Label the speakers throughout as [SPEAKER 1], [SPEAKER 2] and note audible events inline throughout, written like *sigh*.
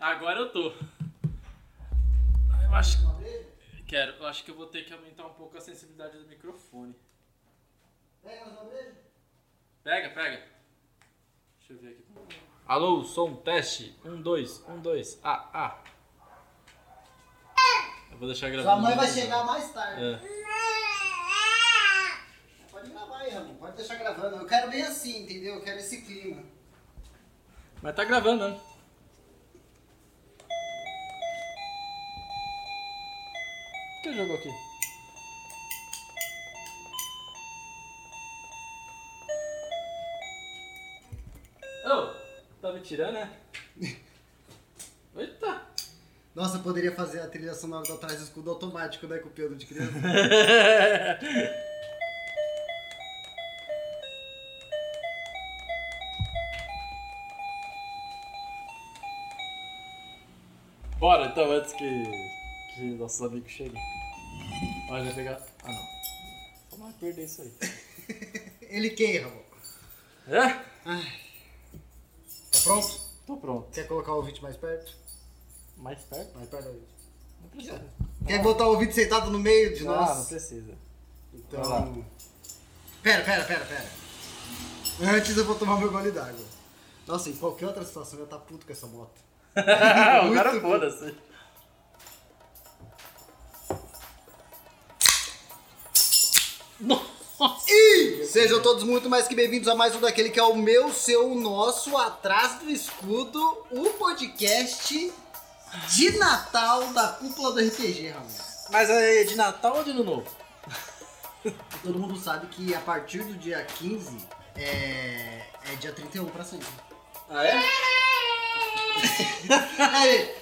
[SPEAKER 1] Agora eu tô. Eu acho Quero, eu acho que eu vou ter que aumentar um pouco a sensibilidade do microfone.
[SPEAKER 2] Pega mais uma breja?
[SPEAKER 1] Pega, pega. Deixa eu ver aqui. Alô, som, teste. Um, dois, um, dois. Ah, ah. Eu vou deixar gravando.
[SPEAKER 2] Sua mãe vai chegar mais tarde.
[SPEAKER 1] É.
[SPEAKER 2] Pode gravar aí, Ramon. Pode deixar gravando. Eu quero bem assim, entendeu? Eu quero esse clima.
[SPEAKER 1] Mas tá gravando, né? que jogou aqui? Ô, tá me tirando, né? *laughs* Eita!
[SPEAKER 2] Nossa, eu poderia fazer a trilha sonora do Atrás do Escudo automático, né? Com o piano de criança.
[SPEAKER 1] Bora então, antes que, que nossos amigos cheguem. Olha, vai pegar. Ah, não. Só não vai perder isso aí.
[SPEAKER 2] *laughs* Ele quem, Ramon?
[SPEAKER 1] É?
[SPEAKER 2] Tá pronto?
[SPEAKER 1] Tô pronto.
[SPEAKER 2] Quer colocar o ouvinte mais perto?
[SPEAKER 1] Mais perto?
[SPEAKER 2] Mais perto da gente.
[SPEAKER 1] Não precisa.
[SPEAKER 2] Quer botar o ouvinte sentado no meio de
[SPEAKER 1] Ah, não
[SPEAKER 2] nós?
[SPEAKER 1] precisa. Vai lá.
[SPEAKER 2] Então. Pera, pera, pera, pera. Antes eu vou tomar meu gole d'água. Nossa, em qualquer outra situação eu ia estar puto com essa moto.
[SPEAKER 1] *laughs* o
[SPEAKER 2] Muito
[SPEAKER 1] cara
[SPEAKER 2] bom.
[SPEAKER 1] foda-se. Nossa!
[SPEAKER 2] E sejam todos muito mais que bem-vindos a mais um daquele que é o meu, seu, o nosso Atrás do Escudo, o podcast de Natal da cúpula do RPG, Ramon.
[SPEAKER 1] Mas é de Natal ou de Ano Novo?
[SPEAKER 2] Todo mundo sabe que a partir do dia 15 é, é dia 31 pra sempre. *laughs*
[SPEAKER 1] Ah, é?
[SPEAKER 2] Aí,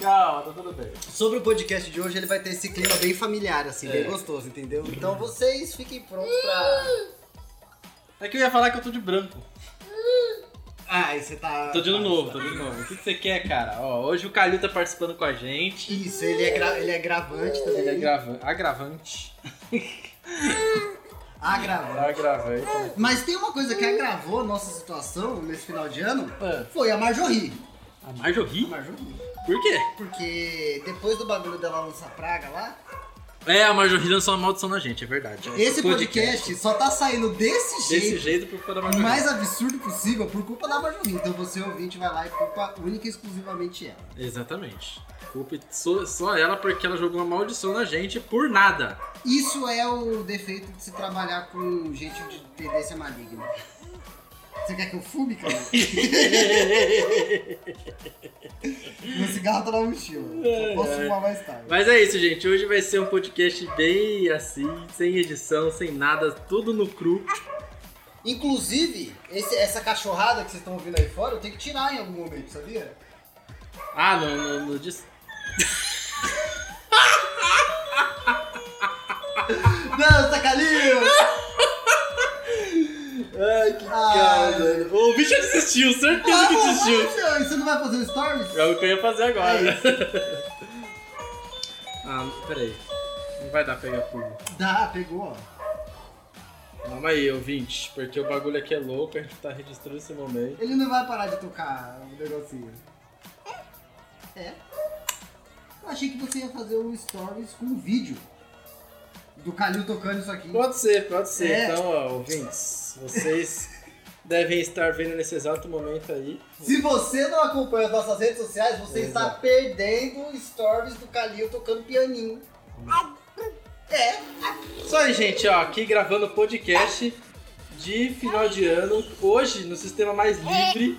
[SPEAKER 1] Calma, tá tudo bem.
[SPEAKER 2] sobre o podcast de hoje, ele vai ter esse clima bem familiar, assim,
[SPEAKER 1] É.
[SPEAKER 2] bem gostoso, entendeu? Então vocês fiquem prontos pra.
[SPEAKER 1] É que eu ia falar que eu tô de branco.
[SPEAKER 2] Ah, e você tá.
[SPEAKER 1] Tô de Ano Novo, tô de Ano Novo. O que, que você quer, cara? Ó, hoje o Calil tá participando com a gente.
[SPEAKER 2] Isso, ele é, gra- ele é gravante também.
[SPEAKER 1] Ele é grava- agravante.
[SPEAKER 2] Ah, Agravante.
[SPEAKER 1] Agravante.
[SPEAKER 2] Mas tem uma coisa que agravou a nossa situação nesse final de ano,
[SPEAKER 1] Ah.
[SPEAKER 2] foi a Marjorie.
[SPEAKER 1] A Marjorie?
[SPEAKER 2] Marjorie?
[SPEAKER 1] Por quê?
[SPEAKER 2] Porque depois do bagulho dela lançar praga lá,
[SPEAKER 1] É, a Marjorie lançou uma maldição na gente, é verdade.
[SPEAKER 2] esse podcast só tá saindo desse
[SPEAKER 1] Desse
[SPEAKER 2] jeito,
[SPEAKER 1] jeito por causa da
[SPEAKER 2] o
[SPEAKER 1] Marjorie.
[SPEAKER 2] mais absurdo possível, por culpa da Marjorie. Então você, ouvinte, vai lá e culpa única e exclusivamente ela.
[SPEAKER 1] Exatamente. Culpa só, só ela porque ela jogou uma maldição na gente por nada.
[SPEAKER 2] Isso é o defeito de se trabalhar com gente de tendência maligna. Você quer que eu
[SPEAKER 1] *laughs*
[SPEAKER 2] fume, cara? Meu cigarro tá na mochila. Só posso fumar mais tarde.
[SPEAKER 1] Mas é isso, gente. Hoje vai ser um podcast bem assim, sem edição, sem nada, tudo no cru.
[SPEAKER 2] Inclusive, esse- essa cachorrada que vocês estão ouvindo aí fora, eu tenho que tirar em algum momento, sabia?
[SPEAKER 1] Ah, no, no, no dis-
[SPEAKER 2] Não, tá sacalinho!
[SPEAKER 1] Ai, que
[SPEAKER 2] Ah. cara,
[SPEAKER 1] mano. O bicho desistiu, certeza que desistiu.
[SPEAKER 2] Ah, Você não vai fazer stories?
[SPEAKER 1] É o que eu ia fazer agora.
[SPEAKER 2] É
[SPEAKER 1] *laughs* ah, peraí. Não vai dar pra pegar tudo.
[SPEAKER 2] Dá, pegou, ó.
[SPEAKER 1] Calma aí, ouvinte, porque o bagulho aqui é louco, a gente tá registrando esse momento.
[SPEAKER 2] Ele não vai parar de tocar o negocinho. É. Eu achei que você ia fazer um stories com um vídeo do Calil tocando isso aqui.
[SPEAKER 1] Pode ser, pode ser.
[SPEAKER 2] É.
[SPEAKER 1] Então, ó, ouvintes, vocês devem estar vendo nesse exato momento aí.
[SPEAKER 2] Se você não acompanha as nossas redes sociais, você está
[SPEAKER 1] Exato.
[SPEAKER 2] perdendo stories do Calil tocando pianinho. É.
[SPEAKER 1] Isso aí, gente, ó, aqui gravando podcast de final de ano, hoje no sistema mais livre,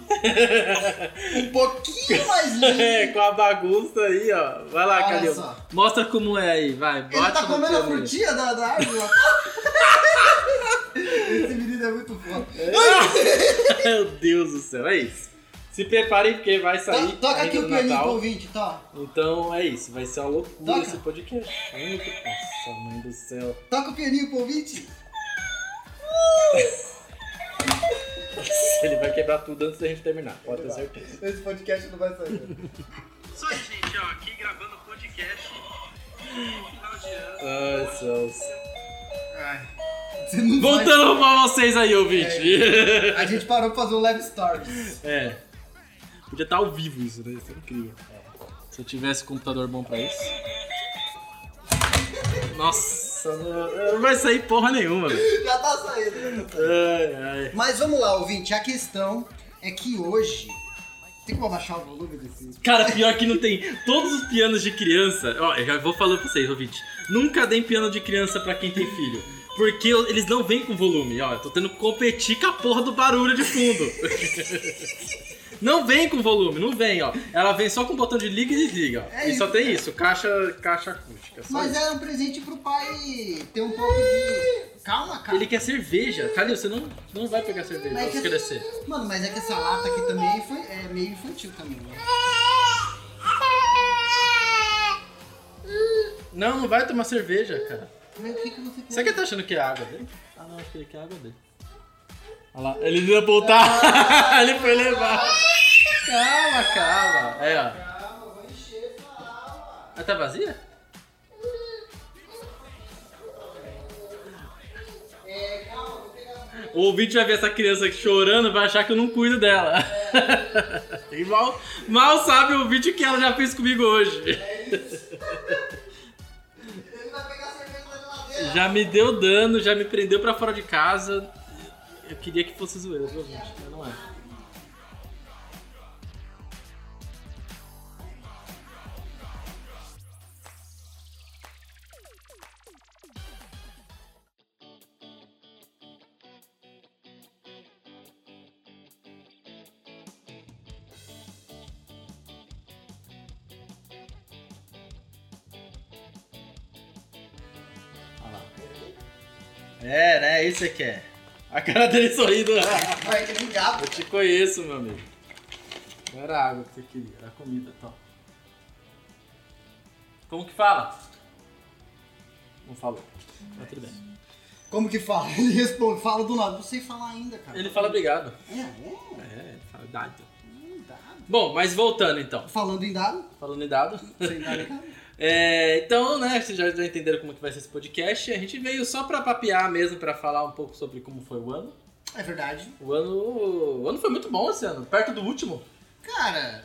[SPEAKER 2] Um pouquinho mais
[SPEAKER 1] *laughs*
[SPEAKER 2] lindo.
[SPEAKER 1] é, com a bagunça aí, ó. Vai lá,
[SPEAKER 2] Olha
[SPEAKER 1] Calil.
[SPEAKER 2] só.
[SPEAKER 1] Mostra como é aí, vai. Bate
[SPEAKER 2] Ele tá
[SPEAKER 1] no
[SPEAKER 2] comendo a
[SPEAKER 1] pianinho.
[SPEAKER 2] frutinha da, da árvore, *laughs* ó. Esse menino é muito foda.
[SPEAKER 1] *laughs* Meu Deus do céu, é isso. Se preparem porque vai sair.
[SPEAKER 2] To- Toca aqui
[SPEAKER 1] ainda
[SPEAKER 2] o
[SPEAKER 1] no
[SPEAKER 2] pianinho pro
[SPEAKER 1] Natal.
[SPEAKER 2] ouvinte, to.
[SPEAKER 1] Então é isso, vai ser uma loucura
[SPEAKER 2] Toca.
[SPEAKER 1] esse podcast. Muito- Nossa, mãe do céu.
[SPEAKER 2] Toca o pianinho pro ouvinte.
[SPEAKER 1] Ele vai quebrar tudo antes da gente terminar, pode ter
[SPEAKER 2] Vai.
[SPEAKER 1] certeza.
[SPEAKER 2] Esse podcast não vai sair.
[SPEAKER 1] Isso aí, gente, ó, aqui gravando podcast. Final de ano. Ai, céus.
[SPEAKER 2] Ai, Você não vai-
[SPEAKER 1] Voltando pra vocês aí, ouvinte.
[SPEAKER 2] A gente parou pra fazer um live stories.
[SPEAKER 1] *laughs* É. Podia estar ao vivo isso, né? Isso é incrível. Se eu tivesse um computador bom pra isso. Nossa, não, não vai sair porra nenhuma, velho.
[SPEAKER 2] *laughs* Já tá saindo.
[SPEAKER 1] Ai, ai.
[SPEAKER 2] Mas vamos lá, ouvinte. A questão é que hoje. Tem como abaixar o volume desse.
[SPEAKER 1] Cara, pior que não tem. Todos os pianos de criança. Ó, eu já vou falando pra vocês, ouvinte. Nunca deem piano de criança pra quem tem filho. Porque eles não vêm com volume, ó. Eu tô tendo que competir com a porra do barulho de fundo. *laughs* Não vem com volume, não vem, ó. Ela vem só com o botão de liga e desliga, ó.
[SPEAKER 2] É
[SPEAKER 1] e só
[SPEAKER 2] isso,
[SPEAKER 1] tem isso, caixa, caixa acústica. só
[SPEAKER 2] Mas
[SPEAKER 1] isso.
[SPEAKER 2] era um presente pro pai ter um pouco de. Calma, cara.
[SPEAKER 1] Ele quer cerveja. Calil, você não, não vai pegar cerveja, vai
[SPEAKER 2] é- Mas é que-
[SPEAKER 1] crescer.
[SPEAKER 2] Mano, mas é que essa lata aqui também é infan- é meio infantil também, né?
[SPEAKER 1] Não, não vai tomar cerveja, cara.
[SPEAKER 2] Mas o que que você quer?
[SPEAKER 1] Será que ele tá achando que é água dele? Ah, não, acho que ele quer água dele. Olha lá, ele ia voltar. *laughs* ele foi levar. Calma, calma. É, ó.
[SPEAKER 2] Calma, vou encher essa água.
[SPEAKER 1] Ah, tá vazia?
[SPEAKER 2] É, calma, vou pegar.
[SPEAKER 1] O ouvinte vai ver essa criança aqui chorando vai achar que eu não cuido dela. *laughs* E mal, mal sabe o vídeo que ela já fez comigo hoje.
[SPEAKER 2] Ele vai pegar a cerveja da geladeira.
[SPEAKER 1] Já me deu dano, já me prendeu pra fora de casa. Eu queria que fosse zoeira, viu, gente? Mas não é. Olha lá. É, né? Isso que é. A cara dele sorrindo. né?
[SPEAKER 2] Vai que é um nem gabo.
[SPEAKER 1] Eu te conheço, meu amigo. Não era água que você queria, era comida e tal. Como que fala? Não falou. Mas Tá tudo bem.
[SPEAKER 2] Como que fala? *laughs* Ele responde, fala do lado. Não sei falar ainda, cara.
[SPEAKER 1] Ele fala obrigado.
[SPEAKER 2] É, é.
[SPEAKER 1] É, ele fala dado.
[SPEAKER 2] Hum, dado.
[SPEAKER 1] Bom, mas voltando então.
[SPEAKER 2] Falando em dado,
[SPEAKER 1] Falando em dado.
[SPEAKER 2] sem
[SPEAKER 1] *laughs*
[SPEAKER 2] dado, cara.
[SPEAKER 1] É, então, né, vocês já já entenderam como que vai ser esse podcast. A gente veio só pra papear mesmo, pra falar um pouco sobre como foi o ano.
[SPEAKER 2] É verdade.
[SPEAKER 1] O ano, o ano foi muito bom esse ano, perto do último.
[SPEAKER 2] Cara.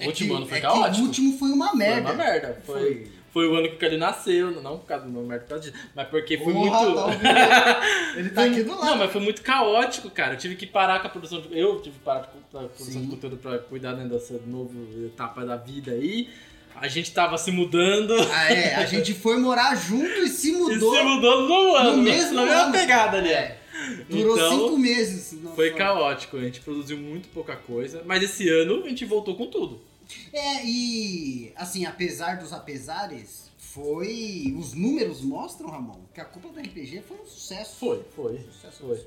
[SPEAKER 1] O último
[SPEAKER 2] que-
[SPEAKER 1] ano foi
[SPEAKER 2] é que
[SPEAKER 1] caótico.
[SPEAKER 2] O último foi uma merda.
[SPEAKER 1] Foi uma merda. Foi,
[SPEAKER 2] É, né? Foi.
[SPEAKER 1] foi. o ano que o Calil nasceu, não por causa do meu merda, por causa disso, mas porque foi
[SPEAKER 2] Porra,
[SPEAKER 1] muito. *laughs*
[SPEAKER 2] tá ouvindo? Ele tá aqui do
[SPEAKER 1] Não,
[SPEAKER 2] lado.
[SPEAKER 1] mas foi muito caótico, cara. Eu tive que parar com a produção de. Eu tive que parar com a produção
[SPEAKER 2] Sim.
[SPEAKER 1] de conteúdo pra cuidar né, dessa nova etapa da vida aí. A gente tava se mudando. *laughs*
[SPEAKER 2] Ah, é, a gente foi morar junto e se mudou.
[SPEAKER 1] E se mudou no ano.
[SPEAKER 2] No mesmo
[SPEAKER 1] na mesma
[SPEAKER 2] ano. É.
[SPEAKER 1] pegada ali. ó.
[SPEAKER 2] Durou
[SPEAKER 1] Então,
[SPEAKER 2] cinco meses. não
[SPEAKER 1] Foi caótico, a gente produziu muito pouca coisa, mas esse ano a gente voltou com tudo.
[SPEAKER 2] É, e assim, apesar dos apesares, foi. Os números mostram, Ramon, que a culpa do RPG foi um sucesso.
[SPEAKER 1] Foi, foi.
[SPEAKER 2] Sucesso.
[SPEAKER 1] Foi.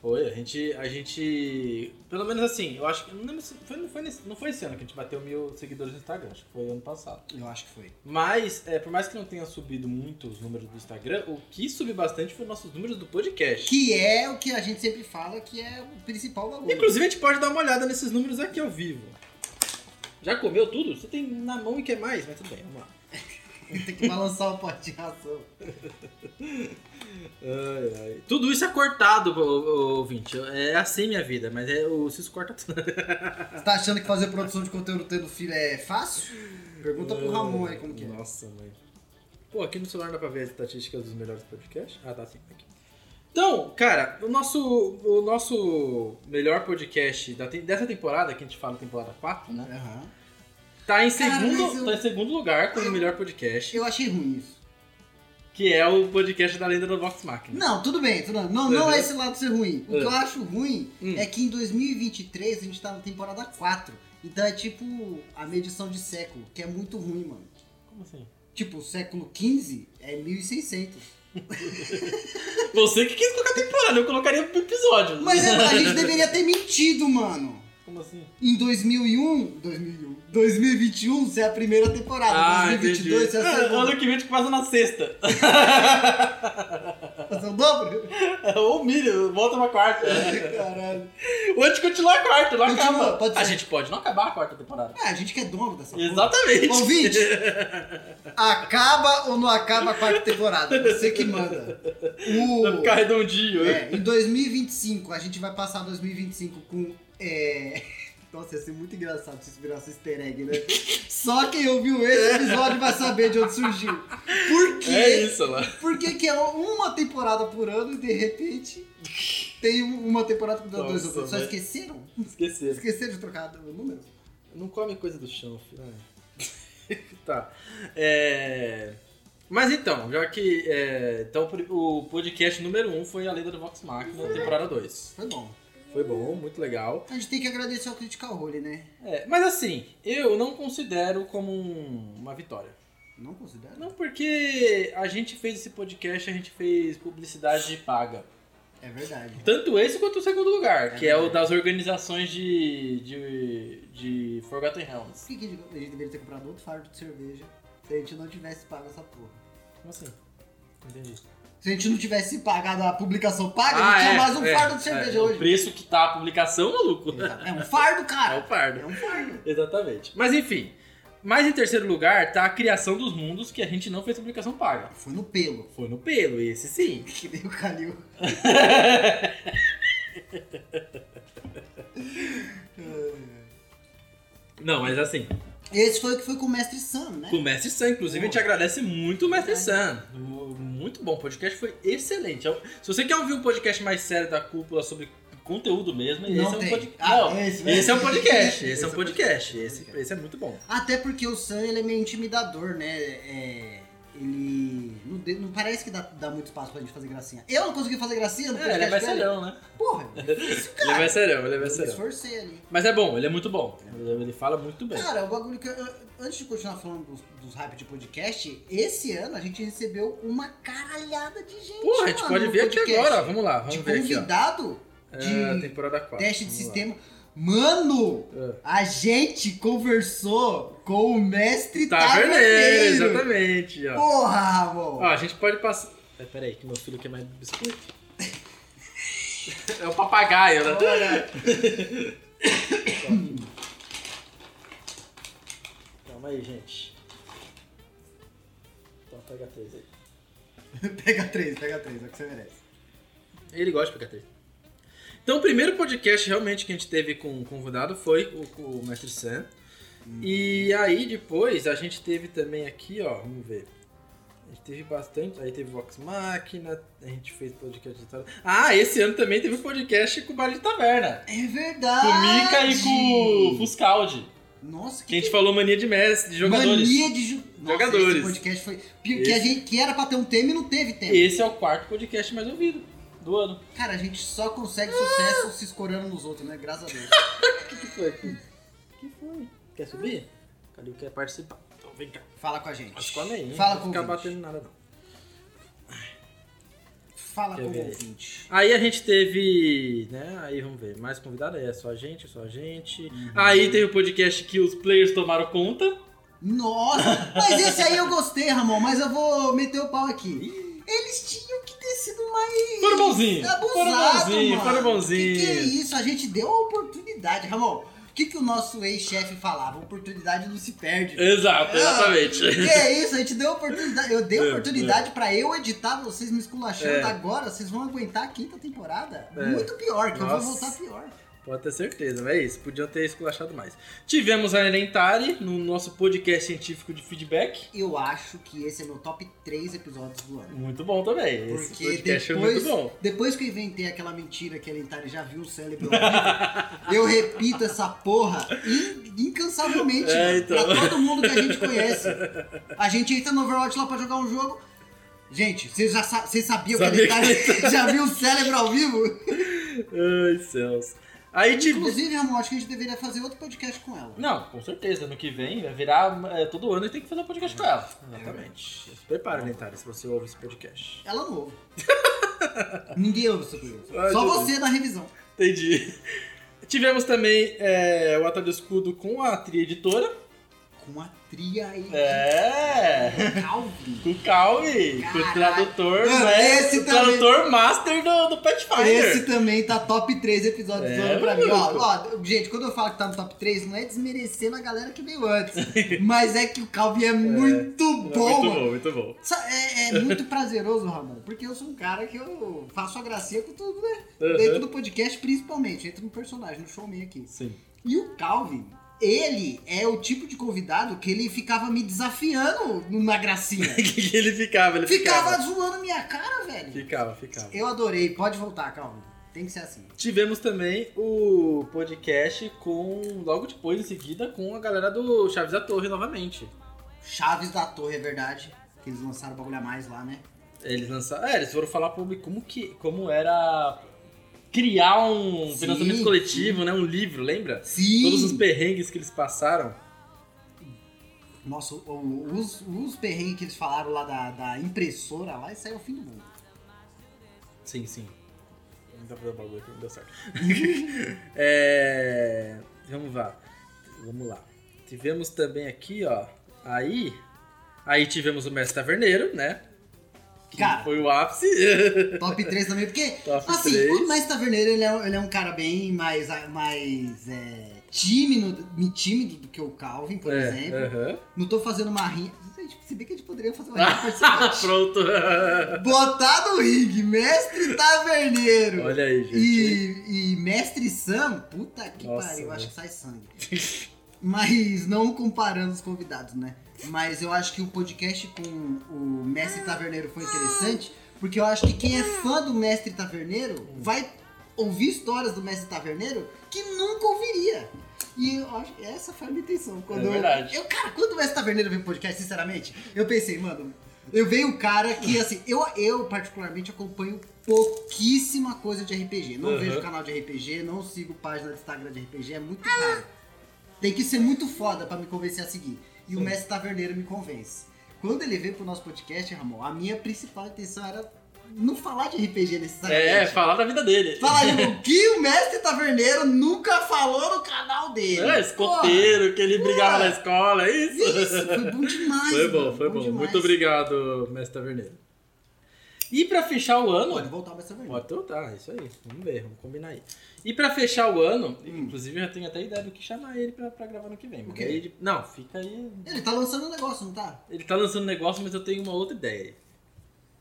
[SPEAKER 1] Foi, a gente, a gente. Pelo menos assim, eu acho que. Não, lembro se- foi, não, foi nesse, não foi esse ano que a gente bateu mil seguidores no Instagram, acho que foi ano passado.
[SPEAKER 2] Eu acho que foi.
[SPEAKER 1] Mas, é, por mais que não tenha subido muito os números do Instagram, o que subiu bastante foi nossos números do podcast.
[SPEAKER 2] Que é o que a gente sempre fala que é o principal bagulho.
[SPEAKER 1] Inclusive, a gente pode dar uma olhada nesses números aqui ao vivo. Já comeu tudo? Você tem na mão e quer mais, mas tudo bem, vamos lá.
[SPEAKER 2] Tem que balançar o pote de ração.
[SPEAKER 1] Ai, ai. Tudo isso é cortado, ô- ô- ouvinte. É assim minha vida, mas é, o Cis corta tudo.
[SPEAKER 2] Você tá achando que fazer produção de conteúdo tendo filho é fácil? Pergunta pro Ramon aí como que é.
[SPEAKER 1] Nossa, mãe. Pô, aqui no celular dá pra ver as estatísticas dos melhores podcasts? Ah, tá sim, aqui. Então, cara, o nosso, o nosso melhor podcast da, te- dessa temporada, que a gente fala temporada 4, né?
[SPEAKER 2] Aham.
[SPEAKER 1] Tá em,
[SPEAKER 2] Cara, mas
[SPEAKER 1] segundo,
[SPEAKER 2] eu-
[SPEAKER 1] tá em segundo lugar como o melhor podcast,
[SPEAKER 2] Eu achei ruim isso.
[SPEAKER 1] que é o podcast da lenda do Vox Machina.
[SPEAKER 2] Não, tudo bem, tudo bem. Não, não é esse lado ser ruim. O que eu acho ruim
[SPEAKER 1] Uhum. Hum.
[SPEAKER 2] é que em 2023 a gente tá na temporada 4. Então é tipo a medição de século, que é muito ruim, mano.
[SPEAKER 1] Como assim?
[SPEAKER 2] Tipo, o século XV é 1600.
[SPEAKER 1] Você que quis colocar temporada, eu colocaria episódio.
[SPEAKER 2] Mas é, a gente deveria ter mentido, mano.
[SPEAKER 1] Como assim?
[SPEAKER 2] Em 2001, 2001, 2021 você é a primeira temporada,
[SPEAKER 1] Ah,
[SPEAKER 2] 2022 você é
[SPEAKER 1] entendi. *laughs*
[SPEAKER 2] a
[SPEAKER 1] Ah,
[SPEAKER 2] segunda.
[SPEAKER 1] Ano que vem a gente passa na sexta. *laughs*
[SPEAKER 2] Fazer é o dobro? *laughs*
[SPEAKER 1] Ou milho, volta pra quarta.
[SPEAKER 2] Caralho.
[SPEAKER 1] Ou a gente continua é a quarta, não
[SPEAKER 2] Continua,
[SPEAKER 1] acaba.
[SPEAKER 2] pode ser.
[SPEAKER 1] A gente pode não acabar a quarta temporada.
[SPEAKER 2] É, a gente que é dono dessa porra.
[SPEAKER 1] Exatamente.
[SPEAKER 2] Ouvinte, acaba ou não acaba a quarta temporada? Você que manda.
[SPEAKER 1] *laughs* Vai ficar
[SPEAKER 2] O...
[SPEAKER 1] redondinho. Tá né?
[SPEAKER 2] É, *laughs* em 2025, a gente vai passar 2025 com é, Nossa, ia ser muito engraçado se isso virasse um easter egg, né? Só quem ouviu esse episódio vai saber de onde surgiu. Por quê?
[SPEAKER 1] É isso, lá.
[SPEAKER 2] Por que, que é uma temporada por ano e de repente tem um- uma temporada por ano, dois
[SPEAKER 1] Nossa, né?
[SPEAKER 2] anos? Só
[SPEAKER 1] velho.
[SPEAKER 2] esqueceram?
[SPEAKER 1] Esqueceram.
[SPEAKER 2] Esqueceram de trocar o número?
[SPEAKER 1] Não come coisa do chão, filho. *laughs* tá. É... Mas então, já que. é, Então, o podcast número 1 um foi A Lenda do Vox Machina, temporada 2.
[SPEAKER 2] Foi bom.
[SPEAKER 1] Foi bom, muito legal.
[SPEAKER 2] A gente tem que agradecer ao Critical Role, né?
[SPEAKER 1] É, mas assim, eu não considero como um- uma vitória.
[SPEAKER 2] Não considera?
[SPEAKER 1] Não porque a gente fez esse podcast, a gente fez publicidade paga.
[SPEAKER 2] É verdade.
[SPEAKER 1] Tanto esse quanto o segundo lugar,
[SPEAKER 2] É
[SPEAKER 1] que é o
[SPEAKER 2] verdade.
[SPEAKER 1] das organizações de. de. de Forgotten Realms.
[SPEAKER 2] Por que, que a gente a gente deveria ter comprado outro fardo de cerveja se a gente não tivesse pago essa porra?
[SPEAKER 1] Como assim? Entendi.
[SPEAKER 2] Se a gente não tivesse pagado a publicação paga, a
[SPEAKER 1] Ah,
[SPEAKER 2] gente tinha
[SPEAKER 1] é,
[SPEAKER 2] mais um
[SPEAKER 1] é,
[SPEAKER 2] fardo de cerveja
[SPEAKER 1] é, O
[SPEAKER 2] hoje.
[SPEAKER 1] preço que tá a publicação, maluco. *laughs*
[SPEAKER 2] Exato. É um fardo,
[SPEAKER 1] É
[SPEAKER 2] cara.
[SPEAKER 1] o pardo.
[SPEAKER 2] É um fardo.
[SPEAKER 1] Exatamente. Mas enfim. Mas em terceiro lugar tá a criação dos mundos que a gente não fez publicação paga.
[SPEAKER 2] Foi no pelo.
[SPEAKER 1] Foi no pelo, esse sim.
[SPEAKER 2] Que nem
[SPEAKER 1] *laughs*
[SPEAKER 2] o Calil.
[SPEAKER 1] Não, mas assim,
[SPEAKER 2] Esse foi o que foi com o Mestre Sam, né?
[SPEAKER 1] com o Mestre Sam, inclusive, a gente agradece muito o Mestre Sam. O- Muito bom, o podcast foi excelente. Eu- Se você quer ouvir um podcast mais sério da cúpula sobre conteúdo mesmo,
[SPEAKER 2] Não
[SPEAKER 1] esse é um
[SPEAKER 2] tem.
[SPEAKER 1] podcast.
[SPEAKER 2] Ah,
[SPEAKER 1] Não,
[SPEAKER 2] esse
[SPEAKER 1] esse,
[SPEAKER 2] mesmo.
[SPEAKER 1] é um podcast. Esse,
[SPEAKER 2] Esse
[SPEAKER 1] é um
[SPEAKER 2] é um
[SPEAKER 1] podcast.
[SPEAKER 2] podcast.
[SPEAKER 1] Esse, esse é muito bom.
[SPEAKER 2] Até porque o Sam ele é meio intimidador, né? É, ele. Não, de- não parece que dá, dá muito espaço pra gente fazer gracinha. Eu não consegui fazer gracinha no
[SPEAKER 1] É,
[SPEAKER 2] um podcast.
[SPEAKER 1] ele é mais
[SPEAKER 2] dele.
[SPEAKER 1] serão, né?
[SPEAKER 2] Porra, eu fiz *laughs* isso,
[SPEAKER 1] Ele é
[SPEAKER 2] cara.
[SPEAKER 1] mais serão, ele é mais
[SPEAKER 2] Eu me
[SPEAKER 1] serão.
[SPEAKER 2] esforcei ali.
[SPEAKER 1] Mas é bom, ele é muito bom. Ele fala muito bem.
[SPEAKER 2] Cara, o bagulho que. eu- eu- antes de continuar falando dos, dos hype de podcast, esse ano a gente recebeu uma caralhada de gente.
[SPEAKER 1] Porra, a gente
[SPEAKER 2] mano,
[SPEAKER 1] pode
[SPEAKER 2] no
[SPEAKER 1] ver aqui
[SPEAKER 2] podcast.
[SPEAKER 1] agora. Vamos lá, vamos
[SPEAKER 2] de
[SPEAKER 1] ver aqui, ó.
[SPEAKER 2] convidado
[SPEAKER 1] É,
[SPEAKER 2] de
[SPEAKER 1] temporada 4.
[SPEAKER 2] teste de
[SPEAKER 1] vamos lá.
[SPEAKER 2] sistema. Mano,
[SPEAKER 1] É.
[SPEAKER 2] a gente conversou com o mestre
[SPEAKER 1] Taverneiro,
[SPEAKER 2] taverneiro.
[SPEAKER 1] Tá exatamente, ó.
[SPEAKER 2] Porra, Ramon. *laughs*
[SPEAKER 1] Ó, a gente pode passar... É, peraí, que meu filho quer mais biscoito. é o papagaio, né?
[SPEAKER 2] Olha.
[SPEAKER 1] Calma aí, gente. Então pega três aí.
[SPEAKER 2] pega três, pega três, é o que você merece.
[SPEAKER 1] Ele gosta de pegar três. Então, o primeiro podcast realmente que a gente teve com com o convidado foi o, com o Mestre Sam. E aí, depois, a gente teve também aqui, ó, vamos ver. A gente teve bastante. Aí teve Vox Máquina, a gente fez podcast de tal. Ah, esse ano também teve podcast com o Baile de Taverna.
[SPEAKER 2] É verdade.
[SPEAKER 1] Com o Mika e com o Fuscaldi. Que
[SPEAKER 2] Nossa,
[SPEAKER 1] a
[SPEAKER 2] que,
[SPEAKER 1] gente falou mania de mestre, de jogadores.
[SPEAKER 2] mania de ju- Nossa,
[SPEAKER 1] Jogadores.
[SPEAKER 2] Esse podcast foi que
[SPEAKER 1] Esse.
[SPEAKER 2] a gente que era pra ter um tema e não teve tema.
[SPEAKER 1] Esse é o quarto podcast mais ouvido do ano.
[SPEAKER 2] Cara, a gente só consegue sucesso se escorando nos outros, né? Graças a Deus.
[SPEAKER 1] O que, que foi aqui? O que foi? Quer subir? Calil quer participar. Então vem cá.
[SPEAKER 2] Fala com a gente.
[SPEAKER 1] Mas come aí, hein?
[SPEAKER 2] Fala
[SPEAKER 1] não
[SPEAKER 2] com o
[SPEAKER 1] fica
[SPEAKER 2] ouvinte.
[SPEAKER 1] batendo nada, não.
[SPEAKER 2] Fala
[SPEAKER 1] Quer
[SPEAKER 2] com
[SPEAKER 1] ver
[SPEAKER 2] o
[SPEAKER 1] aí?
[SPEAKER 2] ouvinte.
[SPEAKER 1] Aí a gente teve, né? Aí vamos ver, mais convidado aí, é só a gente, só a gente.
[SPEAKER 2] Uhum.
[SPEAKER 1] Aí teve o podcast que os players tomaram conta.
[SPEAKER 2] Nossa, mas esse aí eu gostei, Ramon, mas eu vou meter o pau aqui. Eles tinham que ter sido mais.
[SPEAKER 1] Foram bonzinhos,
[SPEAKER 2] é Abusado,
[SPEAKER 1] foram bonzinhos,
[SPEAKER 2] mano.
[SPEAKER 1] foram bonzinhos.
[SPEAKER 2] Que que é isso? A gente deu a oportunidade, Ramon. O que, que o nosso ex-chefe falava? Oportunidade não se perde.
[SPEAKER 1] Exato,
[SPEAKER 2] Ah,
[SPEAKER 1] exatamente. *laughs*
[SPEAKER 2] Que é isso? A gente deu a oportunidade. Eu dei a
[SPEAKER 1] É,
[SPEAKER 2] oportunidade pra eu editar vocês me esculachando.
[SPEAKER 1] É.
[SPEAKER 2] Agora vocês vão aguentar a quinta temporada.
[SPEAKER 1] É.
[SPEAKER 2] Muito pior, que eu vou
[SPEAKER 1] Nossa.
[SPEAKER 2] voltar pior.
[SPEAKER 1] Pode ter certeza, mas é isso. Podiam ter esculachado mais. Tivemos a Elentari no nosso podcast científico de feedback.
[SPEAKER 2] Eu acho que esse é meu top 3 episódios do ano.
[SPEAKER 1] Muito bom também. Esse
[SPEAKER 2] Porque
[SPEAKER 1] podcast foi
[SPEAKER 2] depois,
[SPEAKER 1] muito bom.
[SPEAKER 2] depois que eu inventei aquela mentira que a Lentari já viu o cérebro, ao vivo, eu repito essa porra in- incansavelmente
[SPEAKER 1] É,
[SPEAKER 2] mano,
[SPEAKER 1] então.
[SPEAKER 2] pra todo mundo que a gente conhece. A gente entra no Overwatch lá pra jogar um jogo. Gente, vocês já sa- vocês sabiam que a
[SPEAKER 1] Sabia que tá-
[SPEAKER 2] Lentari já viu o cérebro ao vivo?
[SPEAKER 1] Ai, céus. Aí tivemos.
[SPEAKER 2] Inclusive, Ramon, acho que a gente deveria fazer outro podcast com ela.
[SPEAKER 1] Não, com certeza. Ano que vem vai virar. é, todo ano e tem que fazer um podcast com ela. Exatamente. Se prepara, Lentário, se você ouve esse podcast.
[SPEAKER 2] Ela não ouve. Ninguém ouve sobre isso.
[SPEAKER 1] Ai,
[SPEAKER 2] Só
[SPEAKER 1] meu
[SPEAKER 2] você na revisão.
[SPEAKER 1] Entendi. Tivemos também é, o Atalho do Escudo com a Tri Editora.
[SPEAKER 2] Com a tria aí.
[SPEAKER 1] É!
[SPEAKER 2] Calvin.
[SPEAKER 1] Com o Calvi, com o
[SPEAKER 2] Caraca.
[SPEAKER 1] tradutor,
[SPEAKER 2] Mano,
[SPEAKER 1] né?
[SPEAKER 2] esse
[SPEAKER 1] o
[SPEAKER 2] também.
[SPEAKER 1] tradutor master do, do Pathfinder.
[SPEAKER 2] Esse também tá top 3 episódios do
[SPEAKER 1] É,
[SPEAKER 2] ano pra mim. Ó,
[SPEAKER 1] maluco.
[SPEAKER 2] ó, gente, quando eu falo que tá no top 3, não é desmerecendo a galera que veio antes. *laughs* mas é que o Calvin é muito bom,
[SPEAKER 1] muito
[SPEAKER 2] mano.
[SPEAKER 1] tá bom, muito bom.
[SPEAKER 2] Sa- É, é muito prazeroso, Ramon, porque eu sou um cara que eu faço a gracinha com tudo, né?
[SPEAKER 1] Uhum.
[SPEAKER 2] Dentro do podcast, principalmente. Entro no personagem, no showman aqui.
[SPEAKER 1] Sim. *laughs*
[SPEAKER 2] E o Calvin, ele é o tipo de convidado que ele ficava me desafiando na
[SPEAKER 1] *laughs*
[SPEAKER 2] gracinha.
[SPEAKER 1] que ele ficava, ele
[SPEAKER 2] ficava
[SPEAKER 1] ficava.
[SPEAKER 2] zoando minha cara, velho.
[SPEAKER 1] Ficava, ficava.
[SPEAKER 2] Eu adorei, pode voltar, Calvin. Tem que ser assim.
[SPEAKER 1] Tivemos também o podcast com. Logo depois, em seguida, com a galera do Chaves da Torre novamente.
[SPEAKER 2] Chaves da Torre, é verdade. Que eles lançaram o bagulho a mais lá, né?
[SPEAKER 1] Eles lançaram. É, eles foram falar pro público como que. como era criar um
[SPEAKER 2] Sim,
[SPEAKER 1] financiamento coletivo, né? Um livro, lembra?
[SPEAKER 2] Sim!
[SPEAKER 1] Todos os perrengues que eles passaram.
[SPEAKER 2] Nossa, o- o- os, os perrengues que eles falaram lá da, da impressora lá, isso aí é o fim do mundo.
[SPEAKER 1] Sim, sim. Não dá pra dar bagulho aqui, não deu certo. *laughs* É, Vamos lá. Vamos lá. Tivemos também aqui, ó. Aí. Aí tivemos o Mestre Taverneiro, né? Que
[SPEAKER 2] Cara.
[SPEAKER 1] foi o ápice.
[SPEAKER 2] Top 3 também, porque,
[SPEAKER 1] *laughs* Top
[SPEAKER 2] assim,
[SPEAKER 1] três.
[SPEAKER 2] o Mais Taverneiro, ele é, um- ele é um cara bem mais, mais é, tímido, tímido do que o Calvin, por
[SPEAKER 1] É,
[SPEAKER 2] exemplo.
[SPEAKER 1] aham.
[SPEAKER 2] Não tô fazendo uma rinha. Gente, Se bem que a gente poderia fazer
[SPEAKER 1] *laughs*
[SPEAKER 2] uma rinha participante.
[SPEAKER 1] Pronto.
[SPEAKER 2] Botar no ringue, mestre
[SPEAKER 1] *laughs*
[SPEAKER 2] taverneiro.
[SPEAKER 1] Olha aí, gente.
[SPEAKER 2] E, e mestre Sam, puta que
[SPEAKER 1] Nossa, né?
[SPEAKER 2] pariu,
[SPEAKER 1] velho.
[SPEAKER 2] acho que sai sangue.
[SPEAKER 1] *laughs*
[SPEAKER 2] Mas não comparando os convidados, né? Mas eu acho que o podcast com o mestre taverneiro foi interessante, porque eu acho que quem é fã do mestre taverneiro vai ouvir histórias do mestre taverneiro que nunca ouviria. E eu acho- essa foi a minha intenção. Quando eu-
[SPEAKER 1] É verdade.
[SPEAKER 2] Eu, cara, quando o mestre taverneiro veio pro podcast, sinceramente, eu pensei, mano, eu veio um
[SPEAKER 1] *clears throat*
[SPEAKER 2] cara que, assim, eu, eu particularmente acompanho pouquíssima coisa de RPG. Não
[SPEAKER 1] Aham.
[SPEAKER 2] vejo canal de RPG, não sigo página do Instagram de RPG, é muito raro. Tem que ser muito foda pra me convencer a seguir. E o
[SPEAKER 1] Sim.
[SPEAKER 2] mestre taverneiro me convence. Quando ele veio pro nosso podcast, Ramon, a minha principal intenção era não falar de RPG necessariamente.
[SPEAKER 1] É, falar da vida dele.
[SPEAKER 2] Fala aí, o que o mestre taverneiro nunca falou no canal dele.
[SPEAKER 1] É, escoteiro, que ele brigava na escola, é isso?
[SPEAKER 2] Porra, Isso, foi bom demais.
[SPEAKER 1] Foi
[SPEAKER 2] mano,
[SPEAKER 1] bom, foi bom.
[SPEAKER 2] demais.
[SPEAKER 1] Muito obrigado, mestre Taverneiro. E pra fechar o ano.
[SPEAKER 2] Pode voltar o mestre taverneiro.
[SPEAKER 1] Pode trotar, é isso aí. Vamos ver, vamos combinar aí. E pra fechar o ano,
[SPEAKER 2] Hum.
[SPEAKER 1] inclusive eu já tenho até ideia do que chamar ele pra, pra gravar no que vem.
[SPEAKER 2] O
[SPEAKER 1] mas
[SPEAKER 2] quê?
[SPEAKER 1] aí de- não, fica aí.
[SPEAKER 2] Ele tá lançando um negócio, não tá?
[SPEAKER 1] Ele tá lançando um negócio, mas eu tenho uma outra ideia.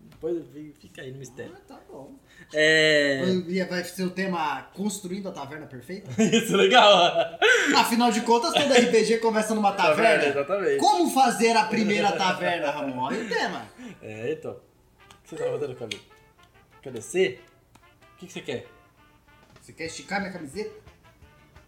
[SPEAKER 1] Depois eu vi- fica aí no mistério.
[SPEAKER 2] Ah, tá bom.
[SPEAKER 1] É. *laughs*
[SPEAKER 2] E Vai ser o tema Construindo a Taverna Perfeita? *laughs*
[SPEAKER 1] Isso, é legal.
[SPEAKER 2] Tá Afinal de contas, todo RPG começa numa taverna.
[SPEAKER 1] Tá Exatamente.
[SPEAKER 2] Como fazer a primeira taverna, Ramon? Olha o tema.
[SPEAKER 1] É, então. O que você tá rodando, Cadê? Quer descer? O que, que você quer?
[SPEAKER 2] Você quer esticar minha camiseta?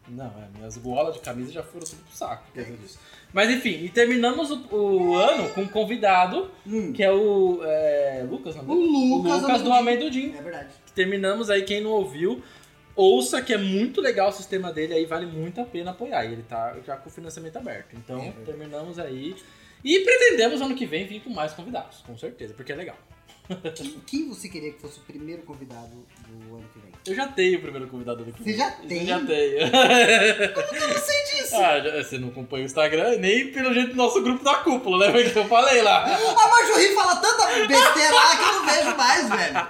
[SPEAKER 1] Não, é, minhas golas de camisa já foram tudo pro saco. por
[SPEAKER 2] É.
[SPEAKER 1] causa disso. Mas enfim, e terminamos o, o ano com um convidado,
[SPEAKER 2] Hum.
[SPEAKER 1] que é o é, Lucas, não
[SPEAKER 2] O Lucas,
[SPEAKER 1] do Amendoim.
[SPEAKER 2] É verdade.
[SPEAKER 1] Terminamos aí, quem não ouviu, ouça que é muito legal o sistema dele, aí vale muito a pena apoiar. E ele tá já com o financiamento aberto. Então,
[SPEAKER 2] É verdade.
[SPEAKER 1] terminamos aí. E pretendemos ano que vem vir com mais convidados, com certeza, porque é legal.
[SPEAKER 2] Quem, quem você queria que fosse o primeiro convidado do ano que vem?
[SPEAKER 1] Eu já tenho o primeiro convidado do que
[SPEAKER 2] Você já tem?
[SPEAKER 1] Eu já tenho. *laughs*
[SPEAKER 2] Eu não sei disso.
[SPEAKER 1] Ah, já- você não acompanha o Instagram, nem pelo jeito do nosso grupo da cúpula, né? Porque eu falei lá.
[SPEAKER 2] A Marjorie fala tanta besteira lá que eu não vejo mais, velho.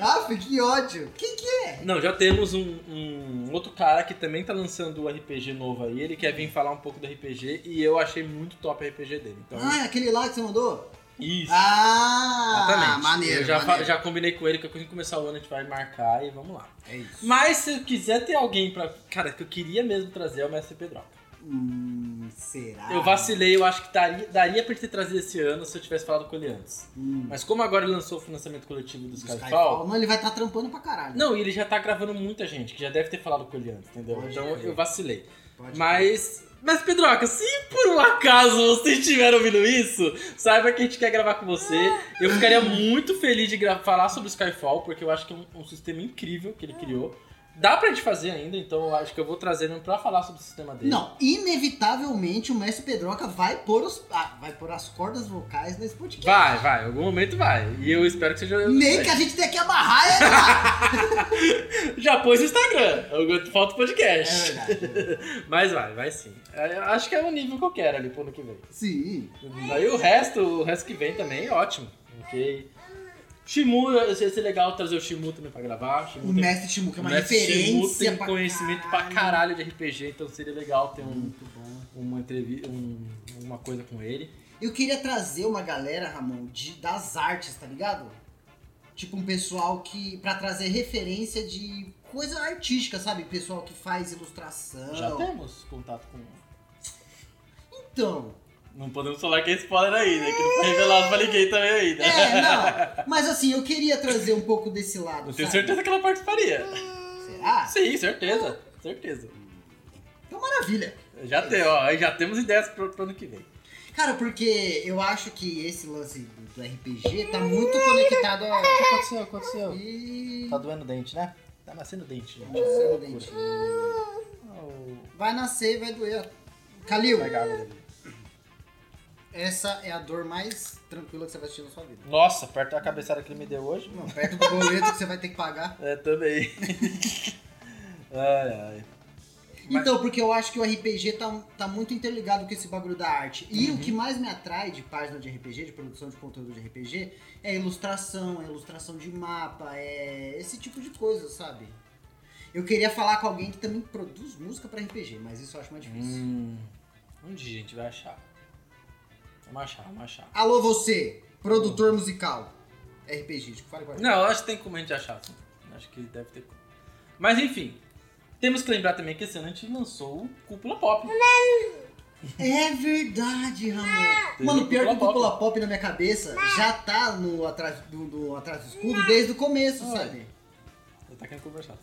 [SPEAKER 2] Aff, que ódio. Quem que é?
[SPEAKER 1] Não, já temos um, um outro cara que também tá lançando o RPG novo aí. Ele quer vir falar um pouco do RPG e eu achei muito top o RPG dele. Então,
[SPEAKER 2] Ah, é aquele lá que você mandou?
[SPEAKER 1] isso.
[SPEAKER 2] Ah,
[SPEAKER 1] exatamente.
[SPEAKER 2] maneiro,
[SPEAKER 1] eu já, fa-
[SPEAKER 2] maneiro.
[SPEAKER 1] já combinei com ele que quando começar o ano a gente vai marcar e vamos lá.
[SPEAKER 2] É isso.
[SPEAKER 1] Mas se eu quiser ter alguém pra. Cara, que eu queria mesmo trazer é o Mestre Pedroca.
[SPEAKER 2] Ah. Hum, será?
[SPEAKER 1] Eu vacilei, eu acho que daria, daria pra ele ter trazido esse ano se eu tivesse falado com ele antes.
[SPEAKER 2] Hum,
[SPEAKER 1] Mas como agora ele lançou o financiamento coletivo do
[SPEAKER 2] Skyfall?
[SPEAKER 1] Skyfall,
[SPEAKER 2] Não, ele vai estar trampando pra caralho.
[SPEAKER 1] Não, e ele já tá gravando muita gente, que já deve ter falado com ele antes, entendeu?
[SPEAKER 2] Pode
[SPEAKER 1] então
[SPEAKER 2] crer.
[SPEAKER 1] eu vacilei.
[SPEAKER 2] Pode
[SPEAKER 1] Mas. Mas, Pedroca, se por um acaso vocês estiver ouvindo isso, saiba que a gente quer gravar com você.
[SPEAKER 2] Ah.
[SPEAKER 1] Eu ficaria muito feliz de gra- falar sobre o Skyfall, porque eu acho que é um, um sistema incrível
[SPEAKER 2] Ah.
[SPEAKER 1] que ele criou. Dá pra gente fazer ainda, então eu acho que eu vou trazer ele pra falar sobre o sistema dele.
[SPEAKER 2] Não, inevitavelmente o mestre Pedroca vai pôr, os, ah, vai pôr as cordas vocais nesse podcast.
[SPEAKER 1] Vai, vai, em algum momento vai. E eu espero que seja.
[SPEAKER 2] Nem que a gente tenha que amarrar ele lá.
[SPEAKER 1] Já pôs no Instagram. eu- Falta o
[SPEAKER 2] É
[SPEAKER 1] podcast.
[SPEAKER 2] verdade.
[SPEAKER 1] Mas vai, vai sim. Eu acho que é um nível qualquer ali pro ano que vem.
[SPEAKER 2] Sim.
[SPEAKER 1] Aí o resto, o resto que vem também é ótimo. Ok. Shimu, ia ser ia ser legal trazer o Shimu também pra gravar. Shimu
[SPEAKER 2] O
[SPEAKER 1] tem-
[SPEAKER 2] mestre Shimu, que é uma
[SPEAKER 1] o mestre
[SPEAKER 2] referência
[SPEAKER 1] Shimu tem
[SPEAKER 2] pra
[SPEAKER 1] conhecimento pra caralho de RPG, então seria legal ter um,
[SPEAKER 2] Muito bom.
[SPEAKER 1] uma entrevista, um, uma coisa com ele.
[SPEAKER 2] Eu queria trazer uma galera, Ramon, de, das artes, tá ligado? Tipo um pessoal que. pra trazer referência de coisa artística, sabe? Pessoal que faz ilustração.
[SPEAKER 1] Já temos contato com.
[SPEAKER 3] *laughs*
[SPEAKER 2] Então.
[SPEAKER 3] Não podemos falar que é spoiler
[SPEAKER 1] né?
[SPEAKER 3] ainda, que não foi revelado pra ninguém também ainda.
[SPEAKER 1] *laughs*
[SPEAKER 2] É, não. Mas assim, eu queria trazer um pouco desse lado.
[SPEAKER 3] Eu tenho
[SPEAKER 2] sabe?
[SPEAKER 3] certeza que ela participaria.
[SPEAKER 2] Será?
[SPEAKER 3] Sim, certeza. Certeza.
[SPEAKER 2] Então maravilha.
[SPEAKER 3] Já tem, ó. aí Já temos ideias pro, pro ano que vem.
[SPEAKER 2] Cara, porque eu acho que esse lance do do RPG tá muito conectado a.
[SPEAKER 1] O que aconteceu? Aconteceu.
[SPEAKER 2] Ih,
[SPEAKER 1] Tá doendo o dente, né? Tá nascendo o dente, gente.
[SPEAKER 2] nasceu o
[SPEAKER 1] Que
[SPEAKER 2] dente.
[SPEAKER 1] loucura. Ah, o-
[SPEAKER 2] Vai nascer, vai doer. Calil,
[SPEAKER 1] Pega a água dele.
[SPEAKER 2] essa é a dor mais tranquila que você vai sentir na sua vida.
[SPEAKER 1] Nossa, perto da cabeçada que ele me deu hoje.
[SPEAKER 2] Não, perto do boleto que você vai ter que pagar.
[SPEAKER 1] É, também. *laughs* ai, ai. Mas-
[SPEAKER 2] Então, porque eu acho que o RPG tá, tá muito interligado com esse bagulho da arte. E o que mais me atrai de página de RPG, de produção de conteúdo de RPG, é a ilustração, é a ilustração de mapa, é esse tipo de coisa, sabe? Eu queria falar com alguém que também produz música pra RPG, mas isso eu acho mais difícil.
[SPEAKER 1] Hum, um dia a gente vai achar. Vamos achar, vamos achar.
[SPEAKER 2] Alô, você, produtor musical. RPG, tipo, fala com a gente.
[SPEAKER 1] Não, eu acho que tem como a gente achar, sim. Eu Acho que deve ter como. Mas enfim, temos que lembrar também que esse ano a gente lançou o Cúpula Pop.
[SPEAKER 2] É verdade, Ramon.
[SPEAKER 1] Teve
[SPEAKER 2] Mano,
[SPEAKER 1] o
[SPEAKER 2] pior que o
[SPEAKER 1] Cúpula Pop.
[SPEAKER 2] Cúpula Pop na minha cabeça já tá no atrás do, do atrás do escudo desde o começo,
[SPEAKER 1] Olha.
[SPEAKER 2] sabe?
[SPEAKER 1] Eu tá querendo conversar.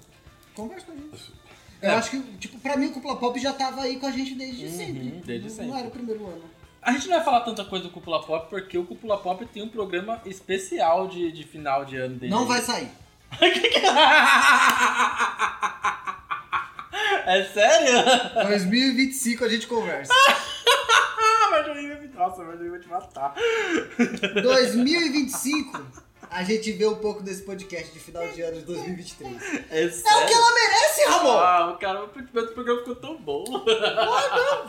[SPEAKER 2] Conversa com a gente. Eu acho que, tipo, pra mim o Cúpula Pop já tava aí com a gente desde
[SPEAKER 1] É. Uhum,
[SPEAKER 2] sempre.
[SPEAKER 1] desde
[SPEAKER 2] não,
[SPEAKER 1] sempre.
[SPEAKER 2] era o primeiro ano.
[SPEAKER 1] A gente não vai falar tanta coisa do Cúpula Pop porque o Cúpula Pop tem um programa especial de, de final de ano dele.
[SPEAKER 2] Não vai sair.
[SPEAKER 1] *laughs* É sério?
[SPEAKER 2] 2025 a gente conversa.
[SPEAKER 1] Ah, mas eu ia me... Nossa, mas eu ia te matar.
[SPEAKER 2] 2025 a gente vê um pouco desse podcast de final de ano de 2023.
[SPEAKER 1] É
[SPEAKER 2] É o que
[SPEAKER 1] sério?
[SPEAKER 2] ela merece, Ramon!
[SPEAKER 1] Ah, o cara, o meu programa ficou tão bom.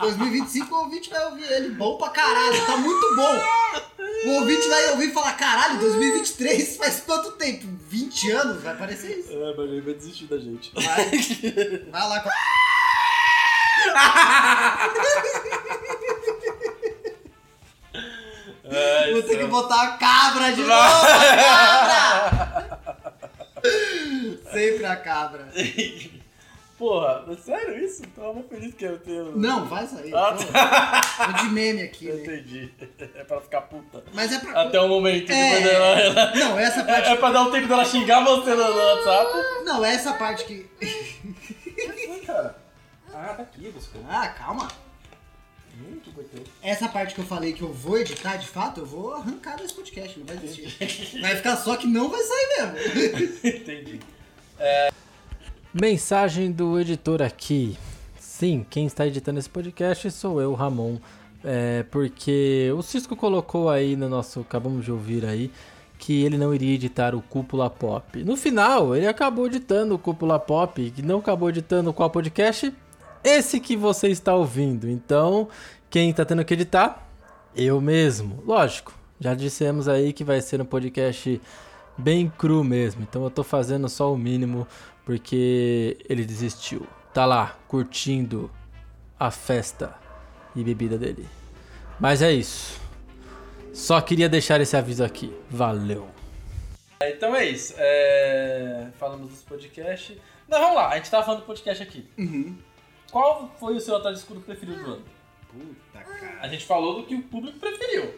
[SPEAKER 2] 2025 o ouvinte vai ouvir ele bom pra caralho, tá muito bom. O ouvinte vai ouvir e falar, caralho, 2023 faz quanto tempo? 20 anos? Vai parecer isso.
[SPEAKER 1] É, mas ele vai desistir da gente.
[SPEAKER 2] Vai, vai lá com a...
[SPEAKER 1] É
[SPEAKER 2] Vou ter que botar a cabra de novo, a cabra! Sempre a cabra.
[SPEAKER 1] então. *laughs* Porra, mas sério isso? Tava muito feliz que eu tenho.
[SPEAKER 2] Não, vai sair.
[SPEAKER 1] Ah,
[SPEAKER 2] pô. Tô de meme aqui,
[SPEAKER 1] Eu
[SPEAKER 2] né?
[SPEAKER 1] entendi. *laughs* É pra ficar puta.
[SPEAKER 2] Mas é pra...
[SPEAKER 1] Até o momento.
[SPEAKER 2] É.
[SPEAKER 1] depois ela- ela-
[SPEAKER 2] Não, essa parte...
[SPEAKER 1] *laughs* É pra dar um tempo dela xingar você no no WhatsApp.
[SPEAKER 2] Não, essa parte que...
[SPEAKER 1] Ah, tá aqui, você ficou
[SPEAKER 2] Ah, calma.
[SPEAKER 1] muito gostoso.
[SPEAKER 2] Essa parte que eu falei que eu vou editar, de fato, eu vou arrancar desse podcast, não vai existir. Vai ficar só que não vai sair mesmo.
[SPEAKER 1] *laughs* Entendi.
[SPEAKER 4] Mensagem do editor aqui. Sim, quem está editando esse podcast sou eu, Ramon. É, porque o Cisco colocou aí no nosso. Acabamos de ouvir aí. Que ele não iria editar o Cúpula Pop. No final, ele acabou editando o Cúpula Pop. Que não acabou editando qual podcast? Esse que você está ouvindo. Então, quem está tendo que editar? Eu mesmo. Lógico, já dissemos aí que vai ser um podcast bem cru mesmo. Então eu tô fazendo só o mínimo porque ele desistiu. Tá lá curtindo a festa e bebida dele. Mas é isso. Só queria deixar esse aviso aqui. Valeu.
[SPEAKER 1] Então é isso. É, Falamos dos podcasts. Não, vamos lá. A gente tava falando do podcast aqui. Qual foi o seu atalho escuro preferido do ano?
[SPEAKER 2] Puta cara.
[SPEAKER 1] A gente falou do que o público preferiu.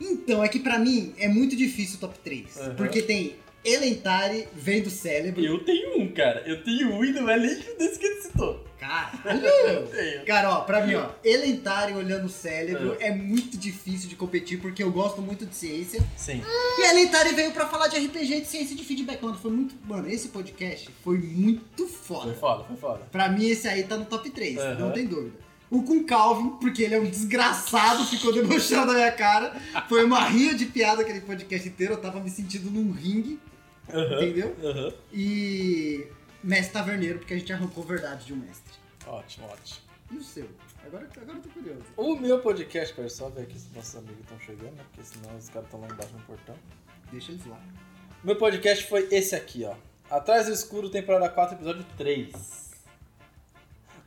[SPEAKER 2] Então, é que pra mim é muito difícil o top 3.
[SPEAKER 1] Uhum.
[SPEAKER 2] Porque tem Elentari, vem do cérebro.
[SPEAKER 1] Eu tenho um, cara. Eu tenho um e não é nem desse que ele citou. Eu
[SPEAKER 2] Caralho!
[SPEAKER 1] tenho.
[SPEAKER 2] Cara, ó, pra mim, ó, Elentari olhando o cérebro é muito difícil de competir porque eu gosto muito de ciência.
[SPEAKER 1] Sim.
[SPEAKER 2] E a Elentari veio pra falar de RPG de ciência de feedback. Mano, foi muito. Mano, esse podcast foi muito
[SPEAKER 1] Foi
[SPEAKER 2] foda.
[SPEAKER 1] foda, foi foda.
[SPEAKER 2] Pra mim, esse aí tá no top 3,
[SPEAKER 1] Aham.
[SPEAKER 2] não tem dúvida. O com Calvin, porque ele é um desgraçado, ficou debochando da minha cara. Foi uma rinha de piada aquele podcast inteiro, eu tava me sentindo num ringue, entendeu?
[SPEAKER 1] Aham.
[SPEAKER 2] E Mestre Taverneiro, porque a gente arrancou verdade de um mestre.
[SPEAKER 1] Ótimo, ótimo.
[SPEAKER 2] E o seu? Agora, agora eu tô curioso.
[SPEAKER 1] O meu podcast, é pera, só ver aqui se nossos amigos estão chegando, né? Porque senão os caras estão lá embaixo no portão.
[SPEAKER 2] Deixa eles lá.
[SPEAKER 1] Meu podcast foi esse aqui, ó. Atrás do Escuro, temporada 4, episódio 3.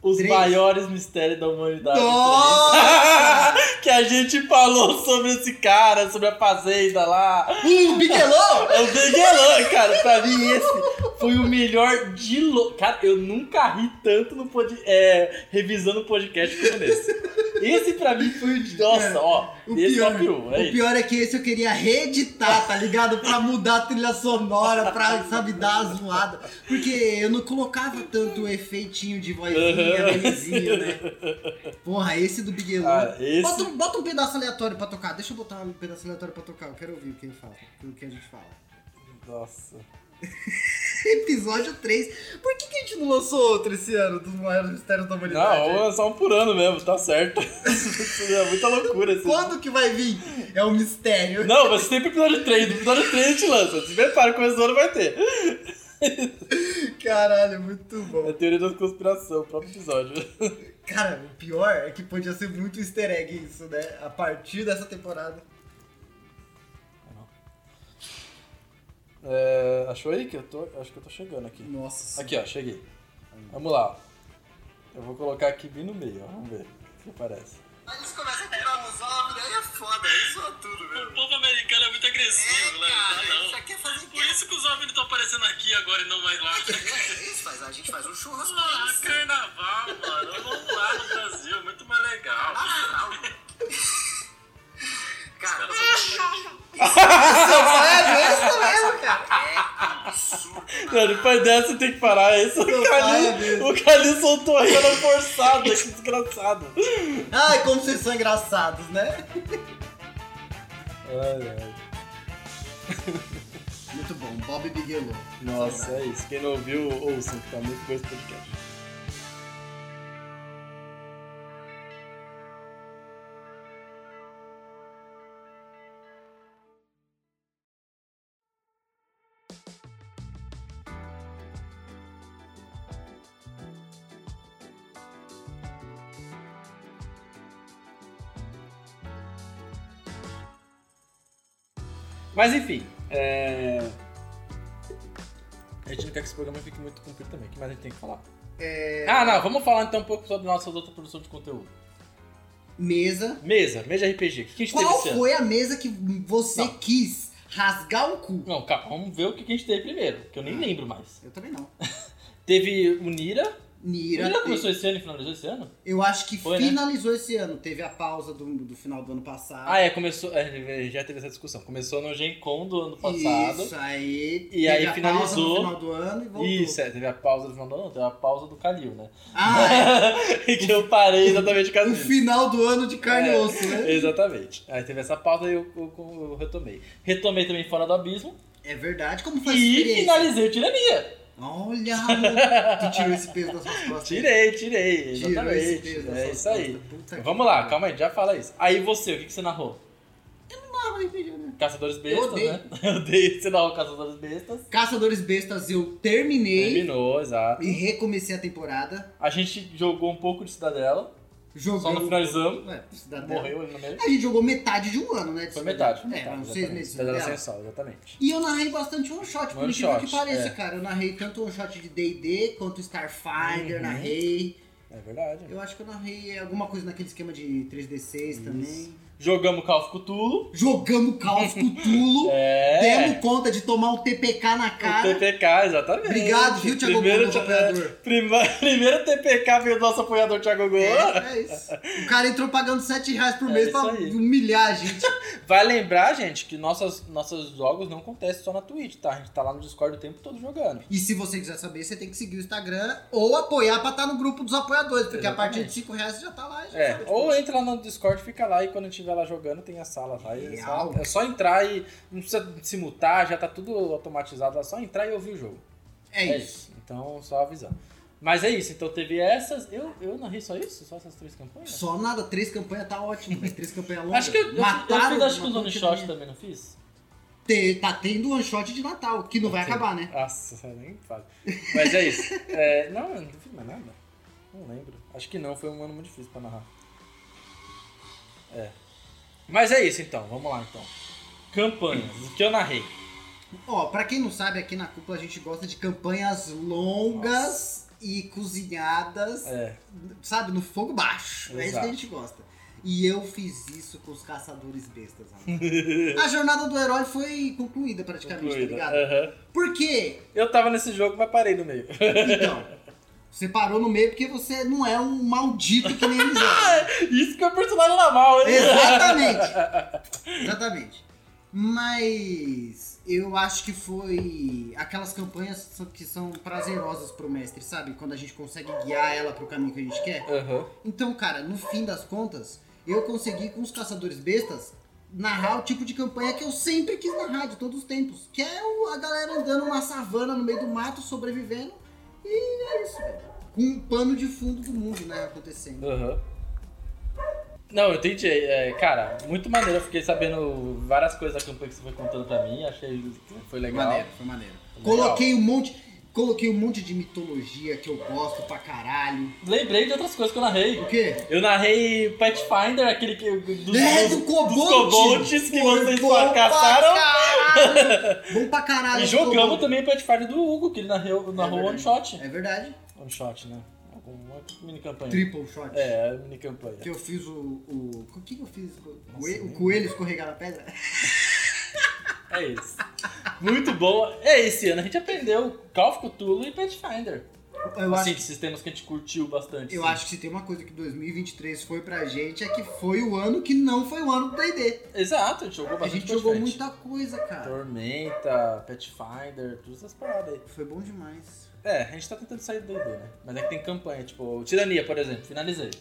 [SPEAKER 1] Os
[SPEAKER 2] Três?
[SPEAKER 1] maiores mistérios da humanidade.
[SPEAKER 2] Nossa!
[SPEAKER 1] três. *laughs* que a gente falou sobre esse cara, sobre a fazenda lá.
[SPEAKER 2] Uh, Bigelow!
[SPEAKER 1] É o Big Elan, cara. Pra mim, esse
[SPEAKER 3] Foi o melhor de louco. Cara, eu nunca ri tanto no pod... é, revisando o podcast como nesse. Esse pra mim foi o de. Nossa, ó.
[SPEAKER 2] É, O
[SPEAKER 3] esse
[SPEAKER 2] pior,
[SPEAKER 3] é o peru. É
[SPEAKER 2] o
[SPEAKER 3] isso.
[SPEAKER 2] pior é que esse eu queria reeditar, tá ligado? Pra mudar a trilha sonora, pra, sabe, dar uma zoada. Porque eu não colocava tanto o efeitinho de vozinha,
[SPEAKER 3] Aham.
[SPEAKER 2] memezinho, né? Porra, esse do Big Elu.
[SPEAKER 1] Ah, esse-
[SPEAKER 2] Bota, um, bota um pedaço aleatório pra tocar. Deixa eu botar um pedaço aleatório pra tocar. Eu quero ouvir o que ele fala, o que a gente fala. *laughs*
[SPEAKER 1] Nossa.
[SPEAKER 2] Episódio 3. Por que, que a gente não lançou outro esse ano dos maiores mistérios da humanidade?
[SPEAKER 1] Não, ou é só um por ano mesmo, tá certo. *laughs* Isso é muita loucura isso.
[SPEAKER 2] Quando que vai vir? É um mistério.
[SPEAKER 1] Não, mas sempre episódio 3. No episódio 3 a gente lança. Se prepara, começo do ano vai ter.
[SPEAKER 2] Caralho, muito bom.
[SPEAKER 1] É a teoria da conspiração, o próprio episódio. *laughs*
[SPEAKER 2] Cara, o pior é que podia ser muito easter egg isso, né? A partir dessa temporada.
[SPEAKER 1] É, achou aí que eu tô. Acho que eu tô chegando aqui.
[SPEAKER 2] Nossa.
[SPEAKER 1] Aqui, ó, cheguei. Vamos lá. ó. Eu vou colocar aqui bem no meio, ó. Vamos ver o que aparece.
[SPEAKER 5] Aí eles começam a tirar uns ovos, daí é foda, aí zoa tudo,
[SPEAKER 3] O
[SPEAKER 5] velho.
[SPEAKER 3] povo americano é muito agressivo, né?
[SPEAKER 5] cara,
[SPEAKER 3] Não dá, não.
[SPEAKER 5] isso aqui é fazer
[SPEAKER 3] Por isso que os ovnis estão aparecendo aqui agora e não mais lá.
[SPEAKER 5] É, isso faz, a gente faz um churrasco.
[SPEAKER 3] Ah, carnaval, mano. Vamos lá no Brasil, é muito mais legal.
[SPEAKER 5] Caralho. Cara,
[SPEAKER 2] é
[SPEAKER 5] é absurdo.
[SPEAKER 1] Não, depois dessa eu tenho que parar. Esse o Calil, o Calil soltou a rana forçada, que desgraçado.
[SPEAKER 2] Ai, como vocês são engraçados, né?
[SPEAKER 1] Ai, ai.
[SPEAKER 2] Muito bom, Bob Bigelow.
[SPEAKER 1] Nossa, é isso. Quem não ouviu, ouçam, que tá muito bom esse podcast. Mas enfim, é... A gente não quer que esse programa fique muito comprido também. O que mais a gente tem que falar?
[SPEAKER 2] É.
[SPEAKER 1] Ah, não. Vamos falar então um pouco sobre nossa outra produção de conteúdo.
[SPEAKER 2] Mesa.
[SPEAKER 1] Mesa. Mesa RPG. O que a gente teve
[SPEAKER 2] Qual
[SPEAKER 1] esse ano?
[SPEAKER 2] foi a mesa que você
[SPEAKER 1] Não.
[SPEAKER 2] quis rasgar o cu?
[SPEAKER 1] Não, calma. Vamos ver o que a gente teve primeiro. Que eu nem lembro mais.
[SPEAKER 2] Eu também não.
[SPEAKER 1] Teve o Nira. O
[SPEAKER 2] Nira.
[SPEAKER 1] Nira
[SPEAKER 2] teve-
[SPEAKER 1] começou esse ano e finalizou esse ano?
[SPEAKER 2] Eu acho que
[SPEAKER 1] Foi, né?
[SPEAKER 2] finalizou esse ano. Teve a pausa do, do final do ano passado.
[SPEAKER 1] Ah, é. Começou... é, Já teve essa discussão. Começou no Gen Con do ano passado.
[SPEAKER 2] Isso aí.
[SPEAKER 1] E
[SPEAKER 2] teve
[SPEAKER 1] aí
[SPEAKER 2] a
[SPEAKER 1] finalizou.
[SPEAKER 2] Pausa no final do ano e voltou.
[SPEAKER 1] Isso, é, teve a pausa do final do ano, não, teve a pausa do Calil, né? *laughs*
[SPEAKER 2] Ah,
[SPEAKER 1] que eu parei exatamente com
[SPEAKER 2] é.
[SPEAKER 1] a
[SPEAKER 2] o final do ano de carne
[SPEAKER 1] É.
[SPEAKER 2] e osso, né?
[SPEAKER 1] Exatamente. Aí teve essa pausa e eu, eu- eu retomei. Retomei também Fora do Abismo
[SPEAKER 2] É verdade, como foi a
[SPEAKER 1] e
[SPEAKER 2] experiência?
[SPEAKER 1] finalizei o Tirania.
[SPEAKER 2] Olha,
[SPEAKER 1] *laughs*
[SPEAKER 2] amor, tu tirou esse peso das suas costas.
[SPEAKER 1] Tirei, tirei,
[SPEAKER 2] Tirou esse
[SPEAKER 1] exatamente.
[SPEAKER 2] peso das
[SPEAKER 1] É
[SPEAKER 2] suas
[SPEAKER 1] isso aí.
[SPEAKER 2] costas, puta que
[SPEAKER 1] Vamos lá,
[SPEAKER 2] pariu.
[SPEAKER 1] calma aí, a gente já fala isso. Aí você, o que, que você narrou?
[SPEAKER 2] Ah, mas veja, né?
[SPEAKER 1] Caçadores Bestas,
[SPEAKER 2] Eu odeio.
[SPEAKER 1] né? *laughs* Eu odeio, você narrou Caçadores Bestas.
[SPEAKER 2] Caçadores Bestas eu terminei
[SPEAKER 1] Terminou, exato.
[SPEAKER 2] e recomecei a temporada.
[SPEAKER 1] A gente jogou um pouco de Cidadela,
[SPEAKER 2] Jogou.
[SPEAKER 1] só não finalizamos.
[SPEAKER 2] Ué, Cidadela.
[SPEAKER 1] Morreu ali no meio.
[SPEAKER 2] A gente jogou metade de um ano, né? de
[SPEAKER 1] Foi
[SPEAKER 2] Cidadela.
[SPEAKER 1] metade, foi
[SPEAKER 2] É,
[SPEAKER 1] metade.
[SPEAKER 2] uns seis
[SPEAKER 1] exatamente.
[SPEAKER 2] meses. de
[SPEAKER 1] Cidadela sem
[SPEAKER 2] Cidadela.
[SPEAKER 1] sol, exatamente.
[SPEAKER 2] E eu narrei bastante one shot, por
[SPEAKER 1] One
[SPEAKER 2] incrível
[SPEAKER 1] shot,
[SPEAKER 2] que pareça,
[SPEAKER 1] é.
[SPEAKER 2] cara. Eu narrei tanto one shot de DD quanto Starfinder, narrei.
[SPEAKER 1] É verdade.
[SPEAKER 2] Eu acho que eu narrei alguma coisa naquele esquema de 3D6 também.
[SPEAKER 1] Jogamos Call of Cthulhu.
[SPEAKER 2] Jogamos Call of Cthulhu.
[SPEAKER 1] *laughs* É.
[SPEAKER 2] Demos conta de tomar um TPK na
[SPEAKER 1] O
[SPEAKER 2] cara.
[SPEAKER 1] TPK, exatamente.
[SPEAKER 2] Obrigado, viu, Thiago Gomes,
[SPEAKER 1] Ti-
[SPEAKER 2] apoiador.
[SPEAKER 1] Prima- *laughs* Primeiro TPK veio do nosso apoiador Thiago Gomes.
[SPEAKER 2] É, é isso. O cara entrou pagando 7 reais por
[SPEAKER 1] É
[SPEAKER 2] mês
[SPEAKER 1] isso
[SPEAKER 2] pra
[SPEAKER 1] aí.
[SPEAKER 2] humilhar a gente.
[SPEAKER 1] Vai lembrar, gente, que nossos, nossos jogos não acontecem só na Twitch, tá? A gente tá lá no Discord o tempo todo jogando.
[SPEAKER 2] E se você quiser saber, você tem que seguir o Instagram ou apoiar pra estar no grupo dos apoiadores, porque a partir de 5 reais você já tá lá. e Já
[SPEAKER 1] É,
[SPEAKER 2] sabe de
[SPEAKER 1] ou
[SPEAKER 2] tudo.
[SPEAKER 1] entra lá no Discord, fica lá e quando estiver lá jogando tem a sala lá. e É só,
[SPEAKER 2] Real.
[SPEAKER 1] é só entrar e não precisa se mutar, já tá tudo automatizado, é só entrar e ouvir o jogo.
[SPEAKER 2] é, isso.
[SPEAKER 1] Então, só avisando. Mas é isso, então teve essas. Eu, eu narrei só isso? Só essas três campanhas?
[SPEAKER 2] Só nada, três campanhas tá ótimo, velho. Três campanhas longas.
[SPEAKER 1] Acho que eu, eu, eu fiz acho que os one shot também, não fiz?
[SPEAKER 2] Te- Tá tendo one shot de Natal, que não vai
[SPEAKER 1] Sim.
[SPEAKER 2] acabar, né?
[SPEAKER 1] Nossa, é nem falo. Mas é isso. É, não, eu não fiz mais nada. Não lembro. Acho que não, foi um ano muito difícil pra narrar. É. Mas é isso então, vamos lá então. Campanhas, o que eu narrei.
[SPEAKER 2] Ó, pra quem não sabe, aqui na cúpula a gente gosta de campanhas longas e cozinhadas,
[SPEAKER 1] É,
[SPEAKER 2] sabe, no fogo baixo. É isso que
[SPEAKER 1] Exato.
[SPEAKER 2] a gente gosta. E eu fiz isso com os caçadores bestas.
[SPEAKER 1] *laughs*
[SPEAKER 2] Rafa. A jornada do herói foi concluída praticamente,
[SPEAKER 1] Doido.
[SPEAKER 2] tá ligado?
[SPEAKER 1] Aham.
[SPEAKER 2] Porque,
[SPEAKER 1] Eu tava nesse jogo, mas parei no meio. *laughs*
[SPEAKER 2] então, você parou no meio porque você não é um maldito que nem
[SPEAKER 1] *laughs*
[SPEAKER 2] eles eram.
[SPEAKER 1] Isso que é o personagem lá mal, hein?
[SPEAKER 2] Exatamente. Exatamente. Mas eu acho que foi aquelas campanhas que são prazerosas pro mestre, sabe? Quando a gente consegue guiar ela pro caminho que a gente quer.
[SPEAKER 1] Aham.
[SPEAKER 2] Então, cara, no fim das contas, eu consegui com os caçadores bestas narrar o tipo de campanha que eu sempre quis narrar de todos os tempos, que é o- a galera andando na savana no meio do mato, sobrevivendo. E é isso, velho. Com um pano de fundo do mundo, né, acontecendo.
[SPEAKER 1] Aham. Não, eu entendi. É, cara, muito maneiro. Eu fiquei sabendo várias coisas da campanha que você foi contando pra mim. Achei que foi legal.
[SPEAKER 2] Maneiro, foi maneiro. Coloquei um monte, coloquei um monte de mitologia que eu gosto pra caralho.
[SPEAKER 1] Lembrei de outras coisas que eu narrei.
[SPEAKER 2] O quê?
[SPEAKER 1] Eu narrei Pathfinder, aquele que. Dos,
[SPEAKER 2] é,
[SPEAKER 1] dos-
[SPEAKER 2] do
[SPEAKER 1] dos
[SPEAKER 2] Cobalt!
[SPEAKER 1] coboltes que
[SPEAKER 2] Foi
[SPEAKER 1] vocês
[SPEAKER 2] bom pra
[SPEAKER 1] fracassaram. *laughs*
[SPEAKER 2] caralho! Bom pra caralho!
[SPEAKER 1] E
[SPEAKER 2] esse
[SPEAKER 1] jogamos
[SPEAKER 2] Cobalt.
[SPEAKER 1] também o Pathfinder do Hugo, que ele narrou, narrou
[SPEAKER 2] verdade.
[SPEAKER 1] one shot.
[SPEAKER 2] É verdade.
[SPEAKER 1] One shot, né? Alguma mini campanha.
[SPEAKER 2] Triple shot.
[SPEAKER 1] É, mini campanha.
[SPEAKER 2] Que eu fiz o. O o que, que eu fiz? O, coelho- o coelho escorregar na pedra?
[SPEAKER 1] É isso. Muito bom. É, esse ano a gente aprendeu Call of Cthulhu e Pathfinder.
[SPEAKER 2] Eu
[SPEAKER 1] assim,
[SPEAKER 2] acho,
[SPEAKER 1] de sistemas que a gente curtiu bastante.
[SPEAKER 2] eu
[SPEAKER 1] assim.
[SPEAKER 2] acho que se tem uma coisa que 2023 foi pra gente é que foi o ano que não foi o ano do DD.
[SPEAKER 1] Exato, a gente jogou
[SPEAKER 2] A
[SPEAKER 1] bastante.
[SPEAKER 2] gente jogou
[SPEAKER 1] Pathfinder.
[SPEAKER 2] muita coisa, cara.
[SPEAKER 1] Tormenta, Pathfinder, todas essas paradas aí.
[SPEAKER 2] Foi bom demais.
[SPEAKER 1] É, a gente tá tentando sair do D&D, né? Mas é que tem campanha, tipo, Tirania, por exemplo, finalizei.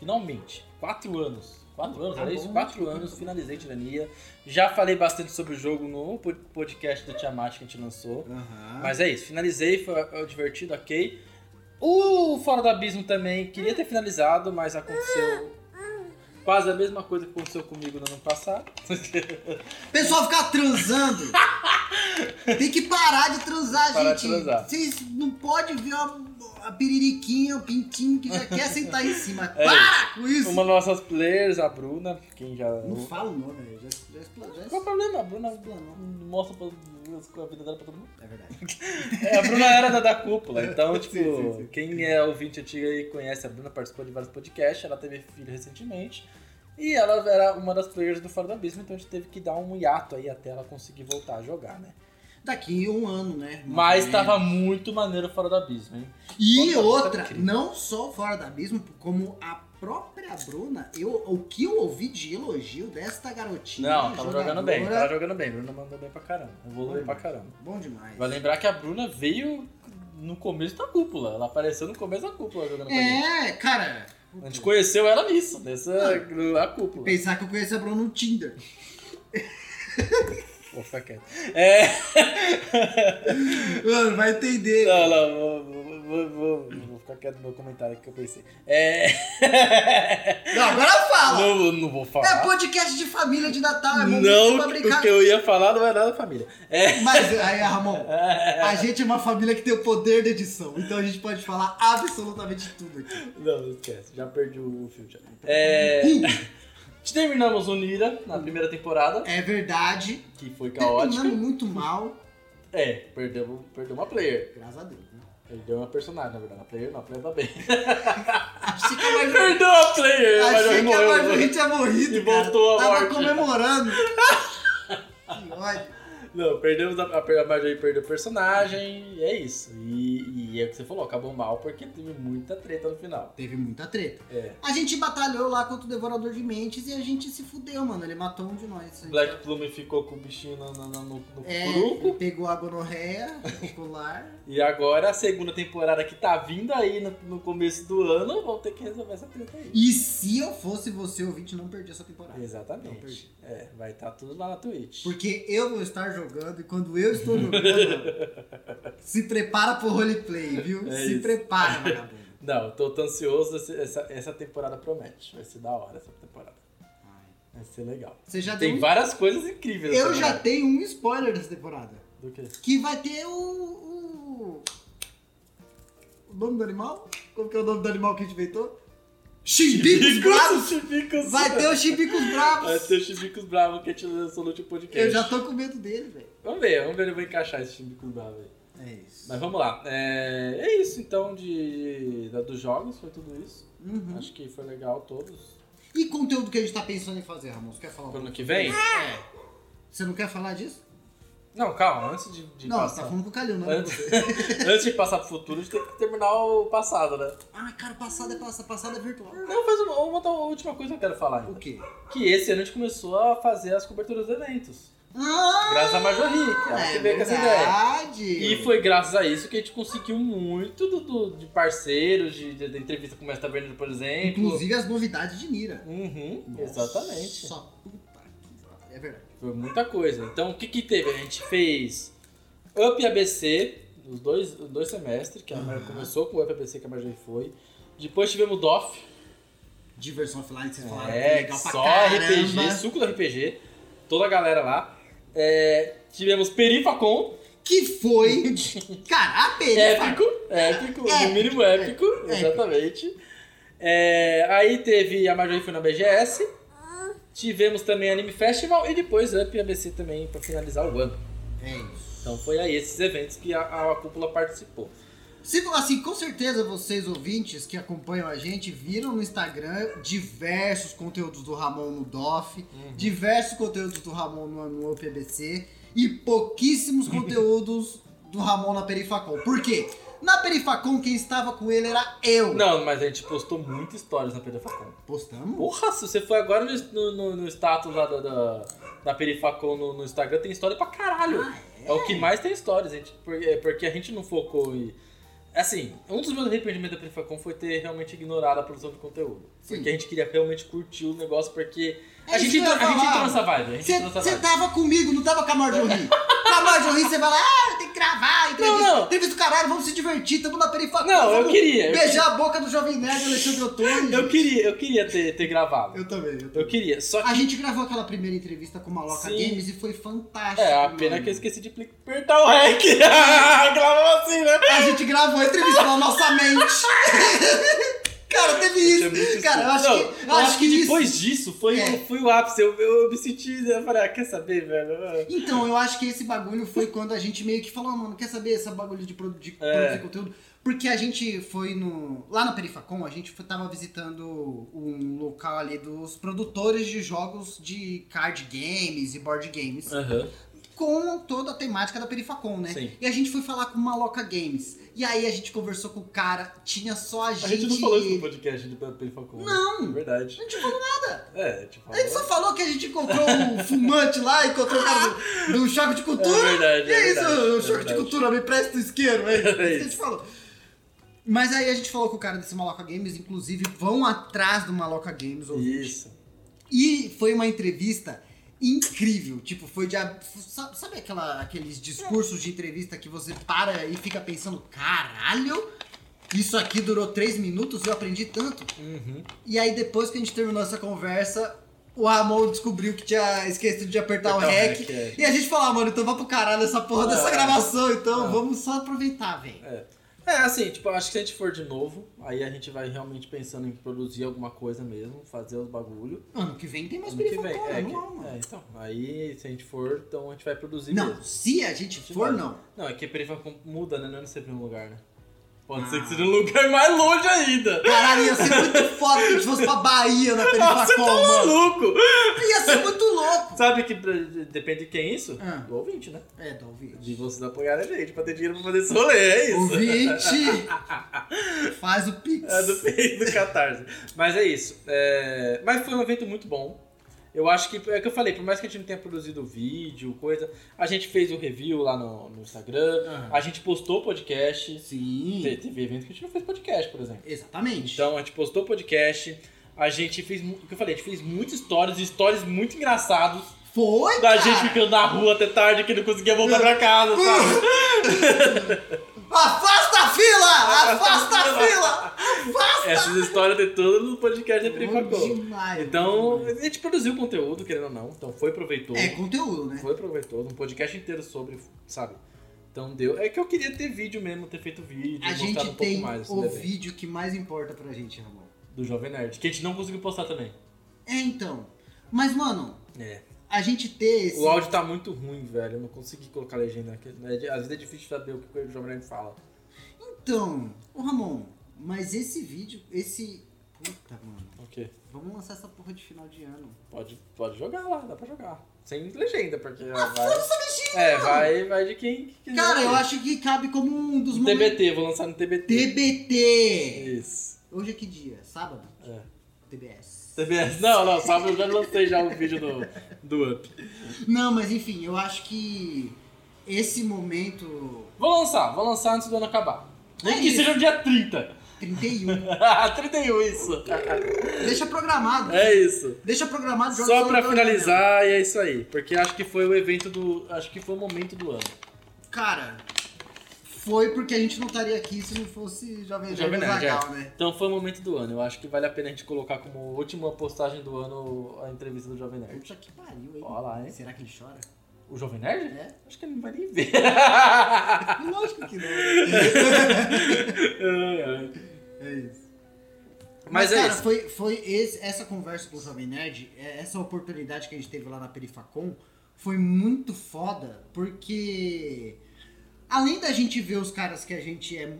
[SPEAKER 1] Finalmente. Quatro anos. Quatro anos,
[SPEAKER 2] Tá
[SPEAKER 1] era
[SPEAKER 2] bom,
[SPEAKER 1] isso?
[SPEAKER 2] né?
[SPEAKER 1] Quatro anos, finalizei Tirania. Já falei bastante sobre o jogo no pod- podcast do Tiamat que a gente lançou.
[SPEAKER 2] Aham.
[SPEAKER 1] Mas é isso, finalizei, foi foi divertido, ok. O Fora do Abismo também, queria ter finalizado, mas aconteceu quase a mesma coisa que aconteceu comigo no ano passado.
[SPEAKER 2] O pessoal ficar transando.
[SPEAKER 1] *laughs*
[SPEAKER 2] Tem que parar de transar,
[SPEAKER 1] Parar de
[SPEAKER 2] gente.
[SPEAKER 1] transar.
[SPEAKER 2] Vocês não podem ver a, a piririquinha, o pintinho que já quer sentar em cima.
[SPEAKER 1] É.
[SPEAKER 2] Para com isso!
[SPEAKER 1] Uma das nossas players, a Bruna, quem já.
[SPEAKER 2] Não fala o nome, velho. Já, já explodiu. Já
[SPEAKER 1] Qual é o problema? A Bruna
[SPEAKER 2] explanou.
[SPEAKER 1] mostra pra- a vida dela pra todo mundo.
[SPEAKER 2] É verdade.
[SPEAKER 1] É, a Bruna era da, da cúpula, então, tipo,
[SPEAKER 2] *laughs* Sim, sim, sim.
[SPEAKER 1] quem é ouvinte antiga e conhece a Bruna, participou de vários podcasts, ela teve filho recentemente. E ela era uma das players do Fora do Abismo, então a gente teve que dar um hiato aí até ela conseguir voltar a jogar, né?
[SPEAKER 2] Daqui um ano, né?
[SPEAKER 1] Mas
[SPEAKER 2] Mais ou menos.
[SPEAKER 1] tava muito maneiro o Fora do Abismo, hein? Outra
[SPEAKER 2] E
[SPEAKER 1] coisa
[SPEAKER 2] outra,
[SPEAKER 1] incrível.
[SPEAKER 2] não só fora do abismo, como a própria Bruna, eu, o que eu ouvi de elogio desta garotinha.
[SPEAKER 1] Não, tava jogando bem,
[SPEAKER 2] jogadora,
[SPEAKER 1] tava jogando bem. A Bruna mandou bem pra caramba, evoluiu pra caramba.
[SPEAKER 2] Bom demais.
[SPEAKER 1] Vai lembrar que a Bruna veio no começo da cúpula, ela apareceu no começo da cúpula jogando com a gente.
[SPEAKER 2] É, cara.
[SPEAKER 1] A gente conheceu ela nisso, nessa a cúpula.
[SPEAKER 2] Pensar que eu conheço a Bruna no Tinder.
[SPEAKER 1] Pô, fica quieto. É.
[SPEAKER 2] Mano, vai entender.
[SPEAKER 1] Não, não, vou, vou, vou, vou, vou ficar quieto no meu comentário aqui que eu pensei. É.
[SPEAKER 2] Não, agora fala!
[SPEAKER 1] Não, não vou
[SPEAKER 2] É
[SPEAKER 1] falar.
[SPEAKER 2] podcast de família de Natal, é momento pra
[SPEAKER 1] não, que-
[SPEAKER 2] brincar.
[SPEAKER 1] o que eu ia falar não é nada família. *laughs* É.
[SPEAKER 2] Mas, aí, Ramon, a gente é uma família que tem o poder da edição, então a gente pode falar absolutamente tudo aqui.
[SPEAKER 1] Não, esquece, já perdi o fio já. É. Terminamos Unira na primeira temporada,
[SPEAKER 2] Uh, É verdade,
[SPEAKER 1] que foi caótica.
[SPEAKER 2] terminando muito mal,
[SPEAKER 1] É, perdeu, perdeu uma player.
[SPEAKER 2] graças a Deus, né?
[SPEAKER 1] Perdeu uma personagem, na verdade. A player não, a player tá
[SPEAKER 2] *laughs*
[SPEAKER 1] bem. *laughs*
[SPEAKER 2] Achei que a Marvel
[SPEAKER 1] perdeu a player, mas
[SPEAKER 2] Achei
[SPEAKER 1] eu
[SPEAKER 2] que a
[SPEAKER 1] morreu.
[SPEAKER 2] Marguerite tinha morrido.
[SPEAKER 1] E
[SPEAKER 2] cara.
[SPEAKER 1] voltou a
[SPEAKER 2] Tava
[SPEAKER 1] morte.
[SPEAKER 2] comemorando. *laughs* que ódio.
[SPEAKER 1] Não, perdemos a, a Marjorie perdeu o personagem, e é isso. E, e é o que você falou, acabou mal porque teve muita treta no final.
[SPEAKER 2] Teve muita treta.
[SPEAKER 1] É.
[SPEAKER 2] A gente batalhou lá contra o Devorador de Mentes e a gente se fudeu, mano. Ele matou um de nós.
[SPEAKER 1] Black Plume ficou com o bichinho no, no, no, no
[SPEAKER 2] É, ele
[SPEAKER 1] curuco.
[SPEAKER 2] pegou a gonorreia popular.
[SPEAKER 1] E agora a segunda temporada que tá vindo aí no, no começo do ano, vão ter que resolver essa treta aí.
[SPEAKER 2] E se eu fosse você, ouvinte, não perdi essa temporada. Não
[SPEAKER 1] Exatamente.
[SPEAKER 2] perdi.
[SPEAKER 1] É, vai estar tudo lá na Twitch.
[SPEAKER 2] Porque eu vou estar jogando e quando eu estou
[SPEAKER 1] *laughs*
[SPEAKER 2] jogando, se prepara pro roleplay, viu?
[SPEAKER 1] É
[SPEAKER 2] se
[SPEAKER 1] isso.
[SPEAKER 2] prepara, vagabundo.
[SPEAKER 1] Não, eu tô, tô ansioso, esse- essa, essa temporada promete. Vai ser da hora essa temporada. Vai ser legal.
[SPEAKER 2] Você já
[SPEAKER 1] Tem
[SPEAKER 2] deu. um-
[SPEAKER 1] várias coisas incríveis.
[SPEAKER 2] Eu
[SPEAKER 1] nessa
[SPEAKER 2] já
[SPEAKER 1] temporada.
[SPEAKER 2] tenho um spoiler dessa temporada.
[SPEAKER 1] Do quê?
[SPEAKER 2] Que vai ter o. O, o nome do animal? Como que é o nome do animal que a gente inventou? Chimbicos Bravos!
[SPEAKER 1] Chibicos.
[SPEAKER 2] Vai ter o Chimbicos
[SPEAKER 1] Vai
[SPEAKER 2] Bravos!
[SPEAKER 1] ser o Chibicos Bravo que a gente lançou no último podcast.
[SPEAKER 2] Eu já tô com medo dele, velho.
[SPEAKER 1] Vamos ver, vamos ver se eu vou encaixar esse Chibicos Bravo aí.
[SPEAKER 2] É isso.
[SPEAKER 1] Mas vamos lá. É, é isso então de, da- dos jogos, foi tudo isso.
[SPEAKER 2] Uhum.
[SPEAKER 1] Acho que foi legal todos.
[SPEAKER 2] E conteúdo que a gente tá pensando em fazer, Ramon? Você quer falar?
[SPEAKER 3] Pro
[SPEAKER 2] alguma
[SPEAKER 3] ano que vem?
[SPEAKER 2] coisa? Você não quer falar disso?
[SPEAKER 1] Não, calma, antes de, de
[SPEAKER 2] não, você
[SPEAKER 1] passar.
[SPEAKER 2] tá falando com o Calil, não é com
[SPEAKER 1] Antes,
[SPEAKER 2] você.
[SPEAKER 1] antes de passar pro futuro, a gente tem que terminar o passado, né?
[SPEAKER 2] *laughs* Ai, cara, passado é passado, passado é virtual.
[SPEAKER 1] Não, faz uma, uma, uma última coisa que eu quero falar.
[SPEAKER 2] O
[SPEAKER 1] ainda.
[SPEAKER 2] quê?
[SPEAKER 1] Que esse ano a gente começou a fazer as coberturas de eventos.
[SPEAKER 2] Ah, é
[SPEAKER 1] Graças a Major Rick, ela que veio com essa ideia.
[SPEAKER 2] verdade.
[SPEAKER 1] E foi graças a isso que a gente conseguiu muito do, do- de parceiros, de, de- da entrevista com o Mestre Taverneiro, por exemplo.
[SPEAKER 2] Inclusive as novidades de Mira.
[SPEAKER 1] Uhum,
[SPEAKER 2] Nossa,
[SPEAKER 1] exatamente.
[SPEAKER 2] puta que pariu. É verdade.
[SPEAKER 1] Foi muita coisa. Então, o que que teve? A gente fez Up ABC, os dois, os dois semestres, que a
[SPEAKER 2] Ah.
[SPEAKER 1] Marjorie começou com o Up ABC, que a Marjorie foi. Depois tivemos DOF,
[SPEAKER 2] Diversão offline, vocês falaram que é
[SPEAKER 1] é,
[SPEAKER 2] legal pra
[SPEAKER 1] só
[SPEAKER 2] caramba.
[SPEAKER 1] RPG, suco do RPG, toda a galera lá. É, tivemos Perifacon,
[SPEAKER 2] Que foi.
[SPEAKER 1] *laughs*
[SPEAKER 2] Cara, a perifa.
[SPEAKER 1] É épico, épico,
[SPEAKER 2] Épico.
[SPEAKER 1] no mínimo épico,
[SPEAKER 2] Épico.
[SPEAKER 1] exatamente. É, aí teve, a Marjorie foi na BGS, tivemos também Anime Festival e depois Up ABC também pra finalizar o ano.
[SPEAKER 2] É isso.
[SPEAKER 1] Então foi aí esses eventos que a, a cúpula participou.
[SPEAKER 2] Se, assim, com certeza vocês ouvintes que acompanham a gente viram no Instagram diversos conteúdos do Ramon no DOF,
[SPEAKER 1] Uhum.
[SPEAKER 2] diversos conteúdos do Ramon no, no PBC e
[SPEAKER 1] *laughs*
[SPEAKER 2] pouquíssimos conteúdos do Ramon na Perifacon. Por quê? Na Perifacon quem estava com ele era eu.
[SPEAKER 1] Não, mas a gente postou muitas histórias na Perifacon.
[SPEAKER 2] Postamos?
[SPEAKER 1] Porra, se você for agora no, no, no- no status lá da, da, da Perifacon no, no Instagram, tem história pra caralho.
[SPEAKER 2] Ah,
[SPEAKER 1] é? o que mais tem histórias, gente. Porque, porque a gente não focou em. Assim, um dos meus arrependimentos da Perifacon foi ter realmente ignorado a produção de conteúdo.
[SPEAKER 2] Sim.
[SPEAKER 1] Porque a gente queria realmente curtir o negócio, porque.
[SPEAKER 2] É
[SPEAKER 1] A
[SPEAKER 2] isso
[SPEAKER 1] gente,
[SPEAKER 2] que eu ia
[SPEAKER 1] entrou, a gente
[SPEAKER 2] falar.
[SPEAKER 1] entrou nessa vibe, a gente entrou nessa
[SPEAKER 2] Você
[SPEAKER 1] vibe.
[SPEAKER 2] tava comigo, não tava com a Marjorie. com a Marjorie você fala, ah, tem que gravar, entrevista,
[SPEAKER 1] Não, não.
[SPEAKER 2] entrevista do caralho, vamos se divertir, tamo na Perifacon.
[SPEAKER 1] Não, eu
[SPEAKER 2] vamos
[SPEAKER 1] queria, eu
[SPEAKER 2] Beijar a boca do Jovem
[SPEAKER 1] *laughs*
[SPEAKER 2] Nerd, Alexandre Ottoni.
[SPEAKER 1] Eu queria, eu queria ter, ter gravado. Eu,
[SPEAKER 2] Eu também, eu também.
[SPEAKER 1] queria. Só que.
[SPEAKER 2] A gente gravou aquela primeira entrevista com o Maloca
[SPEAKER 1] Sim.
[SPEAKER 2] Games e foi fantástico.
[SPEAKER 1] É, a
[SPEAKER 2] mano.
[SPEAKER 1] pena que eu esqueci de pli- apertar o REC. *laughs* Gravava assim, né?
[SPEAKER 2] A gente gravou a entrevista na
[SPEAKER 1] *laughs*
[SPEAKER 2] nossa mente. cara, teve
[SPEAKER 1] Isso
[SPEAKER 2] isso.
[SPEAKER 1] é muito
[SPEAKER 2] cara, eu acho
[SPEAKER 1] estranho.
[SPEAKER 2] que,
[SPEAKER 1] Não, eu acho que
[SPEAKER 2] isso-
[SPEAKER 1] depois disso foi,
[SPEAKER 2] É.
[SPEAKER 1] foi o ápice. Eu, eu me senti, né? eu falei, ah, quer saber, velho?
[SPEAKER 2] Então, eu acho que esse bagulho foi quando a gente meio que falou, ah, mano, quer saber essa bagulho de, produ- de
[SPEAKER 1] É.
[SPEAKER 2] produzir conteúdo? Porque a gente foi no. Lá na Perifacon, a gente foi, tava visitando um local ali dos produtores de jogos de card games e board games.
[SPEAKER 1] Aham.
[SPEAKER 2] com toda a temática da Perifacon, né?
[SPEAKER 1] É. Sim.
[SPEAKER 2] E a gente foi falar com o Maloca Games. E aí a gente conversou com o cara, tinha só a
[SPEAKER 1] A
[SPEAKER 2] gente.
[SPEAKER 1] gente não falou isso no
[SPEAKER 2] e ele.
[SPEAKER 1] podcast do Perifacon.
[SPEAKER 2] Não.
[SPEAKER 1] É verdade.
[SPEAKER 2] A gente não falou nada.
[SPEAKER 1] É, tipo...
[SPEAKER 2] A gente só falou que a gente encontrou
[SPEAKER 1] *laughs*
[SPEAKER 2] o fumante lá, encontrou o cara do, do choque de
[SPEAKER 1] É
[SPEAKER 2] cultura.
[SPEAKER 1] verdade,
[SPEAKER 2] e
[SPEAKER 1] é
[SPEAKER 2] é isso,
[SPEAKER 1] verdade.
[SPEAKER 2] o
[SPEAKER 1] é
[SPEAKER 2] choque de
[SPEAKER 1] verdade.
[SPEAKER 2] cultura, me presta o isqueiro, é isso que a
[SPEAKER 1] É
[SPEAKER 2] gente
[SPEAKER 1] isso.
[SPEAKER 2] falou. Mas aí a gente falou com o cara desse Maloca Games, inclusive vão atrás do Maloca Games, ouvinte.
[SPEAKER 1] Isso.
[SPEAKER 2] E foi uma entrevista incrível. Tipo, foi de. ab- sa- Sabe aquela, aqueles discursos de entrevista que você para e fica pensando: caralho, isso aqui durou três minutos, eu aprendi tanto.
[SPEAKER 1] Uhum.
[SPEAKER 2] E aí, depois que a gente terminou essa conversa, o Ramon descobriu que tinha esquecido de apertar o
[SPEAKER 1] Apertar o
[SPEAKER 2] REC.
[SPEAKER 1] rec, é.
[SPEAKER 2] E a gente falou: ah, mano, então vá pro caralho essa porra dessa
[SPEAKER 1] Ah,
[SPEAKER 2] gravação, então
[SPEAKER 1] não.
[SPEAKER 2] vamos só aproveitar, velho.
[SPEAKER 1] É, assim, tipo, acho que se a gente for de novo, aí a gente vai realmente pensando em produzir alguma coisa mesmo, fazer os bagulho.
[SPEAKER 2] Ano que vem tem mais
[SPEAKER 1] Ano que vem,
[SPEAKER 2] perifacona,
[SPEAKER 1] é,
[SPEAKER 2] não,
[SPEAKER 1] que,
[SPEAKER 2] mano.
[SPEAKER 1] é, então, aí se a gente for, então a gente vai produzir mesmo.
[SPEAKER 2] Não, se a gente for, não.
[SPEAKER 1] Não, é que Perifacon muda, né? Não é sempre um lugar, né? Pode
[SPEAKER 2] Ah.
[SPEAKER 1] ser que seja um lugar mais longe ainda.
[SPEAKER 2] Caralho, ia ser muito foda se a gente fosse pra Bahia na
[SPEAKER 1] Você tá
[SPEAKER 2] Perifacol, mano.
[SPEAKER 1] maluco!
[SPEAKER 2] Ia ser muito louco.
[SPEAKER 1] Sabe que pra- depende de quem é isso?
[SPEAKER 2] Ah.
[SPEAKER 1] Do ouvinte, né?
[SPEAKER 2] É, do ouvinte.
[SPEAKER 1] De vocês apoiarem a gente pra ter dinheiro pra fazer esse rolê, é isso.
[SPEAKER 2] Ouvinte, faz o pix.
[SPEAKER 1] É do peito do Catarse. Mas é isso. É, Mas foi um evento muito bom. Eu acho que, é o que eu falei, por mais que a gente não tenha produzido vídeo, coisa, a gente fez o review lá no, no Instagram,
[SPEAKER 2] Aham.
[SPEAKER 1] a gente postou podcast. Te-
[SPEAKER 2] Ah. Sim,
[SPEAKER 1] Teve evento que a gente não fez podcast, por exemplo.
[SPEAKER 2] exatamente.
[SPEAKER 1] Então, a gente postou podcast, a gente fez, mu- o que eu falei, a gente fez muitas histórias, e histórias muito engraçados,
[SPEAKER 2] Foi,
[SPEAKER 1] da
[SPEAKER 2] cara.
[SPEAKER 1] gente ficando na rua até tarde, que não conseguia voltar pra casa, sabe?
[SPEAKER 2] Afasta a fila! Afasta a fila!
[SPEAKER 1] *laughs* Essas histórias de tudo no podcast da
[SPEAKER 2] Bom
[SPEAKER 1] Perifacô.
[SPEAKER 2] demais.
[SPEAKER 1] Então, a gente produziu conteúdo, querendo ou não, então foi proveitoso.
[SPEAKER 2] É conteúdo, né?
[SPEAKER 1] Foi proveitoso, um podcast inteiro sobre, sabe? Então deu. É que eu queria ter vídeo mesmo, ter feito vídeo,
[SPEAKER 2] A
[SPEAKER 1] mostrado
[SPEAKER 2] gente
[SPEAKER 1] um pouco
[SPEAKER 2] tem
[SPEAKER 1] mais
[SPEAKER 2] o
[SPEAKER 1] desse evento
[SPEAKER 2] vídeo que mais importa pra gente, Ramon.
[SPEAKER 1] do Jovem Nerd, que a gente não conseguiu postar também.
[SPEAKER 2] É, então. Mas, mano,
[SPEAKER 1] É.
[SPEAKER 2] a gente ter esse...
[SPEAKER 1] O áudio tá muito ruim, velho. Eu não consegui colocar legenda aqui. né? Às vezes é difícil saber o que o Jovem Nerd fala.
[SPEAKER 2] Então, ô Ramon, mas esse vídeo, esse Puta, mano.
[SPEAKER 1] O quê?
[SPEAKER 2] Vamos lançar essa porra de final de ano.
[SPEAKER 1] Pode, pode jogar lá, dá pra jogar. Sem legenda, porque vai.
[SPEAKER 2] Nossa, legenda!
[SPEAKER 1] É, vai, vai de quem quiser.
[SPEAKER 2] Cara, eu acho que cabe como um dos momentos.
[SPEAKER 1] TBT, vou lançar no TBT.
[SPEAKER 2] TBT!
[SPEAKER 1] Isso.
[SPEAKER 2] Hoje é que dia? Sábado?
[SPEAKER 1] É.
[SPEAKER 2] TBS.
[SPEAKER 1] TBS. Não, não, sábado eu já lancei já o vídeo do, do Up.
[SPEAKER 2] Não, mas enfim, eu acho que esse momento.
[SPEAKER 1] Vou lançar, vou lançar antes do ano acabar. Nem
[SPEAKER 2] É
[SPEAKER 1] que
[SPEAKER 2] isso.
[SPEAKER 1] seja no dia *laughs* 30.
[SPEAKER 2] 31.
[SPEAKER 1] 31, isso.
[SPEAKER 2] Deixa programado.
[SPEAKER 1] É isso.
[SPEAKER 2] Deixa programado. joga
[SPEAKER 1] Só
[SPEAKER 2] no
[SPEAKER 1] pra
[SPEAKER 2] calendário.
[SPEAKER 1] finalizar, e é isso aí. Porque acho que foi o evento do. Acho que foi o momento do ano.
[SPEAKER 2] Cara, foi porque a gente não estaria aqui se não fosse Jovem Nerd
[SPEAKER 1] Jovem
[SPEAKER 2] e
[SPEAKER 1] Nerd,
[SPEAKER 2] Zagal, É né?
[SPEAKER 1] Então foi o momento do ano. Eu acho que vale a pena a gente colocar como última postagem do ano a entrevista do Jovem Nerd.
[SPEAKER 2] Puta que pariu, hein?
[SPEAKER 1] Ó lá, hein?
[SPEAKER 2] Será que ele chora?
[SPEAKER 1] O Jovem Nerd?
[SPEAKER 2] É?
[SPEAKER 1] Acho que ele não vai nem ver. *laughs*
[SPEAKER 2] Lógico que não. É *laughs* isso.
[SPEAKER 1] Mas,
[SPEAKER 2] Mas,
[SPEAKER 1] é
[SPEAKER 2] cara,
[SPEAKER 1] isso.
[SPEAKER 2] foi, foi esse- essa conversa com o Jovem Nerd, é- essa oportunidade que a gente teve lá na Perifacom, foi muito foda, porque além da gente ver os caras que a gente é.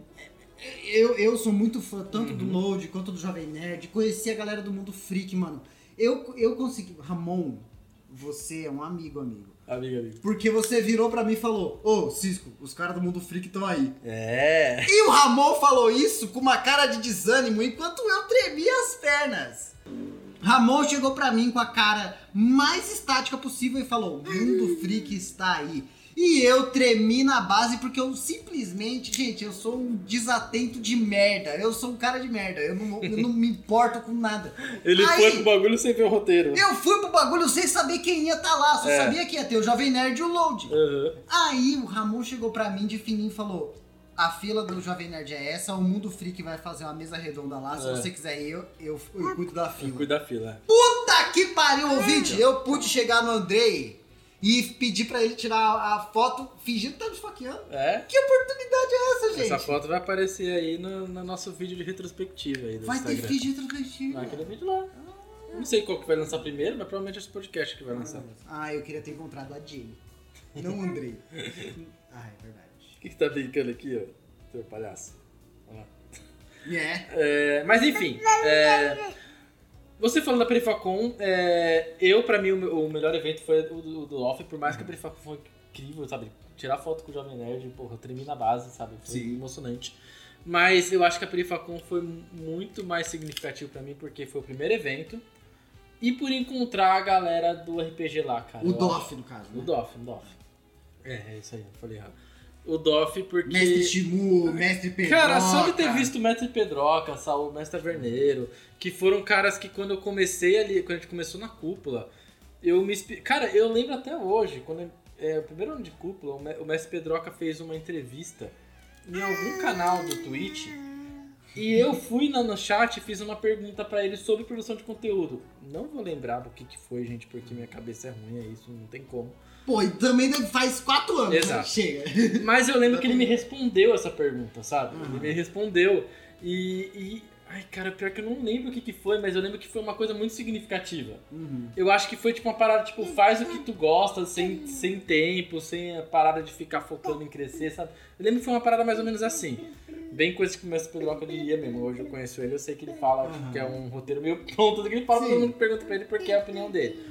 [SPEAKER 2] Eu, eu sou muito fã tanto
[SPEAKER 1] Uhum.
[SPEAKER 2] do Load quanto do Jovem Nerd, conheci a galera do mundo freak, mano. Eu, eu consegui. Ramon, você é um amigo, amigo.
[SPEAKER 1] Amigo, amigo.
[SPEAKER 2] Porque você virou pra mim e falou: Ô, Cisco, os caras do mundo freak estão aí.
[SPEAKER 1] É.
[SPEAKER 2] E o Ramon falou isso com uma cara de desânimo enquanto eu tremia as pernas. Ramon chegou pra mim com a cara mais estática possível e falou: Mundo Freak está aí. E eu tremi na base porque eu simplesmente, gente, eu sou um desatento de merda. Eu sou um cara de merda. Eu não, eu não me importo com nada.
[SPEAKER 1] Ele
[SPEAKER 2] Aí-
[SPEAKER 1] foi pro bagulho sem ver o roteiro.
[SPEAKER 2] Eu fui pro bagulho sem saber quem ia estar lá. Só
[SPEAKER 1] É.
[SPEAKER 2] sabia que ia ter o Jovem Nerd e o Load.
[SPEAKER 1] Aham.
[SPEAKER 2] Aí o Ramon chegou pra mim de fininho e falou: A fila do Jovem Nerd é essa, o Mundo Freak vai fazer uma mesa redonda lá. Se
[SPEAKER 1] É.
[SPEAKER 2] você quiser ir, eu, eu, eu cuido da fila.
[SPEAKER 1] Cuida da fila.
[SPEAKER 2] Puta que pariu, ouvinte! Eu pude chegar no Andrei e pedir pra ele tirar a a foto fingindo que tá me esfaqueando.
[SPEAKER 1] É?
[SPEAKER 2] Que oportunidade é essa, gente?
[SPEAKER 1] Essa foto vai aparecer aí no, no nosso vídeo de retrospectiva aí do
[SPEAKER 2] vai ter
[SPEAKER 1] Instagram. Ah,
[SPEAKER 2] feed retrospectivo.
[SPEAKER 1] Naquele vídeo lá. Não sei qual que vai lançar primeiro, mas provavelmente é esse podcast que vai lançar. O
[SPEAKER 2] Ah, eu queria ter encontrado a Jane. Não o
[SPEAKER 1] *laughs*
[SPEAKER 2] Andrei. ah, é verdade.
[SPEAKER 1] que, que tá brincando aqui, ó? Seu palhaço. Olha lá.
[SPEAKER 2] É.
[SPEAKER 1] É, mas enfim. é, você falou da Perifacon, é, eu, pra mim, o, meu- o melhor evento foi o do, do Off, por mais que a Perifacon foi incrível, sabe? Tirar foto com o Jovem Nerd, porra, eu tremi na base, sabe? Foi
[SPEAKER 2] Sim.
[SPEAKER 1] emocionante. Mas eu acho que a Perifacon foi muito mais significativo pra mim, porque foi o primeiro evento. E por encontrar a galera do RPG lá, cara.
[SPEAKER 2] O
[SPEAKER 1] eu
[SPEAKER 2] Doff, no caso.
[SPEAKER 1] acho. O
[SPEAKER 2] Né?
[SPEAKER 1] Doff, o Doff. É, é isso aí, eu falei errado. O Doff, porque.
[SPEAKER 2] Mestre Shimu, Mestre Pedro.
[SPEAKER 1] Cara, só de ter visto o Mestre Pedroca, Saul, o Mestre Taverneiro, que foram caras que quando eu comecei ali, quando a gente começou na cúpula, eu me. inspi- Cara, eu lembro até hoje, quando eu- é, o primeiro ano de cúpula, o Me- o Mestre Pedroca fez uma entrevista em algum canal do Twitch. E eu fui na- no chat e fiz uma pergunta pra ele sobre produção de conteúdo. Não vou lembrar o que, que foi, gente, porque minha cabeça é ruim, é isso, não tem como.
[SPEAKER 2] Pô, e também faz quatro anos né,
[SPEAKER 1] Exato.
[SPEAKER 2] que chega.
[SPEAKER 1] Mas eu lembro que ele me respondeu essa pergunta, sabe?
[SPEAKER 2] Uhum.
[SPEAKER 1] Ele me respondeu. E, e- Ai, cara, pior que eu não lembro o que, que foi, mas eu lembro que foi uma coisa muito significativa. Eu acho que foi tipo uma parada, tipo, faz o que tu gosta, sem, sem tempo, sem a parada de ficar focando em crescer, sabe? Eu lembro que foi uma parada mais ou menos assim. Bem coisa que o mestre Pedroca diria mesmo. Hoje eu conheço ele, eu sei que ele fala
[SPEAKER 2] Aham.
[SPEAKER 1] que é um roteiro meio pronto, que ele fala,
[SPEAKER 2] Sim.
[SPEAKER 1] todo mundo pergunta pra ele porque é a opinião dele.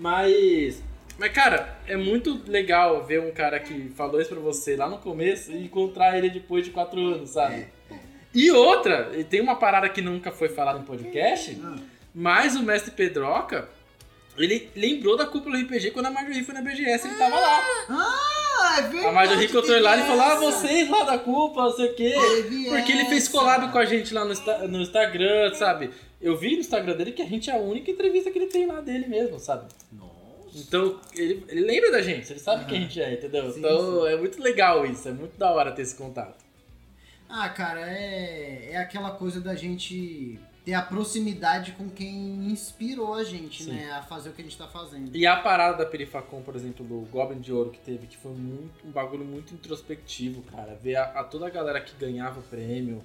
[SPEAKER 1] Mas. Mas, cara, é muito legal ver um cara que falou isso pra você lá no começo e encontrar ele depois de quatro anos, sabe? E outra, e tem uma parada que nunca foi falada em podcast,
[SPEAKER 2] Ah,
[SPEAKER 1] mas o mestre Pedroca, ele lembrou da cúpula do RPG quando a Marjorie foi na BGS, ele tava lá.
[SPEAKER 2] é verdade.
[SPEAKER 1] A Marjorie encontrou ele lá e falou, ah,
[SPEAKER 2] essa.
[SPEAKER 1] vocês lá da cúpula, não sei o quê.
[SPEAKER 2] Teve
[SPEAKER 1] Porque ele fez
[SPEAKER 2] essa.
[SPEAKER 1] collab com a gente lá no, Insta- no Instagram, sabe? Eu vi no Instagram dele que a gente é a única entrevista que ele tem lá dele mesmo, sabe?
[SPEAKER 2] Nossa.
[SPEAKER 1] Então, ele, ele lembra da gente, ele sabe quem a gente é, entendeu?
[SPEAKER 2] Sim,
[SPEAKER 1] então, é muito legal isso, é muito da hora ter esse contato.
[SPEAKER 2] Ah, cara, é, é aquela coisa da gente ter a proximidade com quem inspirou a gente,
[SPEAKER 1] Sim.
[SPEAKER 2] né? A fazer o que a gente tá fazendo.
[SPEAKER 1] E a parada da Perifacon, por exemplo, do Goblin de Ouro que teve, que foi muito, um bagulho muito introspectivo, cara. Ver a, a toda a galera que ganhava o prêmio,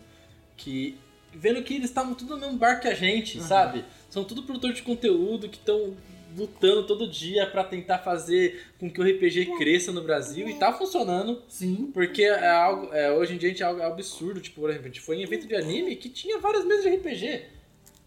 [SPEAKER 1] que. Vendo que eles estavam tudo no mesmo bar que a gente,
[SPEAKER 2] Aham.
[SPEAKER 1] sabe? São tudo produtor de conteúdo que estão lutando todo dia pra tentar fazer com que o RPG cresça no Brasil e tá funcionando.
[SPEAKER 2] Sim.
[SPEAKER 1] Porque é algo. é, hoje em dia a gente é algo é absurdo. Tipo, por exemplo, a gente foi em evento de anime que tinha várias mesas de RPG.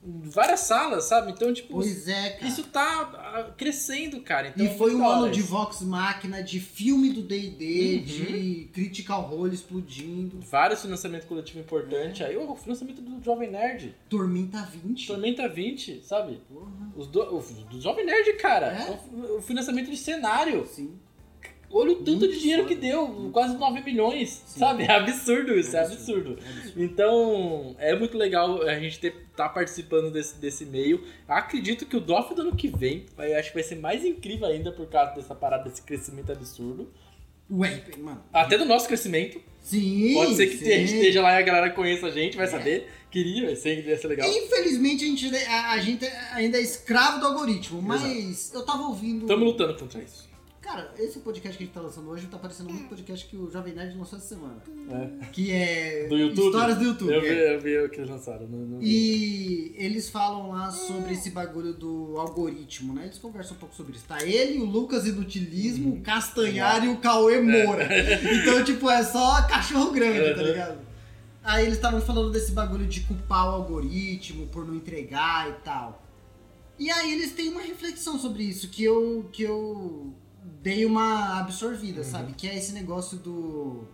[SPEAKER 1] várias salas, sabe? Então, tipo,
[SPEAKER 2] Pois é, cara.
[SPEAKER 1] isso tá ah, crescendo, cara. Então,
[SPEAKER 2] E foi um
[SPEAKER 1] da hora
[SPEAKER 2] ano de
[SPEAKER 1] isso.
[SPEAKER 2] Vox Máquina, de filme do DD,
[SPEAKER 1] Uhum.
[SPEAKER 2] de Critical Role explodindo,
[SPEAKER 1] Vários financiamento coletivo importante. Aí o financiamento do Jovem Nerd.
[SPEAKER 2] Tormenta 20.
[SPEAKER 1] Tormenta 20, sabe?
[SPEAKER 2] tá Porra.
[SPEAKER 1] Os do, o, do Jovem Nerd, cara.
[SPEAKER 2] É?
[SPEAKER 1] O, o financiamento de cenário.
[SPEAKER 2] Sim.
[SPEAKER 1] Olha o tanto
[SPEAKER 2] Muito
[SPEAKER 1] de dinheiro
[SPEAKER 2] foda.
[SPEAKER 1] que deu. Quase 9 milhões,
[SPEAKER 2] Sim.
[SPEAKER 1] sabe? É absurdo isso, é absurdo.
[SPEAKER 2] É absurdo.
[SPEAKER 1] Então, é muito legal a gente ter, tá participando desse, desse meio. Acredito que o DOF do ano que vem, vai- acho que vai ser mais incrível ainda por causa dessa parada, desse crescimento absurdo.
[SPEAKER 2] Ué, mano.
[SPEAKER 1] Até do nosso crescimento.
[SPEAKER 2] Sim.
[SPEAKER 1] Pode ser que
[SPEAKER 2] sim. É.
[SPEAKER 1] a gente esteja lá e a galera conheça a gente, vai saber. Queria, vai ser, vai ser legal.
[SPEAKER 2] Infelizmente a gente, né, a, a gente ainda é escravo do algoritmo, mas eu tava ouvindo.
[SPEAKER 1] Estamos lutando contra isso.
[SPEAKER 2] Cara, esse podcast que a gente tá lançando hoje tá parecendo muito podcast que o Jovem Nerd lançou essa semana. Que é.
[SPEAKER 1] Do YouTube?
[SPEAKER 2] Histórias do YouTube.
[SPEAKER 1] Eu vi,
[SPEAKER 2] é.
[SPEAKER 1] eu vi o que eles lançaram. Não, não vi.
[SPEAKER 2] E eles falam lá sobre esse bagulho do algoritmo, né? Eles conversam um pouco sobre isso. Tá ele, o Lucas Inutilismo,
[SPEAKER 1] Uhum.
[SPEAKER 2] o Castanhar e o
[SPEAKER 1] É.
[SPEAKER 2] Cauê Moura.
[SPEAKER 1] *laughs*
[SPEAKER 2] Então, tipo, é só cachorro grande, tá
[SPEAKER 1] Uhum.
[SPEAKER 2] ligado? Aí eles estavam falando desse bagulho de culpar o algoritmo por não entregar e tal. E aí eles têm uma reflexão sobre isso que eu, que eu dei uma absorvida,
[SPEAKER 1] Uhum.
[SPEAKER 2] sabe? Que é esse negócio do.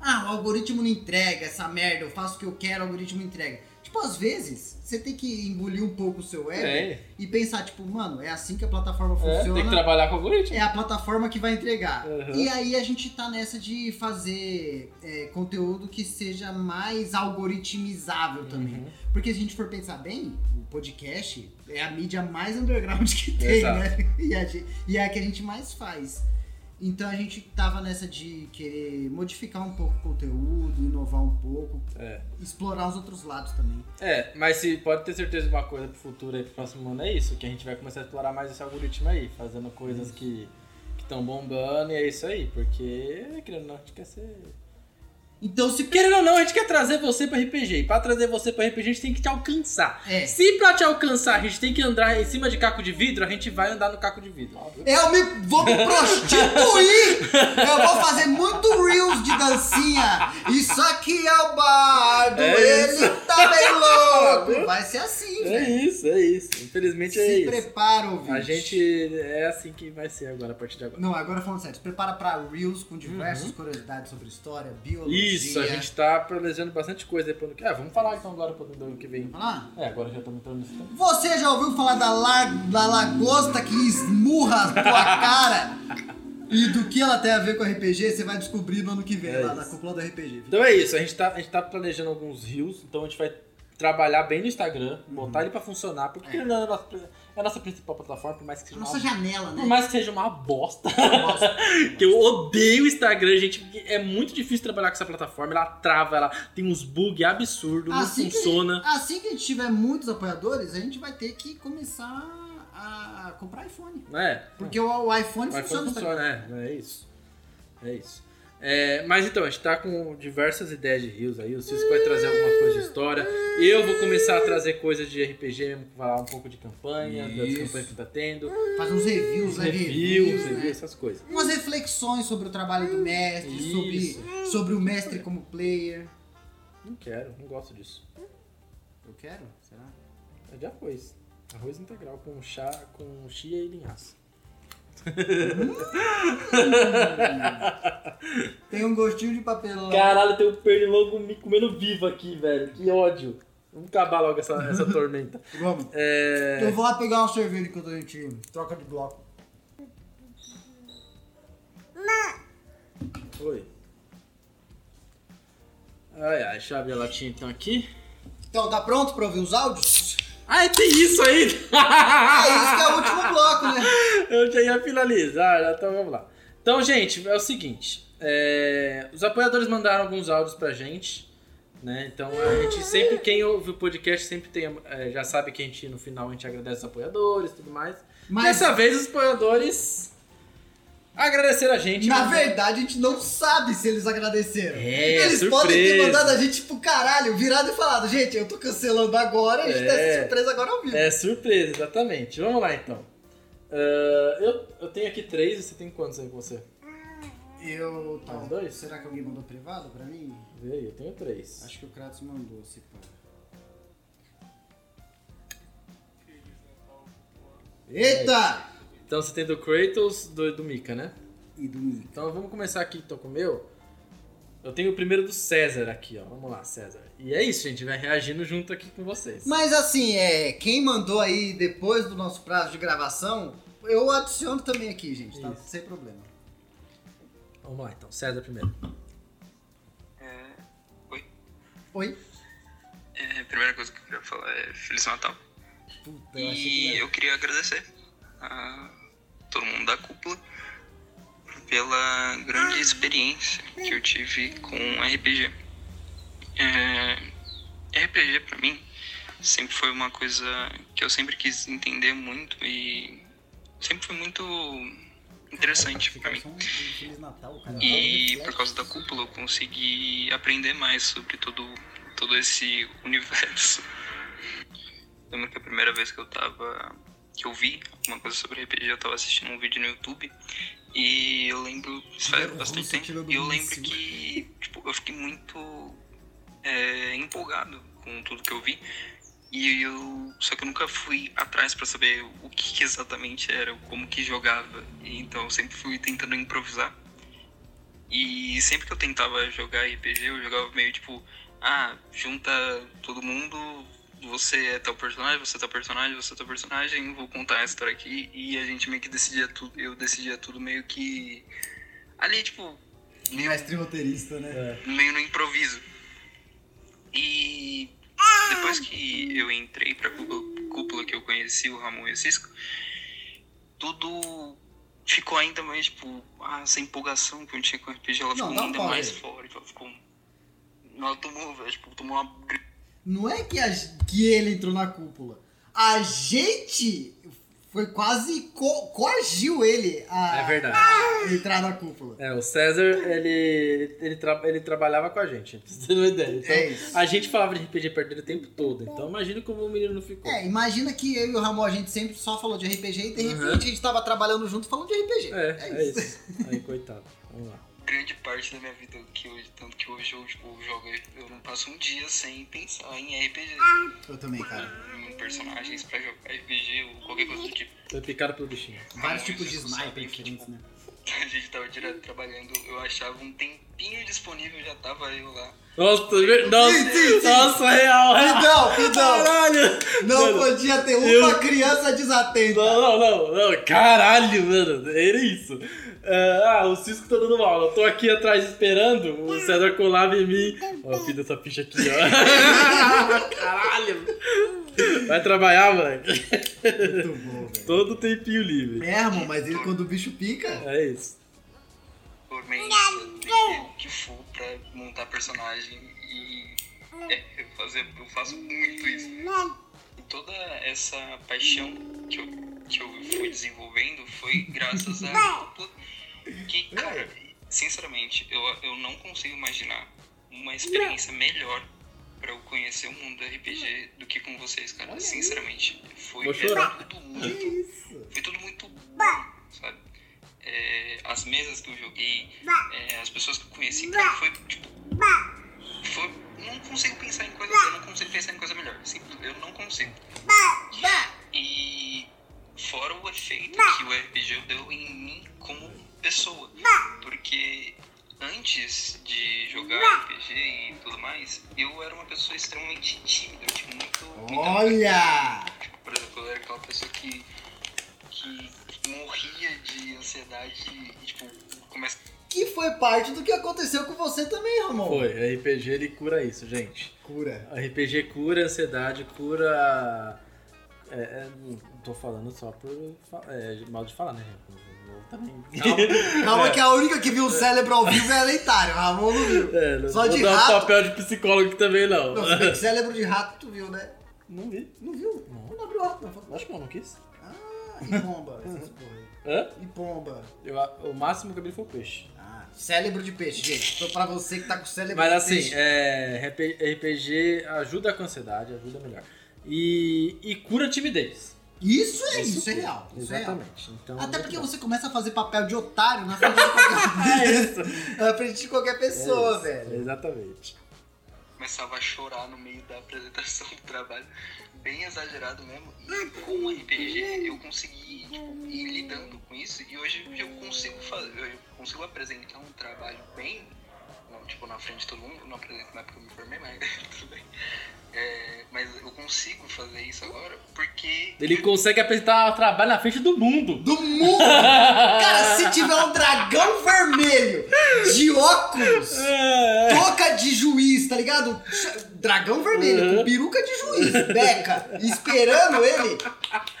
[SPEAKER 2] Ah, o algoritmo não entrega essa merda, eu faço o que eu quero, o algoritmo entrega. Tipo, às vezes, você tem que engolir um pouco o seu ego
[SPEAKER 1] É,
[SPEAKER 2] e pensar, tipo, mano, é assim que a plataforma
[SPEAKER 1] é, tem que
[SPEAKER 2] funciona,
[SPEAKER 1] trabalhar com o algoritmo.
[SPEAKER 2] é a plataforma que vai entregar.
[SPEAKER 1] Uhum.
[SPEAKER 2] E aí a gente tá nessa de fazer é, conteúdo que seja mais algoritmizável também.
[SPEAKER 1] Uhum.
[SPEAKER 2] Porque se a gente for pensar bem, o podcast é a mídia mais underground *laughs* que tem,
[SPEAKER 1] Exato.
[SPEAKER 2] né? *laughs* E, a gente- e é a que a gente mais faz. Então a gente tava nessa de querer modificar um pouco o conteúdo, inovar um pouco,
[SPEAKER 1] É.
[SPEAKER 2] explorar os outros lados também.
[SPEAKER 1] É, mas se pode ter certeza de uma coisa pro futuro aí, pro próximo ano, é isso, que a gente vai começar a explorar mais esse algoritmo aí, fazendo coisas que estão bombando e é isso aí, porque, querendo ou não, a gente quer ser...
[SPEAKER 2] Então se.
[SPEAKER 1] Querendo ou não, a gente quer trazer você pra RPG, e pra trazer você pra RPG a gente tem que te alcançar.
[SPEAKER 2] É.
[SPEAKER 1] Se pra te alcançar a gente tem que andar em cima de caco de vidro, a gente vai andar no caco de vidro.
[SPEAKER 2] Eu me vou me prostituir! Eu vou fazer muito reels de dancinha! Isso aqui é o bardo!
[SPEAKER 1] É
[SPEAKER 2] ele tá bem
[SPEAKER 1] *laughs*
[SPEAKER 2] louco!
[SPEAKER 1] Viu?
[SPEAKER 2] Vai ser assim,
[SPEAKER 1] É
[SPEAKER 2] velho.
[SPEAKER 1] isso, é isso. Infelizmente é
[SPEAKER 2] Se
[SPEAKER 1] isso.
[SPEAKER 2] prepara, ouvinte.
[SPEAKER 1] A gente é assim que vai ser agora, a partir de agora.
[SPEAKER 2] Não, agora falando sério, se prepara pra Reels com diversas curiosidades sobre história, biologia.
[SPEAKER 1] Uhum. Isso, a gente tá planejando bastante coisa aí pro ano que... É, vamos falar então agora pro ano que vem.
[SPEAKER 2] Vamos lá?
[SPEAKER 1] É, agora já estamos entrando nesse tempo.
[SPEAKER 2] Você já ouviu falar da, la... da lagosta que esmurra
[SPEAKER 1] *laughs*
[SPEAKER 2] a tua cara? e do que ela tem a ver com RPG, você vai descobrir no ano que vem,
[SPEAKER 1] É
[SPEAKER 2] lá
[SPEAKER 1] isso.
[SPEAKER 2] na cúpula do RPG.
[SPEAKER 1] Então é isso, a gente, tá, a gente tá planejando alguns rios, então a gente vai trabalhar bem no Instagram, botar ele pra funcionar, porque querendo ou não, Uhum. é a nossa, é a nossa principal plataforma, por mais que seja
[SPEAKER 2] Nossa
[SPEAKER 1] uma...
[SPEAKER 2] janela, né?
[SPEAKER 1] Por mais que seja uma bosta, *laughs*
[SPEAKER 2] Nossa.
[SPEAKER 1] que eu odeio o Instagram, gente, porque é muito difícil trabalhar com essa plataforma, ela trava, ela tem uns bugs absurdos,
[SPEAKER 2] Assim
[SPEAKER 1] não
[SPEAKER 2] que-
[SPEAKER 1] funciona.
[SPEAKER 2] *laughs* Assim que a gente tiver muitos apoiadores, a gente vai ter que começar a comprar iPhone.
[SPEAKER 1] né?
[SPEAKER 2] Porque o, o iPhone
[SPEAKER 1] Mas
[SPEAKER 2] funciona.
[SPEAKER 1] funciona, é, é isso. É isso. É, mas então, a gente tá com diversas ideias de rios aí. O Cisco vai trazer algumas coisas de história. Eu vou começar a trazer coisas de RPG mesmo, falar um pouco de campanha, das
[SPEAKER 2] Isso.
[SPEAKER 1] campanhas que tá tendo,
[SPEAKER 2] Faz uns reviews,
[SPEAKER 1] os
[SPEAKER 2] né?
[SPEAKER 1] reviews,
[SPEAKER 2] né?
[SPEAKER 1] reviews, essas coisas.
[SPEAKER 2] umas reflexões sobre o trabalho do mestre, sobre,
[SPEAKER 1] Isso.
[SPEAKER 2] sobre o mestre como player.
[SPEAKER 1] Não quero, não gosto disso.
[SPEAKER 2] Eu quero? Será?
[SPEAKER 1] É de arroz. Arroz integral com chá, com chia e linhaça.
[SPEAKER 2] Tem um gostinho de papelão.
[SPEAKER 1] Caralho, tem um pernilongo me comendo vivo aqui, velho. Que ódio. Vamos acabar logo essa, essa *laughs* tormenta.
[SPEAKER 2] Vamos.
[SPEAKER 1] É...
[SPEAKER 2] Eu vou lá pegar uma cerveja enquanto a gente troca de bloco.
[SPEAKER 1] Oi. Ai, ai, deixa eu abrir a latinha então aqui.
[SPEAKER 2] Então, tá pronto pra ouvir os *laughs* áudios?
[SPEAKER 1] Ah, tem isso aí!
[SPEAKER 2] É isso que é o último bloco, né?
[SPEAKER 1] *laughs* Eu já ia finalizar, então vamos lá. Então, gente, é o seguinte. é, Os apoiadores mandaram alguns áudios pra gente, né? Então a gente sempre, quem ouve o podcast sempre tem, é, já sabe que a gente, no final, a gente agradece os apoiadores e tudo mais.
[SPEAKER 2] Mas,
[SPEAKER 1] Dessa vez os apoiadores agradeceram a gente.
[SPEAKER 2] na
[SPEAKER 1] mas-
[SPEAKER 2] verdade, a gente não sabe se eles agradeceram.
[SPEAKER 1] Tipo, É,
[SPEAKER 2] eles podem ter
[SPEAKER 1] surpresa.
[SPEAKER 2] mandado a gente pro caralho, virado e falado, gente, eu tô cancelando agora, a gente
[SPEAKER 1] É.
[SPEAKER 2] tá essa surpresa agora ao vivo.
[SPEAKER 1] É surpresa, exatamente. Vamos lá então. Ah, eu, eu tenho aqui três e você tem quantos aí com você?
[SPEAKER 2] Eu. Tá,
[SPEAKER 1] Mais dois?
[SPEAKER 2] Será que alguém mandou privado pra mim?
[SPEAKER 1] Vê aí, eu tenho três.
[SPEAKER 2] Acho que o Kratos mandou, se pá. Eita!
[SPEAKER 1] Então você tem do Kratos, do, do Mika, né?
[SPEAKER 2] E do Mika.
[SPEAKER 1] Então vamos começar aqui então com o meu. Eu tenho o primeiro do César aqui, ó. Vamos lá, César. E é isso, gente. Vai reagindo junto aqui com vocês.
[SPEAKER 2] Mas assim, é, quem mandou aí depois do nosso prazo de gravação, eu adiciono também aqui, gente, tá?
[SPEAKER 1] Isso.
[SPEAKER 2] Sem problema.
[SPEAKER 1] Vamos lá, então. César primeiro.
[SPEAKER 2] Oi?
[SPEAKER 5] É, a primeira coisa que eu queria falar é Feliz Natal.
[SPEAKER 2] Puta, eu achei que
[SPEAKER 5] E
[SPEAKER 2] não
[SPEAKER 5] eu queria agradecer a todo mundo da cúpula pela grande experiência que eu tive com RPG. É, RPG pra mim sempre foi uma coisa que eu sempre quis entender muito e sempre foi muito interessante Tipo, pra
[SPEAKER 2] era.
[SPEAKER 5] mim.
[SPEAKER 2] Só um Feliz Natal, cara.
[SPEAKER 5] E
[SPEAKER 2] Olha o
[SPEAKER 5] por
[SPEAKER 2] reflexo.
[SPEAKER 5] causa da cúpula eu consegui aprender mais sobre todo, todo esse universo. Lembro que a primeira vez que eu tava. que eu vi alguma coisa sobre RPG, eu tava assistindo um vídeo no YouTube. E eu lembro. Isso faz
[SPEAKER 2] Tirando
[SPEAKER 5] bastante
[SPEAKER 2] russo,
[SPEAKER 5] tempo.
[SPEAKER 2] tirando
[SPEAKER 5] E eu lembro
[SPEAKER 2] russo.
[SPEAKER 5] que. Tipo, eu fiquei muito é, empolgado com tudo que eu vi. E eu. Só que eu nunca fui atrás pra saber o que, que exatamente era, como que jogava. E Então eu sempre fui tentando improvisar. E sempre que eu tentava jogar RPG, eu jogava meio tipo, ah, junta todo mundo, você é tal personagem, você é tal personagem, você é tal personagem, vou contar a história aqui. E a gente meio que decidia tudo, eu decidia tudo meio que. Ali, tipo, meio
[SPEAKER 2] Mestre roteirista, né?
[SPEAKER 5] meio no improviso. E depois que eu entrei pra cúpula, cúpula que eu conheci o Ramon e o Cisco, tudo ficou ainda mais, tipo, ah, essa empolgação que eu tinha com o RPG, ela ficou
[SPEAKER 2] dá um
[SPEAKER 5] ainda
[SPEAKER 2] pause
[SPEAKER 5] mais
[SPEAKER 2] aí.
[SPEAKER 5] forte, ela ficou. Ela tomou, velho, tipo, tomou uma.
[SPEAKER 2] Não é que, a- que ele entrou na cúpula. A gente foi quase co- coagiu ele a
[SPEAKER 1] É verdade.
[SPEAKER 2] entrar na cúpula.
[SPEAKER 1] É, o César, ele, ele, tra- ele trabalhava com a gente, pra você ter uma ideia. Então,
[SPEAKER 2] É isso.
[SPEAKER 1] a gente falava de RPG perto dele o tempo todo. Então, imagina como o menino não ficou.
[SPEAKER 2] É, imagina que eu e o Ramon a gente sempre só falou de RPG e de repente
[SPEAKER 1] Uhum.
[SPEAKER 2] a gente tava trabalhando junto falando de RPG.
[SPEAKER 1] É, é isso. Aí, coitado. Vamos lá.
[SPEAKER 5] grande parte da minha vida que hoje, tanto que hoje eu tipo, jogo, eu não passo um dia sem pensar em RPG,
[SPEAKER 2] Eu também, cara.
[SPEAKER 5] em personagens pra jogar RPG ou qualquer coisa do tipo. *laughs*
[SPEAKER 1] Foi picado pelo bichinho.
[SPEAKER 2] Vários
[SPEAKER 5] Ramon,
[SPEAKER 2] tipos de
[SPEAKER 5] você não
[SPEAKER 2] sniper
[SPEAKER 5] sabe,
[SPEAKER 2] diferentes, né?
[SPEAKER 5] A gente tava direto trabalhando, eu achava um tempinho disponível, já tava eu lá.
[SPEAKER 1] Nossa, ver- nossa, nossa, real, real.
[SPEAKER 2] Pidão, pidão!
[SPEAKER 1] Caralho!
[SPEAKER 2] Não podia ter uma criança desatenta.
[SPEAKER 1] Não, não, não, não, caralho, mano, era isso. Ah, ah, o Cisco tá dando uma aula, eu tô aqui atrás esperando, o César colava em mim. Ó, fiz essa ficha aqui, ó. *laughs* caralho! Vai trabalhar, moleque.
[SPEAKER 2] Muito bom, velho.
[SPEAKER 1] Todo tempinho livre.
[SPEAKER 2] É, Ramon, mas ele quando o bicho pica.
[SPEAKER 1] É isso.
[SPEAKER 5] Tormenta, o que for pra montar personagem e é, eu, fazer, eu faço muito isso. E toda essa paixão que eu, que eu fui desenvolvendo foi graças a que, cara, sinceramente, eu, eu não consigo imaginar uma experiência melhor pra eu conhecer o mundo do RPG do que com vocês, cara. Sinceramente, foi
[SPEAKER 1] Vou
[SPEAKER 5] é
[SPEAKER 1] chorar.
[SPEAKER 5] tudo muito
[SPEAKER 2] Isso.
[SPEAKER 5] foi tudo muito bom, sabe? É, as mesas que eu joguei, é, as pessoas que eu conheci, cara, foi tipo. Foi, não consigo pensar em coisa. Eu não consigo pensar em coisa melhor. Assim, eu não consigo. E fora o efeito que o RPG deu em mim como pessoa. Porque antes de jogar RPG e tudo mais, eu era uma pessoa extremamente tímida. Eu tinha muito. muita
[SPEAKER 2] Olha!
[SPEAKER 5] por exemplo, eu era aquela pessoa que, que morria de ansiedade e, tipo, começa
[SPEAKER 2] Que foi parte do que aconteceu com você também, Ramon.
[SPEAKER 1] Foi, RPG ele cura isso, gente.
[SPEAKER 2] Cura.
[SPEAKER 1] RPG cura a ansiedade, cura. É, é, não tô falando só por. fa- É, mal de falar, né? Eu também.
[SPEAKER 2] Calma
[SPEAKER 1] É.
[SPEAKER 2] que a única que viu o cérebro ao vivo é a Leitário. Ramon
[SPEAKER 1] *laughs*
[SPEAKER 2] não viu.
[SPEAKER 1] *laughs* É, não
[SPEAKER 2] Só
[SPEAKER 1] vou
[SPEAKER 2] de
[SPEAKER 1] dar
[SPEAKER 2] rato.
[SPEAKER 1] o papel de psicólogo aqui também, não.
[SPEAKER 2] Não, se bem que cérebro de rato tu viu, né?
[SPEAKER 1] Não vi.
[SPEAKER 2] Não viu?
[SPEAKER 1] Não.
[SPEAKER 2] Não abriu o rato, não. Falou,
[SPEAKER 1] Acho que eu não quis.
[SPEAKER 2] Ah, e pomba. essas porra aí.
[SPEAKER 1] Hã?
[SPEAKER 2] E pomba.
[SPEAKER 1] Eu, o máximo que eu vi foi o peixe.
[SPEAKER 2] Ah, cérebro de peixe, gente. Então pra você que tá com cérebro
[SPEAKER 1] Mas
[SPEAKER 2] de
[SPEAKER 1] assim,
[SPEAKER 2] peixe.
[SPEAKER 1] é, RP- RPG ajuda com a ansiedade, ajuda melhor. E, e cura a timidez.
[SPEAKER 2] Isso é, isso, é
[SPEAKER 1] cura.
[SPEAKER 2] real. Isso é real.
[SPEAKER 1] Exatamente. Então,
[SPEAKER 2] Até
[SPEAKER 1] muito
[SPEAKER 2] porque
[SPEAKER 1] bom.
[SPEAKER 2] você começa a fazer papel de otário na frente de
[SPEAKER 1] *laughs*
[SPEAKER 2] qualquer,
[SPEAKER 1] É isso.
[SPEAKER 2] *laughs* na frente de qualquer pessoa,
[SPEAKER 1] É isso,
[SPEAKER 2] velho.
[SPEAKER 1] Exatamente.
[SPEAKER 5] começava a chorar no meio da apresentação do trabalho, bem exagerado mesmo. E com o RPG eu consegui tipo, ir lidando com isso e hoje eu consigo fazer, eu consigo apresentar um trabalho bem, não, tipo na frente de todo mundo, não apresento na época que eu me formei, mas *laughs* tudo bem. É, mas eu consigo fazer isso agora porque
[SPEAKER 3] Ele consegue apresentar trabalho na frente do mundo.
[SPEAKER 2] Do mundo! Cara, se tiver um dragão vermelho de óculos,
[SPEAKER 1] É,
[SPEAKER 2] toca de juiz, tá ligado? Dragão vermelho,
[SPEAKER 3] Uhum.
[SPEAKER 2] com peruca de juiz, beca, esperando ele.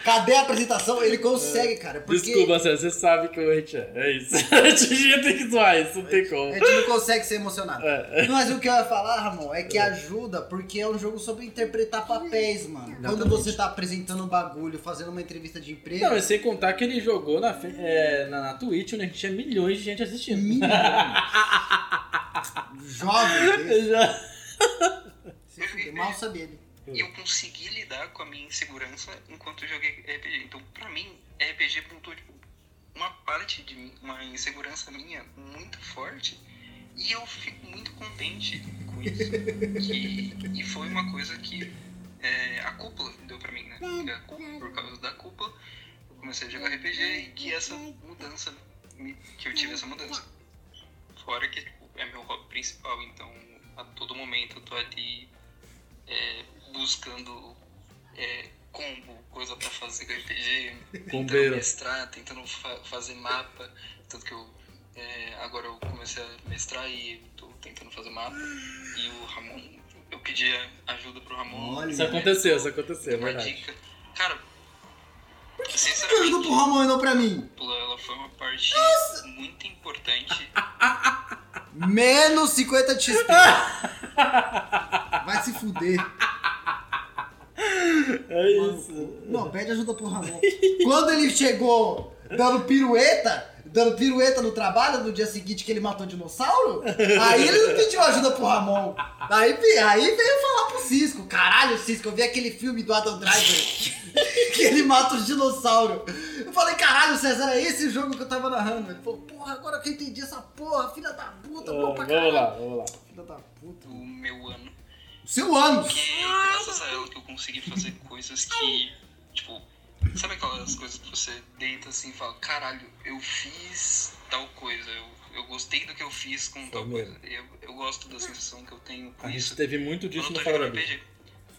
[SPEAKER 2] Cadê a apresentação? Ele consegue, cara. Porque
[SPEAKER 3] Desculpa, César, você sabe que a gente é. É isso. *laughs* A gente tem que zoar isso, não tem
[SPEAKER 2] a
[SPEAKER 3] como.
[SPEAKER 2] gente não consegue ser emocionado.
[SPEAKER 3] É.
[SPEAKER 2] Mas o que eu ia falar, Ramon, é que ajuda porque é um jogo sobre interpretar papéis, mano. Quando você tá apresentando um bagulho, fazendo uma entrevista de emprego. é
[SPEAKER 1] Não, e sem contar que ele jogou na, fe- é, na, na Twitch, onde a gente tinha milhões de gente assistindo.
[SPEAKER 3] *laughs*
[SPEAKER 2] Menino. Jovem. desse.
[SPEAKER 1] Já-
[SPEAKER 2] Se fuder, Mal sabe ele.
[SPEAKER 5] E eu consegui lidar com a minha insegurança enquanto eu joguei RPG. Então, pra mim, RPG mudou tipo, uma parte de mim, uma insegurança minha muito forte. E eu fico muito contente com isso. Que- e foi uma coisa que é, a cúpula deu pra mim, né? A cú- por causa da cúpula, eu comecei a jogar RPG e que essa mudança, me- que eu tive essa mudança. Fora que tipo, é meu hobby principal, então a todo momento eu tô ali é, buscando é, combo, coisa pra fazer com RPG, tentando
[SPEAKER 3] Combeiro.
[SPEAKER 5] mestrar, tentando fa- fazer mapa, tanto que eu é, agora eu comecei a mestrar e tô tentando fazer mapa. E o Ramon, eu pedi ajuda pro Ramon.
[SPEAKER 2] Olha.
[SPEAKER 3] Isso aconteceu, isso aconteceu, é
[SPEAKER 5] uma
[SPEAKER 3] verdade.
[SPEAKER 5] dica. Cara,
[SPEAKER 2] Por que jogou
[SPEAKER 5] sinceramente,
[SPEAKER 2] pro Ramon e não pra mim?
[SPEAKER 5] ela foi uma parte muito importante
[SPEAKER 2] Menos 50 de XP. *laughs* Vai se fuder.
[SPEAKER 1] É isso.
[SPEAKER 2] Não, pede ajuda pro Ramon. Quando ele chegou dando pirueta, dando pirueta no trabalho no dia seguinte que ele matou um dinossauro, aí ele não pediu ajuda pro Ramon. Aí, aí veio falar pro Cisco. Caralho, Cisco, eu vi aquele filme do Adam Driver *laughs* que ele mata os dinossauros. Eu falei, caralho, César, era esse jogo que eu tava narrando. Ele falou, porra, agora que eu entendi essa porra, filha da puta,
[SPEAKER 1] Ah,
[SPEAKER 2] tá bom pra
[SPEAKER 1] vamos
[SPEAKER 2] caralho.
[SPEAKER 1] lá, vamos lá.
[SPEAKER 2] Filha da puta.
[SPEAKER 5] do meu ano.
[SPEAKER 2] Seu ânus.
[SPEAKER 5] que graças a ela que eu consegui fazer coisas que, tipo, sabe aquelas coisas que você deita assim e fala, caralho, eu fiz tal coisa, eu, eu gostei do que eu fiz com tal
[SPEAKER 1] mesmo.
[SPEAKER 5] coisa. Eu, eu gosto da sensação que eu tenho com
[SPEAKER 1] A gente
[SPEAKER 5] isso.
[SPEAKER 1] teve muito
[SPEAKER 5] quando
[SPEAKER 1] disso no
[SPEAKER 5] eu tô jogando
[SPEAKER 1] Fagrabi.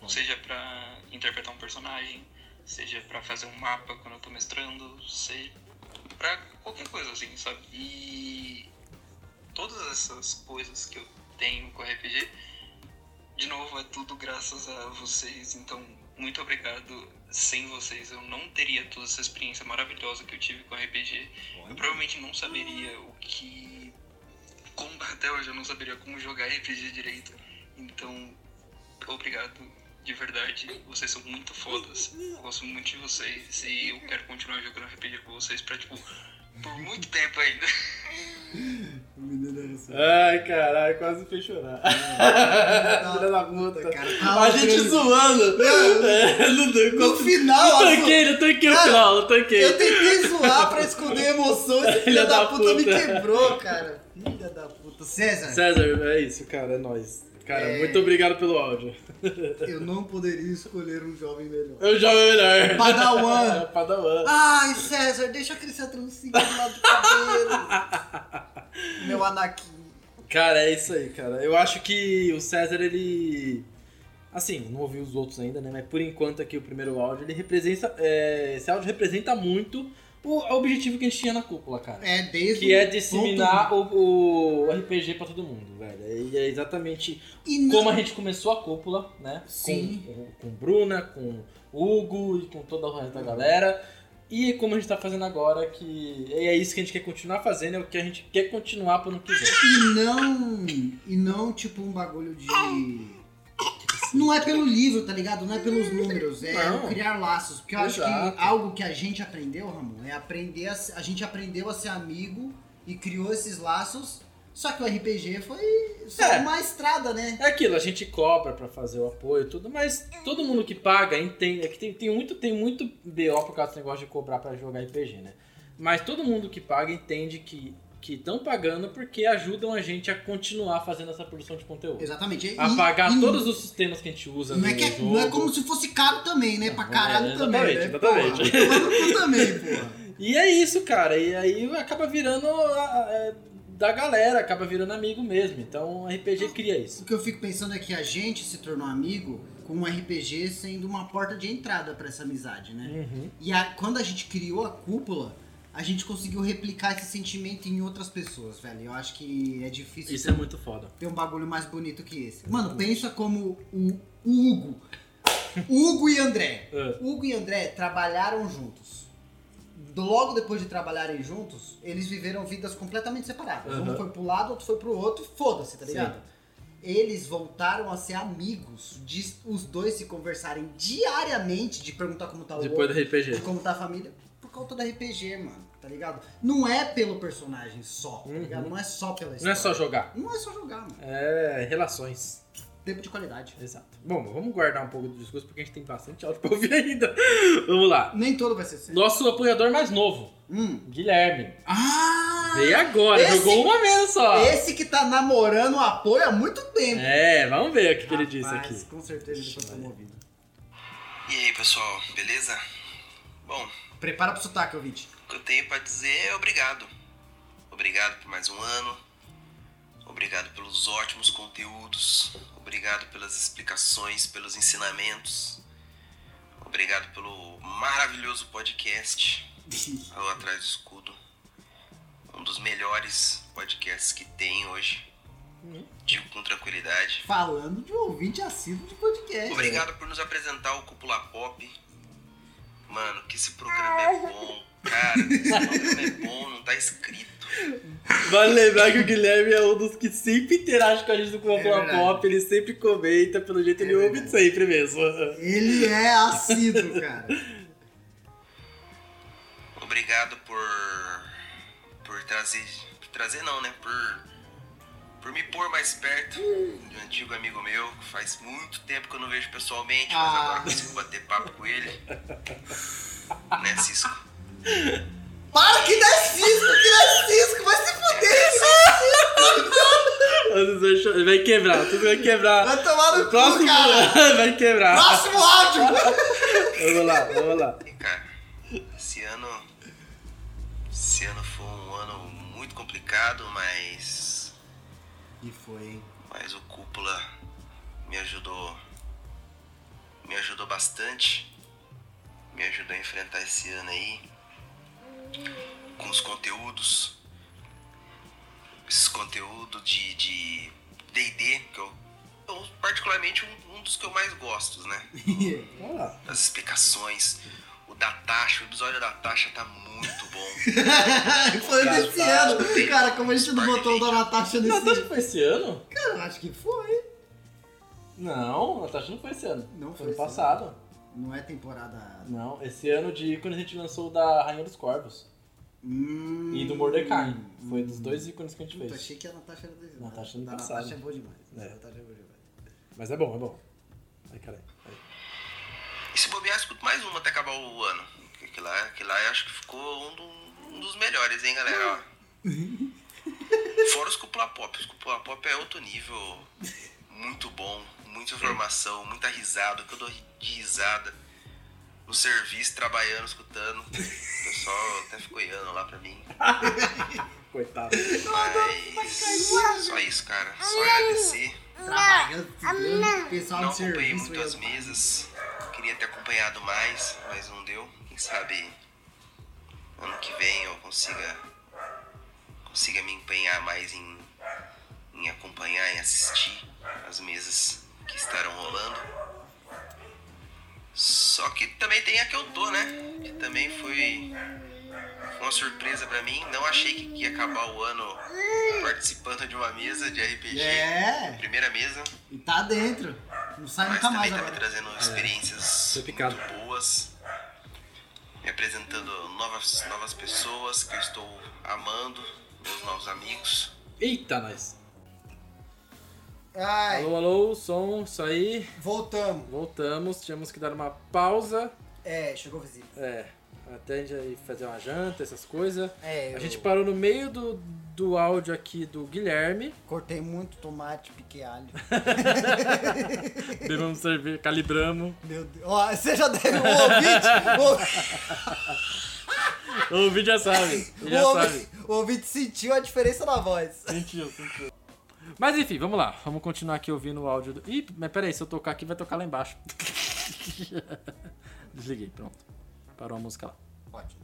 [SPEAKER 5] RPG. Seja pra interpretar um personagem, seja pra fazer um mapa quando eu tô mestrando, seja pra qualquer coisa assim, sabe? E todas essas coisas que eu tenho com RPG, de novo, é tudo graças a vocês, então muito obrigado. Sem vocês eu não teria toda essa experiência maravilhosa que eu tive com RPG. Eu provavelmente não saberia o que. Como até hoje eu não saberia como jogar RPG direito. Então, obrigado de verdade. Vocês são muito fodas. Eu gosto muito de vocês e eu quero continuar jogando RPG com vocês pra, tipo, por muito tempo ainda.
[SPEAKER 1] é Ai, caralho, quase fez chorar. *laughs* Filha da puta.
[SPEAKER 2] Cara,
[SPEAKER 1] A gente zoando. É, não deu
[SPEAKER 2] No
[SPEAKER 1] conta.
[SPEAKER 2] final,
[SPEAKER 3] Eu
[SPEAKER 2] a zo-
[SPEAKER 3] tanquei, eu tanquei o
[SPEAKER 2] Cara,
[SPEAKER 3] troll, eu
[SPEAKER 1] é.
[SPEAKER 3] tanquei.
[SPEAKER 2] eu tentei zoar pra esconder a emoção. Esse filho da,
[SPEAKER 3] da
[SPEAKER 2] puta, me
[SPEAKER 3] puta.
[SPEAKER 2] quebrou, cara. Filha da puta. César,
[SPEAKER 1] César, é isso, cara, é nóis. Cara,
[SPEAKER 2] É.
[SPEAKER 1] muito obrigado pelo áudio.
[SPEAKER 2] eu não poderia escolher um jovem melhor.
[SPEAKER 1] Eu já é melhor.
[SPEAKER 2] *laughs* Padawan.
[SPEAKER 1] É, Padawan.
[SPEAKER 2] Ai, César, deixa crescer a trancinha do lado do cabelo. Meu Anakin.
[SPEAKER 1] Cara, é isso aí, cara. Eu acho que o César, ele. Assim, não ouvi os outros ainda, né? Mas por enquanto aqui o primeiro áudio, ele representa. é, Esse áudio representa muito o o objetivo que a gente tinha na cúpula, cara.
[SPEAKER 2] É, desde um.
[SPEAKER 1] Que é
[SPEAKER 2] o
[SPEAKER 1] disseminar o, o RPG pra todo mundo, velho. E é exatamente
[SPEAKER 2] ponto- E não-
[SPEAKER 1] como a gente começou a cúpula, né?
[SPEAKER 2] Sim.
[SPEAKER 1] Com, com Bruna, com Hugo e com toda o resto da galera. E como a gente tá fazendo agora, que e é isso que a gente quer continuar fazendo, é o que a gente quer continuar pro ano que vem.
[SPEAKER 2] E não. E não, tipo, um bagulho de. Não é pelo livro, tá ligado? Não é pelos números, é
[SPEAKER 1] Não.
[SPEAKER 2] o criar laços. Porque eu acho
[SPEAKER 1] Exato.
[SPEAKER 2] que algo que a gente aprendeu, Ramon, é aprender a, se- a gente aprendeu a ser amigo e criou esses laços. Só que o RPG foi só
[SPEAKER 1] É.
[SPEAKER 2] uma estrada, né?
[SPEAKER 1] É aquilo, a gente cobra pra fazer o apoio e tudo, mas todo mundo que paga entende. É que tem, tem muito, tem muito BO por causa do negócio de cobrar pra jogar RPG, né? Mas todo mundo que paga entende que que estão pagando porque ajudam a gente a continuar fazendo essa produção de conteúdo.
[SPEAKER 2] Exatamente.
[SPEAKER 1] A
[SPEAKER 2] E-
[SPEAKER 1] pagar
[SPEAKER 2] e
[SPEAKER 1] todos os sistemas que a gente usa
[SPEAKER 2] Não
[SPEAKER 1] no
[SPEAKER 2] é, que é,
[SPEAKER 1] jogo.
[SPEAKER 2] não é como se fosse caro também, né? Pra
[SPEAKER 1] Não,
[SPEAKER 2] caralho
[SPEAKER 1] é,
[SPEAKER 2] também. né?
[SPEAKER 1] exatamente,
[SPEAKER 2] Porra, vai tomar no cu também, porra.
[SPEAKER 1] E é isso, cara. E aí acaba virando a- a- é, da galera, acaba virando amigo mesmo. Então o RPG cria isso.
[SPEAKER 2] O que eu fico pensando é que a gente se tornou amigo com um RPG sendo uma porta de entrada pra essa amizade, né?
[SPEAKER 6] Uhum.
[SPEAKER 2] E a- quando a gente criou a cúpula, a gente conseguiu replicar esse sentimento em outras pessoas, velho. Eu acho que é difícil
[SPEAKER 6] Isso é muito foda.
[SPEAKER 2] ter um bagulho mais bonito que esse. Mano, pensa como o, o Hugo. Hugo e André.
[SPEAKER 1] É.
[SPEAKER 2] Hugo e André trabalharam juntos. Do- Logo depois de trabalharem juntos, eles viveram vidas completamente separadas. Um
[SPEAKER 1] Aham.
[SPEAKER 2] foi pro lado, outro foi pro outro, e foda-se, tá ligado? Eles voltaram a ser amigos, de os dois se conversarem diariamente, de perguntar como tá o
[SPEAKER 6] Depois
[SPEAKER 2] outro,
[SPEAKER 6] do RPG.
[SPEAKER 2] de como tá a família, por conta da RPG, mano, tá ligado? Não é pelo personagem só, tá ligado? Não é só pela
[SPEAKER 1] Uhum. Não é
[SPEAKER 2] história.
[SPEAKER 1] só jogar.
[SPEAKER 2] Não é só jogar, mano.
[SPEAKER 1] É relações.
[SPEAKER 2] Tempo de qualidade.
[SPEAKER 1] Exato. Bom, vamos guardar um pouco do discurso porque a gente tem bastante áudio pra ouvir *laughs* ainda. Vamos lá.
[SPEAKER 2] Nem todo vai ser certo.
[SPEAKER 1] Nosso apoiador mais novo,
[SPEAKER 2] Hum.
[SPEAKER 1] Guilherme.
[SPEAKER 2] Ah!
[SPEAKER 1] Veio agora,
[SPEAKER 2] esse-
[SPEAKER 1] jogou uma vez só.
[SPEAKER 2] Esse que tá namorando o apoio há muito tempo.
[SPEAKER 1] É, vamos ver o que, que ele disse
[SPEAKER 2] Rapaz,
[SPEAKER 1] aqui.
[SPEAKER 2] Com certeza ele foi promovido.
[SPEAKER 7] E aí, pessoal, beleza? Bom,
[SPEAKER 2] Prepara pro sotaque, *laughs* ouvinte.
[SPEAKER 7] O que eu tenho pra dizer é obrigado. Obrigado por mais um ano. Obrigado pelos ótimos conteúdos. Obrigado pelas explicações, pelos ensinamentos. Obrigado pelo maravilhoso podcast Alô Atrás do Escudo. Um dos melhores podcasts que tem hoje. Digo com tranquilidade.
[SPEAKER 2] Falando de um ouvinte assíduo de podcast.
[SPEAKER 7] Obrigado por nos apresentar o Cúpula Pop. Mano, que esse programa é bom. Cara, esse programa é bom, não tá escrito.
[SPEAKER 1] Vale lembrar que o Guilherme é um dos que sempre interage com a gente no Clube
[SPEAKER 2] É verdade.
[SPEAKER 1] Pop, ele sempre comenta, pelo jeito
[SPEAKER 2] É
[SPEAKER 1] ele ouve
[SPEAKER 2] verdade.
[SPEAKER 1] sempre mesmo.
[SPEAKER 2] Ele é assíduo, cara.
[SPEAKER 7] Obrigado por. por trazer. Por trazer não, né? Por. Por me pôr mais perto de um antigo amigo meu, que faz muito tempo que eu não vejo pessoalmente, mas
[SPEAKER 2] Ah.
[SPEAKER 7] agora consigo bater papo com ele. né, Cisco?
[SPEAKER 2] Para que não é cisco, que não é cisco, vai se fuder.
[SPEAKER 1] Ele Vai quebrar, tudo vai quebrar.
[SPEAKER 2] Vai tomar no
[SPEAKER 1] O
[SPEAKER 2] cu,
[SPEAKER 1] próximo
[SPEAKER 2] cara.
[SPEAKER 1] *laughs* vai quebrar.
[SPEAKER 2] Próximo áudio.
[SPEAKER 1] Vamos lá, vamos lá.
[SPEAKER 7] E cara, esse ano. Esse ano foi um ano muito complicado, mas.
[SPEAKER 2] E foi, hein?
[SPEAKER 7] Mas o Cúpula me ajudou. Me ajudou bastante. Me ajudou a enfrentar esse ano aí. Com os conteúdos. Esses conteúdos de de DD, que eu, eu particularmente um, um dos que eu mais gosto, né?
[SPEAKER 1] Vamos lá.
[SPEAKER 7] As explicações. O da taxa, o episódio da taxa tá muito bom.
[SPEAKER 2] *laughs* foi desse ano. Cara, como a gente não botou o da Natasha
[SPEAKER 1] Natasha
[SPEAKER 2] nesse...
[SPEAKER 1] foi esse ano?
[SPEAKER 2] Cara, eu acho que foi.
[SPEAKER 1] Não, Natasha não foi esse ano.
[SPEAKER 2] Não
[SPEAKER 1] Foi ano
[SPEAKER 2] esse ano.
[SPEAKER 1] passado.
[SPEAKER 2] Não é temporada...
[SPEAKER 1] Não, esse ano de ícones a gente lançou o da Rainha dos Corvos
[SPEAKER 2] Hum.
[SPEAKER 1] e do Mordecai. Foi dos dois ícones que a gente
[SPEAKER 2] Puta,
[SPEAKER 1] fez.
[SPEAKER 2] achei que a Natasha era desenhada.
[SPEAKER 1] Natasha não
[SPEAKER 2] a
[SPEAKER 1] passava.
[SPEAKER 2] Natasha é boa demais.
[SPEAKER 1] É.
[SPEAKER 2] A Natasha é boa demais.
[SPEAKER 1] Mas é bom, é bom. Ai, caralho.
[SPEAKER 7] E se bobear, eu escuto mais uma até acabar o ano. Que, que lá, que lá eu acho que ficou um, do- um dos melhores, hein, galera? Ó. Fora os cúpula pop. Os cúpula pop é outro nível. Muito bom, muita informação, muita risada. O que eu dou ri- de risada. No serviço, trabalhando, escutando. O pessoal até ficou olhando lá pra mim.
[SPEAKER 1] Coitado.
[SPEAKER 7] Mas. Só isso, cara. Só agradecer.
[SPEAKER 2] Trabalhando, estudando, pessoal
[SPEAKER 7] Não
[SPEAKER 2] do
[SPEAKER 7] acompanhei
[SPEAKER 2] serviço.
[SPEAKER 7] muito as
[SPEAKER 2] olhando.
[SPEAKER 7] mesas. Queria ter acompanhado mais, mas não deu. Quem sabe ano que vem eu consiga consiga me empenhar mais em, em acompanhar, em assistir as mesas que estarão rolando. Só que também tem a que eu tô, né? Que também foi uma surpresa pra mim. Não achei que ia acabar o ano participando de uma mesa de RPG.
[SPEAKER 2] É,
[SPEAKER 7] Primeira mesa.
[SPEAKER 2] e tá dentro. Não sai
[SPEAKER 7] Mas
[SPEAKER 2] nunca mais
[SPEAKER 7] também tá me
[SPEAKER 2] agora. É,
[SPEAKER 7] trazendo experiências
[SPEAKER 1] Foi picado.
[SPEAKER 7] muito boas. Me apresentando novas, novas pessoas que eu estou amando, meus novos amigos.
[SPEAKER 1] Eita, nós.
[SPEAKER 2] Ai,
[SPEAKER 1] Alô, alô, som, isso aí.
[SPEAKER 2] voltamos.
[SPEAKER 1] Voltamos, tínhamos que dar uma pausa.
[SPEAKER 2] É, chegou visita.
[SPEAKER 1] É, Até a gente ir fazer uma janta, essas coisas.
[SPEAKER 2] É,
[SPEAKER 1] A
[SPEAKER 2] eu
[SPEAKER 1] gente parou no meio do, do áudio aqui do Guilherme.
[SPEAKER 2] *laughs* cortei muito tomate, piquei alho. *laughs*
[SPEAKER 1] Devemos servir, calibramos.
[SPEAKER 2] Meu Deus. Ó, você já deve. O ouvinte,
[SPEAKER 1] O vídeo já sabe.
[SPEAKER 2] o,
[SPEAKER 1] ele já
[SPEAKER 2] o
[SPEAKER 1] sabe.
[SPEAKER 2] ouvinte, o ouvinte sentiu a diferença na voz.
[SPEAKER 1] Sentiu, sentiu. Mas enfim, vamos lá. Vamos continuar aqui ouvindo o áudio do. Ih, mas peraí, se eu tocar aqui, vai tocar lá embaixo. *laughs* Desliguei, pronto. Parou a música lá.
[SPEAKER 2] Ótimo.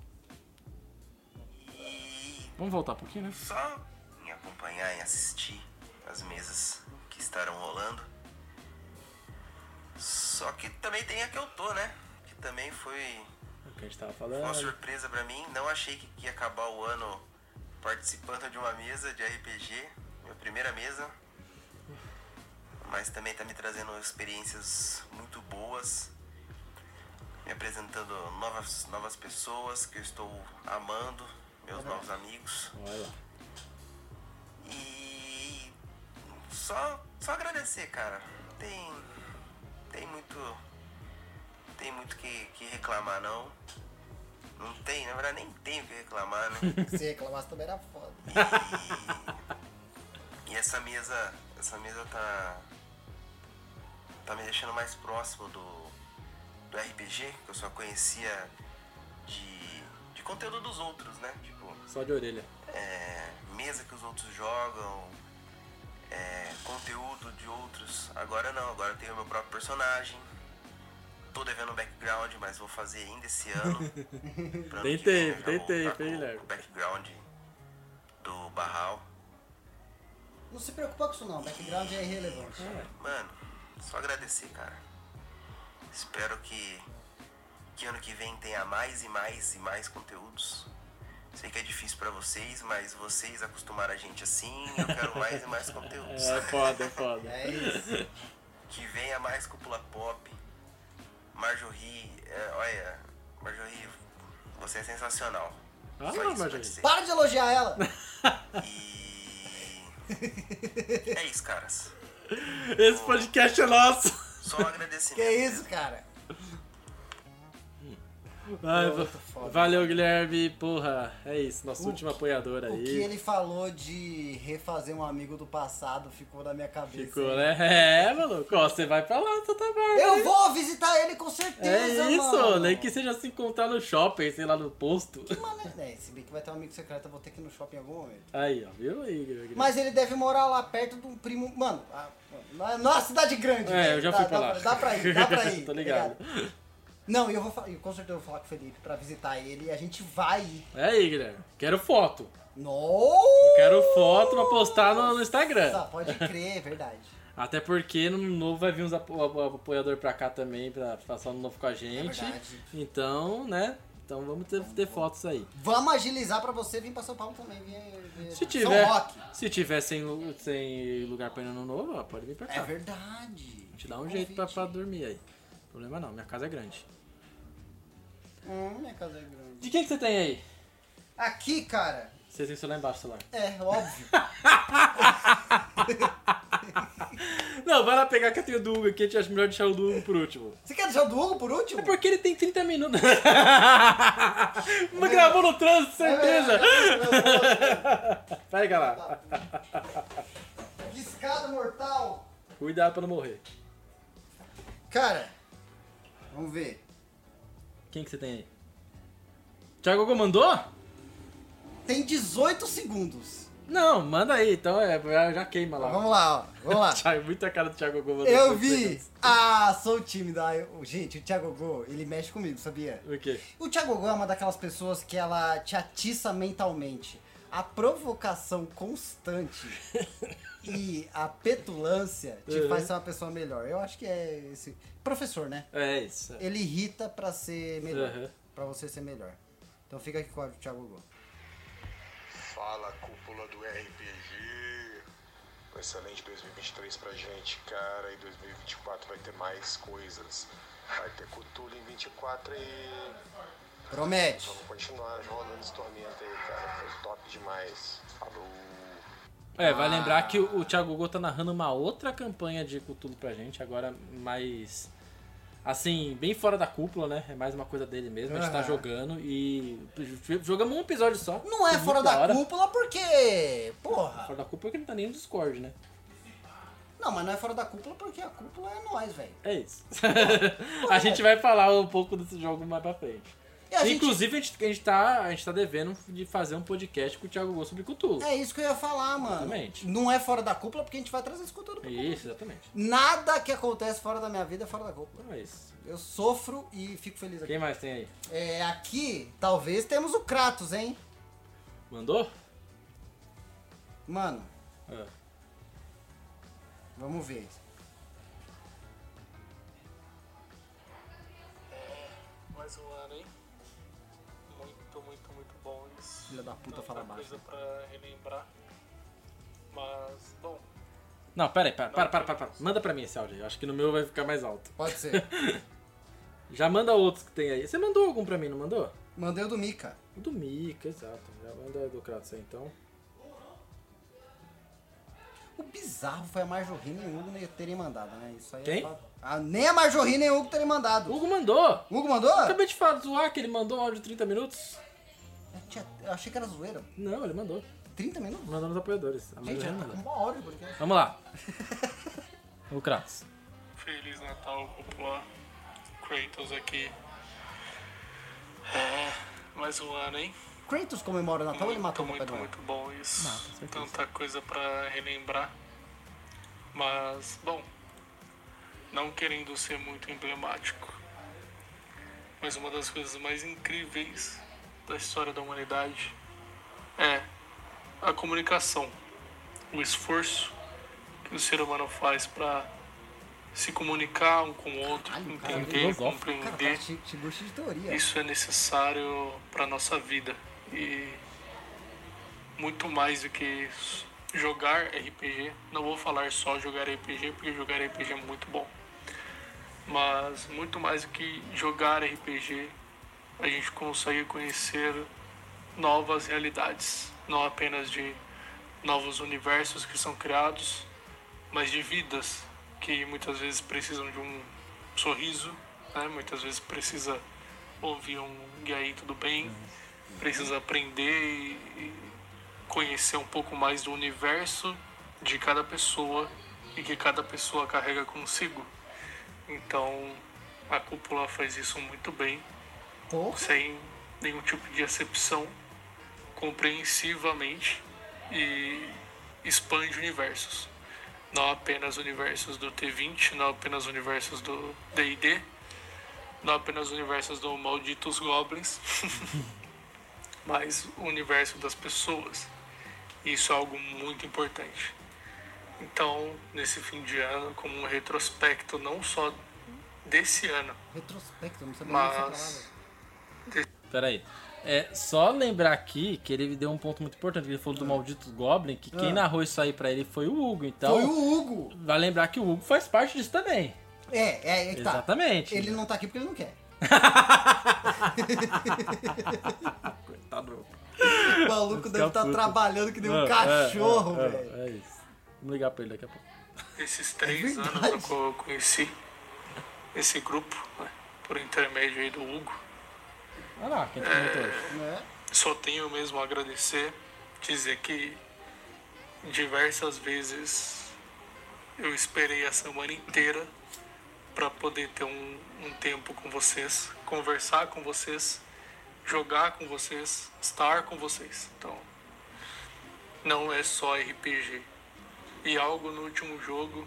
[SPEAKER 1] Vamos voltar um pouquinho, né?
[SPEAKER 7] só em acompanhar e assistir as mesas que estarão rolando. Só que também tem a que eu tô, né? Que também foi
[SPEAKER 1] O que a gente tava
[SPEAKER 7] uma
[SPEAKER 1] falando.
[SPEAKER 7] surpresa pra mim. Não achei que ia acabar o ano participando de uma mesa de RPG, minha primeira mesa. Mas também tá me trazendo experiências muito boas, me apresentando novas, novas pessoas que eu estou amando, meus novos amigos.
[SPEAKER 1] Vai lá.
[SPEAKER 7] E só, só agradecer, cara. Tem, tem muito, tem muito que, que reclamar não. Não tem, na verdade nem tem o que reclamar, né?
[SPEAKER 2] *laughs* Se reclamasse também era foda.
[SPEAKER 7] E essa mesa, essa mesa tá tá me deixando mais próximo do do RPG, que eu só conhecia de de conteúdo dos outros, né? Tipo,
[SPEAKER 1] Só de orelha.
[SPEAKER 7] é, mesa que os outros jogam, é, conteúdo de outros. Agora não, agora eu tenho meu próprio personagem. Tô devendo um background, mas vou fazer ainda esse ano. Pra ano
[SPEAKER 1] Tem
[SPEAKER 7] que vem eu
[SPEAKER 1] tempo,
[SPEAKER 7] já
[SPEAKER 1] tem
[SPEAKER 7] vou
[SPEAKER 1] tempo,
[SPEAKER 7] tá com-
[SPEAKER 1] hein, Léo?
[SPEAKER 7] com O background do Barral.
[SPEAKER 2] Não se preocupa com isso não, background é irrelevante.
[SPEAKER 1] Ah.
[SPEAKER 7] Mano, só agradecer, cara. Espero que, que ano que vem tenha mais e mais e mais conteúdos. Sei que é difícil pra vocês, mas vocês acostumaram a gente assim. Eu quero mais
[SPEAKER 1] *laughs*
[SPEAKER 7] e mais conteúdos.
[SPEAKER 1] É foda, é foda.
[SPEAKER 2] É isso.
[SPEAKER 7] Que venha mais cúpula pop. Marjorie, é, olha, Marjorie, você é sensacional.
[SPEAKER 1] Ah,
[SPEAKER 7] Só isso pra
[SPEAKER 1] Marjorie.
[SPEAKER 7] dizer.
[SPEAKER 2] Para de elogiar ela!
[SPEAKER 7] E. É isso, caras.
[SPEAKER 1] Esse podcast é nosso.
[SPEAKER 7] Só um agradecimento.
[SPEAKER 2] Que é isso, cara?
[SPEAKER 1] Ai,
[SPEAKER 2] Pronto,
[SPEAKER 1] va-
[SPEAKER 2] foda.
[SPEAKER 1] valeu, Guilherme. Porra, é isso. Nosso último apoiador
[SPEAKER 2] O que
[SPEAKER 1] aí.
[SPEAKER 2] ele falou de refazer um amigo do passado ficou na minha cabeça.
[SPEAKER 1] Ficou, né? *laughs* É, maluco. Ó, você vai pra lá, Tata Barba.
[SPEAKER 2] Eu vou visitar ele com certeza,
[SPEAKER 1] É isso,
[SPEAKER 2] mano.
[SPEAKER 1] nem que seja se encontrar no shopping, sei lá, no posto. *laughs*
[SPEAKER 2] Mano, é, se bem que vai ter um amigo secreto, eu vou ter que ir no shopping em algum momento.
[SPEAKER 1] Aí, ó, viu aí, Guilherme?
[SPEAKER 2] Mas ele deve morar lá perto de um primo. Mano, a- é, na nossa cidade grande.
[SPEAKER 1] É,
[SPEAKER 2] velho.
[SPEAKER 1] eu já
[SPEAKER 2] dá,
[SPEAKER 1] fui pra
[SPEAKER 2] dá
[SPEAKER 1] lá.
[SPEAKER 2] Dá pra ir,
[SPEAKER 1] *laughs*
[SPEAKER 2] dá pra ir.
[SPEAKER 1] Tô
[SPEAKER 2] tá
[SPEAKER 1] ligado.
[SPEAKER 2] Não, eu vou fa- eu com certeza vou falar com o Felipe pra visitar ele e a gente vai ir.
[SPEAKER 1] É aí, Guilherme. Quero foto. Eu
[SPEAKER 2] Nossa!
[SPEAKER 1] quero foto pra postar no, no Instagram.
[SPEAKER 2] Pode crer, é verdade.
[SPEAKER 1] Até porque no novo vai vir uns apo- apo- apoiador pra cá também, pra passar no novo com a gente.
[SPEAKER 2] É verdade.
[SPEAKER 1] então, né? Então vamos ter, ter fotos aí.
[SPEAKER 2] Vamos agilizar pra você vir pra São Paulo também. Vir, vir-
[SPEAKER 1] Se tiver,
[SPEAKER 2] São Roque.
[SPEAKER 1] se tiver sem, lu- sem lugar pra ir no ano novo, ó, pode vir pra cá.
[SPEAKER 2] É verdade.
[SPEAKER 1] Te dá um jeito pra,
[SPEAKER 2] Convite.
[SPEAKER 1] pra dormir aí. Problema não, minha casa é grande.
[SPEAKER 2] Hum, minha casa é grande.
[SPEAKER 1] De quem que você tem aí?
[SPEAKER 2] Aqui, cara,
[SPEAKER 1] Você tem o celular embaixo, celular.
[SPEAKER 2] é óbvio.
[SPEAKER 1] Não, vai lá pegar que eu tenho o Dugo aqui, eu acho melhor deixar o Dugo por último.
[SPEAKER 2] Você quer deixar o Diogo por último?
[SPEAKER 1] É porque ele tem 30 minutos. *laughs* Mas gravou no trânsito,
[SPEAKER 2] É
[SPEAKER 1] certeza. Pega lá.
[SPEAKER 2] Discada mortal.
[SPEAKER 1] Cuidado pra não morrer.
[SPEAKER 2] Cara, vamos ver.
[SPEAKER 1] Quem que você tem aí? Thiago Gogô mandou?
[SPEAKER 2] Tem 18 segundos.
[SPEAKER 1] Não, manda aí, então é, já- já queima lá.
[SPEAKER 2] Vamos lá, ó. Vamos
[SPEAKER 1] *laughs*
[SPEAKER 2] lá.
[SPEAKER 1] Thiago, muita cara do Thiago Gogô mandou.
[SPEAKER 2] Eu
[SPEAKER 1] esses
[SPEAKER 2] vi.
[SPEAKER 1] segundos.
[SPEAKER 2] Ah, sou tímido. Ah, eu- Gente, o Thiago Go, ele mexe comigo, sabia?
[SPEAKER 1] O quê?
[SPEAKER 2] O Thiago Go é uma daquelas pessoas que ela te atiça mentalmente. A provocação
[SPEAKER 1] *laughs*
[SPEAKER 2] constante e a petulância te
[SPEAKER 1] Uhum.
[SPEAKER 2] faz ser uma pessoa melhor. Eu acho que é esse. Professor, né?
[SPEAKER 1] É isso.
[SPEAKER 2] Ele irrita pra ser melhor.
[SPEAKER 1] Uhum.
[SPEAKER 2] Pra você ser melhor. Então fica aqui com o Thiago Go.
[SPEAKER 8] Fala cúpula do RPG. Um excelente 2023 pra gente, cara. E 2024 vai ter mais coisas. Vai ter Cthulhu em 24 e
[SPEAKER 2] Promete.
[SPEAKER 8] vamos continuar rolando esse tormento aí, cara. Foi top demais. Falou.
[SPEAKER 1] É, vai
[SPEAKER 2] Ah.
[SPEAKER 1] lembrar que o o Thiago Gogô tá narrando uma outra campanha de Cthulhu pra gente, agora mais assim, bem fora da cúpula, né? É mais uma coisa dele mesmo. A gente tá
[SPEAKER 9] Aham.
[SPEAKER 1] jogando e. Jogamos um episódio só.
[SPEAKER 2] Não é
[SPEAKER 1] Muito
[SPEAKER 2] fora da
[SPEAKER 1] hora.
[SPEAKER 2] cúpula porque. Porra.
[SPEAKER 1] Fora da cúpula porque não tá nem no Discord, né?
[SPEAKER 2] Não, mas não é fora da cúpula porque a cúpula é nós, velho.
[SPEAKER 1] É isso. *laughs* a gente vai falar um pouco desse jogo mais pra frente.
[SPEAKER 2] E É, a gente-
[SPEAKER 1] Inclusive, a gente, a, gente tá, a gente tá devendo de fazer um podcast com o Thiago Gol sobre Cthulhu.
[SPEAKER 2] É isso que eu ia falar, mano.
[SPEAKER 1] Exatamente.
[SPEAKER 2] Não é fora da cúpula porque a gente vai trazer isso tudo pra
[SPEAKER 1] Isso, exatamente.
[SPEAKER 2] Nada que acontece fora da minha vida é fora da cúpula.
[SPEAKER 1] Então é isso.
[SPEAKER 2] Eu sofro e fico feliz aqui.
[SPEAKER 1] Quem mais tem aí?
[SPEAKER 2] É, aqui, talvez temos o Kratos, hein?
[SPEAKER 1] Mandou?
[SPEAKER 2] Mano,
[SPEAKER 1] Ah.
[SPEAKER 2] vamos ver.
[SPEAKER 10] Mais um ano, hein? Muito, muito, muito bom isso.
[SPEAKER 2] Filha
[SPEAKER 10] Então tá
[SPEAKER 2] da puta,
[SPEAKER 10] Tanta
[SPEAKER 2] fala baixo.
[SPEAKER 10] coisa pra relembrar. Mas, bom,
[SPEAKER 1] Não, pera aí, para, para, para, para, para. Manda pra mim esse áudio aí. Eu acho que no meu vai ficar mais alto.
[SPEAKER 2] Pode ser.
[SPEAKER 10] *laughs*
[SPEAKER 1] Já manda outros que tem aí. Você mandou algum pra mim, não mandou?
[SPEAKER 2] Mandei o do Mika.
[SPEAKER 1] O do Mika, exato. Já manda do Kratos aí, então.
[SPEAKER 2] O bizarro foi a Marjorie e o Hugo nem terem mandado, né? Isso aí é
[SPEAKER 1] Quem?
[SPEAKER 2] foda. Ah, nem a Marjorie nem o Hugo terem mandado.
[SPEAKER 1] O Hugo mandou!
[SPEAKER 2] O Hugo mandou?
[SPEAKER 1] Acabei de falar, zoar que ele mandou um áudio de 30 minutos.
[SPEAKER 2] Eu, tinha- eu achei que era zoeira.
[SPEAKER 1] Não, ele mandou.
[SPEAKER 2] 30 minutos?
[SPEAKER 1] Mandou nos apoiadores. A
[SPEAKER 2] Gente,
[SPEAKER 1] maioria
[SPEAKER 2] já tá
[SPEAKER 1] mandou.
[SPEAKER 2] com uma hora de podcast.
[SPEAKER 1] Vamos
[SPEAKER 2] *laughs*
[SPEAKER 1] lá. o Kratos.
[SPEAKER 10] Feliz Natal Popular. Kratos aqui. É, mais um ano, hein?
[SPEAKER 2] Kratos comemora o Natal ou Então ele
[SPEAKER 10] muito,
[SPEAKER 2] matou o Papai
[SPEAKER 10] muito,
[SPEAKER 2] Noel?
[SPEAKER 10] muito bom isso.
[SPEAKER 1] Mata, com certeza.
[SPEAKER 10] Tanta coisa pra relembrar. Mas, bom, não querendo ser muito emblemático, mas uma das coisas mais incríveis da história da humanidade é a comunicação, o esforço que o ser humano faz pra se comunicar um com o outro,
[SPEAKER 2] Caralho, cara,
[SPEAKER 10] entender,
[SPEAKER 1] filosófico.
[SPEAKER 2] Cara,
[SPEAKER 10] compreender.
[SPEAKER 2] cara, che- chegou cheio de teoria.
[SPEAKER 10] Isso é necessário para nossa vida e muito mais do que isso. jogar RPG. Não vou falar só jogar RPG porque jogar RPG é muito bom, mas muito mais do que jogar RPG, a gente consegue conhecer novas realidades, não apenas de novos universos que são criados, mas de vidas que muitas vezes precisam de um sorriso, né? Muitas vezes precisa ouvir um e aí tudo bem, precisa aprender e e conhecer um pouco mais do universo de cada pessoa e que cada pessoa carrega consigo. Então a cúpula faz isso muito bem
[SPEAKER 2] Porra.
[SPEAKER 10] sem nenhum tipo de acepção, compreensivamente e expande universos. Não apenas universos do T20, não apenas universos do DD, não apenas universos do Malditos Goblins, *laughs* mas o universo das pessoas. Isso é algo muito importante. Então, nesse fim de ano, como um retrospecto não só desse ano,
[SPEAKER 2] Retrospecto, não sei mais essa palavra.
[SPEAKER 10] mas
[SPEAKER 1] Peraí. É, só lembrar aqui que ele deu um ponto muito importante. Ele falou do
[SPEAKER 2] Ah.
[SPEAKER 1] maldito Goblin, que quem narrou isso aí pra ele foi o Hugo. Então,
[SPEAKER 2] Foi o Hugo.
[SPEAKER 1] vai lembrar que o Hugo faz parte disso também.
[SPEAKER 2] É, é, é que tá.
[SPEAKER 1] Exatamente.
[SPEAKER 2] Ele não tá aqui porque ele
[SPEAKER 1] *laughs*
[SPEAKER 2] não quer.
[SPEAKER 1] tá doido.
[SPEAKER 2] O maluco deve estar
[SPEAKER 1] puto.
[SPEAKER 2] trabalhando que nem um
[SPEAKER 1] É,
[SPEAKER 2] cachorro,
[SPEAKER 1] é, é,
[SPEAKER 2] velho.
[SPEAKER 1] É, isso. Vamos ligar pra ele daqui a pouco.
[SPEAKER 10] Esses três anos eu co- conheci esse grupo, né, por intermédio aí do Hugo.
[SPEAKER 1] Olha lá, quem te comentou hoje.
[SPEAKER 2] Né?
[SPEAKER 10] Só tenho mesmo a agradecer, dizer que diversas vezes eu esperei a semana inteira para poder ter um, um tempo com vocês, conversar com vocês, jogar com vocês, estar com vocês. Então, não é só RPG. E algo no último jogo,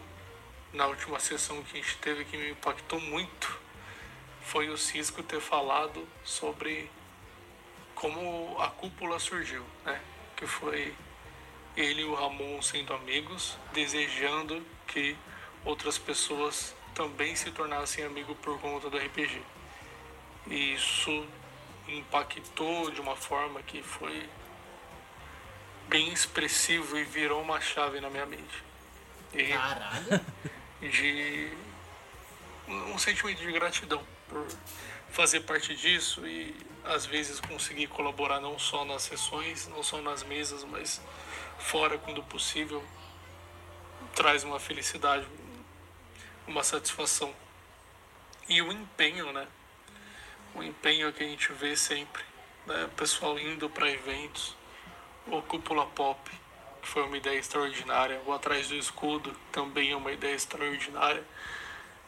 [SPEAKER 10] na última sessão que a gente teve que me impactou muito, foi o Cisco ter falado sobre como a cúpula surgiu, né? Que foi ele e o Ramon sendo amigos, desejando que outras pessoas também se tornassem amigo por conta do RPG. E isso impactou de uma forma que foi bem expressivo e virou uma chave na minha mente. E
[SPEAKER 2] Caralho.
[SPEAKER 10] de um sentimento de gratidão por fazer parte disso e às vezes conseguir colaborar não só nas sessões, não só nas mesas, mas fora quando possível, traz uma felicidade, uma satisfação e o empenho, né? O empenho que a gente vê sempre, né? O pessoal indo para eventos, o Cúpula Pop, que foi uma ideia extraordinária, o Atrás do Escudo também é uma ideia extraordinária.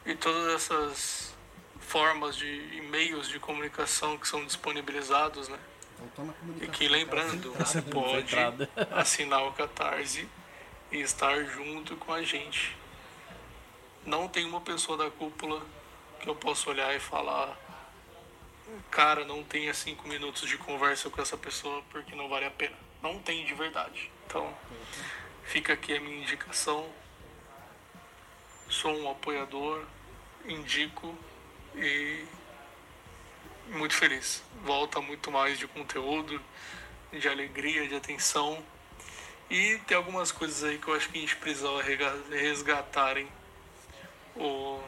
[SPEAKER 10] E todas essas formas de e meios de comunicação que são disponibilizados, né?
[SPEAKER 2] Faltou na então
[SPEAKER 10] E
[SPEAKER 2] comunicação.
[SPEAKER 1] *laughs*
[SPEAKER 10] que lembrando, você pode assinar o Catarse e estar junto com a gente. Não tem uma pessoa da cúpula que eu possa olhar e falar, cara, não tenha cinco minutos de conversa com essa pessoa porque não vale a pena. Não tem de verdade. Então, fica aqui a minha indicação. Sou um apoiador, indico e muito feliz. Volta muito mais de conteúdo, de alegria, de atenção. E tem algumas coisas aí que eu acho que a gente precisava rega- resgatar, hein? O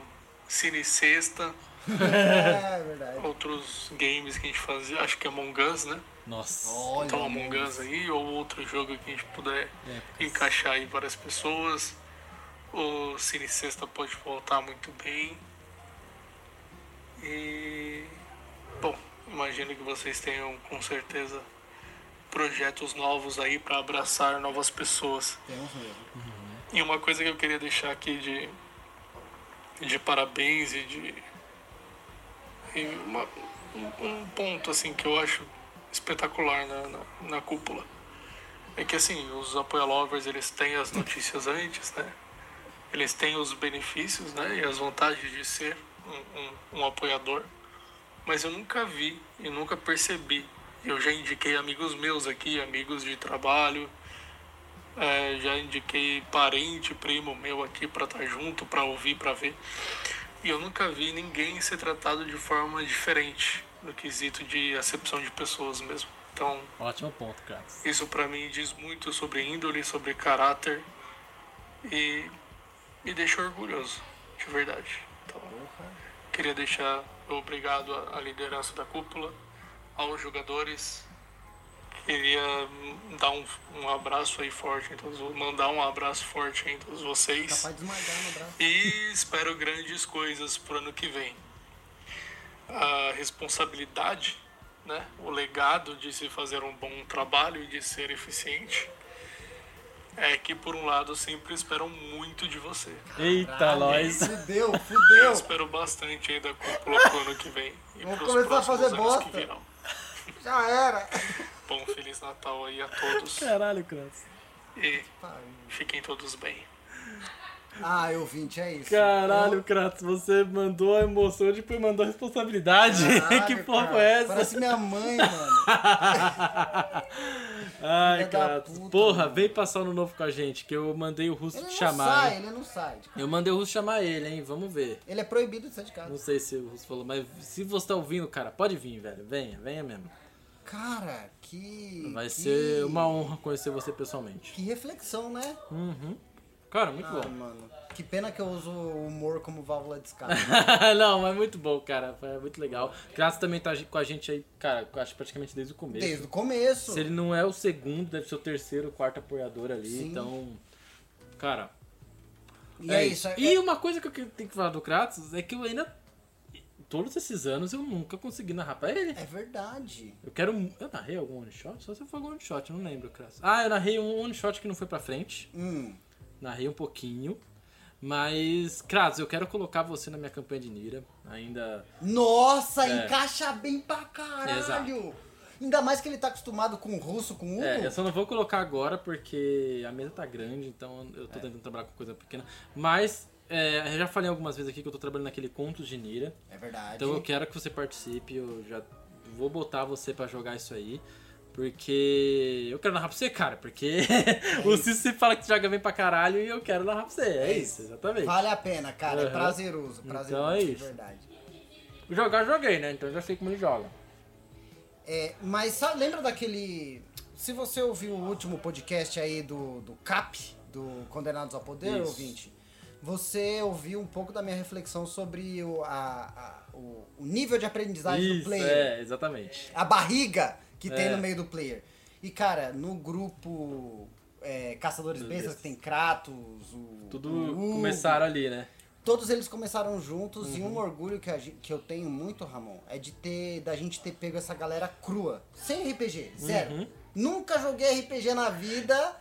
[SPEAKER 10] Cine Sexta,
[SPEAKER 2] É, verdade.
[SPEAKER 10] outros games que a gente fazia, acho que Among Us, né?
[SPEAKER 11] Nossa.
[SPEAKER 2] Olha.
[SPEAKER 10] Então Among Us aí, ou outro jogo que a gente puder
[SPEAKER 1] é,
[SPEAKER 10] encaixar aí para as pessoas. O Cine Sexta pode voltar muito bem. E. Bom, imagino que vocês tenham com certeza projetos novos aí para abraçar novas pessoas.
[SPEAKER 2] Temos mesmo.
[SPEAKER 10] E uma coisa que eu queria deixar aqui de, de parabéns e de. e uma- um, um ponto assim que eu acho espetacular na, na, na cúpula. É que assim, os apoia-lovers eles têm as notícias antes, né? Eles têm os benefícios né? e as vantagens de ser um, um, um apoiador. Mas eu nunca vi e nunca percebi. Eu já indiquei amigos meus aqui, amigos de trabalho, é, já indiquei parente, primo meu aqui pra estar junto, pra ouvir, pra ver. E eu nunca vi ninguém ser tratado de forma diferente no quesito de acepção de pessoas mesmo. Então,
[SPEAKER 11] Ótimo ponto, cara.
[SPEAKER 10] isso pra mim diz muito sobre índole, sobre caráter e me deixa orgulhoso, de verdade. Então, queria deixar obrigado à- à liderança da cúpula, aos jogadores. Queria hum, dar um, um abraço aí forte, em todos, mandar um abraço forte em todos vocês
[SPEAKER 2] Capaz de esmagar no braço.
[SPEAKER 10] e espero grandes coisas pro ano que vem. A responsabilidade, né? o legado de se fazer um bom trabalho e de ser eficiente é que, por um lado, sempre esperam muito de você.
[SPEAKER 1] Eita, nós.
[SPEAKER 2] Fudeu,
[SPEAKER 10] Eu
[SPEAKER 2] fudeu.
[SPEAKER 10] espero bastante aí da cúpula pro ano que vem e
[SPEAKER 2] Vamos
[SPEAKER 10] pros
[SPEAKER 2] começar a
[SPEAKER 10] próximos
[SPEAKER 2] fazer
[SPEAKER 10] anos
[SPEAKER 2] bosta.
[SPEAKER 10] que virão.
[SPEAKER 2] Já era.
[SPEAKER 10] Bom, Feliz Natal aí a todos
[SPEAKER 1] Caralho, Kratz.
[SPEAKER 10] e fiquem todos bem.
[SPEAKER 2] Ah, eu vinte, é isso.
[SPEAKER 1] Caralho, Kratz, você mandou a emoção e depois mandou a responsabilidade. *laughs*
[SPEAKER 2] Caralho,
[SPEAKER 1] que porra
[SPEAKER 2] cara.
[SPEAKER 1] foi essa?
[SPEAKER 2] Parece minha mãe, mano.
[SPEAKER 1] *laughs* Ai,
[SPEAKER 2] Filha da
[SPEAKER 1] Kratz.
[SPEAKER 2] puta,
[SPEAKER 1] Porra,
[SPEAKER 2] mano.
[SPEAKER 1] vem passar no novo com a gente, que eu mandei o Russo
[SPEAKER 2] Ele não
[SPEAKER 1] te chamar.
[SPEAKER 2] sai,
[SPEAKER 1] hein?
[SPEAKER 2] ele não sai.
[SPEAKER 1] Eu mandei o Russo chamar ele, hein? Vamos ver.
[SPEAKER 2] Ele é proibido de sair de casa.
[SPEAKER 1] Não sei se o Russo falou, mas se você tá ouvindo, cara, pode vir, velho. Venha, venha mesmo.
[SPEAKER 2] Cara, que.
[SPEAKER 1] Vai
[SPEAKER 2] que-
[SPEAKER 1] ser uma honra conhecer você pessoalmente.
[SPEAKER 2] Que reflexão, né?
[SPEAKER 1] Uhum. Cara, muito
[SPEAKER 2] Ah,
[SPEAKER 1] bom.
[SPEAKER 2] mano. Que pena que eu uso o humor como válvula de escape.
[SPEAKER 1] *laughs* não, mas muito bom, cara. Foi muito legal. Kratz também tá com a gente aí, cara, eu acho praticamente desde o começo.
[SPEAKER 2] Desde o começo.
[SPEAKER 1] Se ele não é o segundo, deve ser o terceiro, quarto apoiador ali.
[SPEAKER 2] Sim.
[SPEAKER 1] Então, cara.
[SPEAKER 2] E é isso.
[SPEAKER 1] E
[SPEAKER 2] é-
[SPEAKER 1] uma coisa que eu que- tenho que falar do Kratos é que eu ainda. Todos esses anos eu nunca consegui narrar pra ele.
[SPEAKER 2] É verdade.
[SPEAKER 1] Eu quero. mu- Eu narrei algum one shot? Só se for algum one shot, eu não lembro, Kratos. Ah, eu narrei um one shot que não foi pra frente.
[SPEAKER 2] Hum.
[SPEAKER 1] Narrei um pouquinho. Mas, Kratos, eu quero colocar você na minha campanha de Nira. Ainda.
[SPEAKER 2] Nossa,
[SPEAKER 1] É.
[SPEAKER 2] encaixa bem pra caralho. Ainda mais que ele tá acostumado com o russo, com o Hugo.
[SPEAKER 1] É, eu só não vou colocar agora porque a mesa tá grande, então eu tô tentando trabalhar com coisa pequena. Mas, é, eu já falei algumas vezes aqui que eu tô trabalhando naquele Contos de Nira.
[SPEAKER 2] É verdade.
[SPEAKER 1] Então eu quero que você participe, eu já vou botar você pra jogar isso aí. Porque eu quero narrar pra você, cara. Porque *laughs* o Cício sempre fala que joga bem pra caralho e eu quero narrar pra você. É, isso, exatamente.
[SPEAKER 2] Vale a pena, cara. É
[SPEAKER 1] Aham.
[SPEAKER 2] prazeroso.
[SPEAKER 1] Então
[SPEAKER 2] prazeroso
[SPEAKER 1] é
[SPEAKER 2] de
[SPEAKER 1] isso.
[SPEAKER 2] verdade.
[SPEAKER 1] Jogar, joguei, né? Então eu já sei como ele joga.
[SPEAKER 2] É, mas sabe, lembra daquele. Se você ouviu o último podcast aí do, do CAP, do Condenados ao Poder,
[SPEAKER 1] Isso.
[SPEAKER 2] ouvinte, você ouviu um pouco da minha reflexão sobre o, a- a- o, o nível de aprendizagem do
[SPEAKER 1] Isso,
[SPEAKER 2] player.
[SPEAKER 1] é, exatamente.
[SPEAKER 2] a barriga que tem
[SPEAKER 1] É.
[SPEAKER 2] no meio do player. E, cara, no grupo é, Caçadores
[SPEAKER 1] Meu
[SPEAKER 2] Bestas,
[SPEAKER 1] Deus.
[SPEAKER 2] que tem Kratos, o.
[SPEAKER 1] Tudo
[SPEAKER 2] o Hugo,
[SPEAKER 1] começaram ali, né?
[SPEAKER 2] Todos eles começaram juntos e um
[SPEAKER 1] Uhum.
[SPEAKER 2] orgulho que, a gen- que eu tenho muito, Ramon, é de ter da gente ter pego essa galera crua, sem RPG, zero.
[SPEAKER 1] Uhum.
[SPEAKER 2] Nunca joguei RPG na vida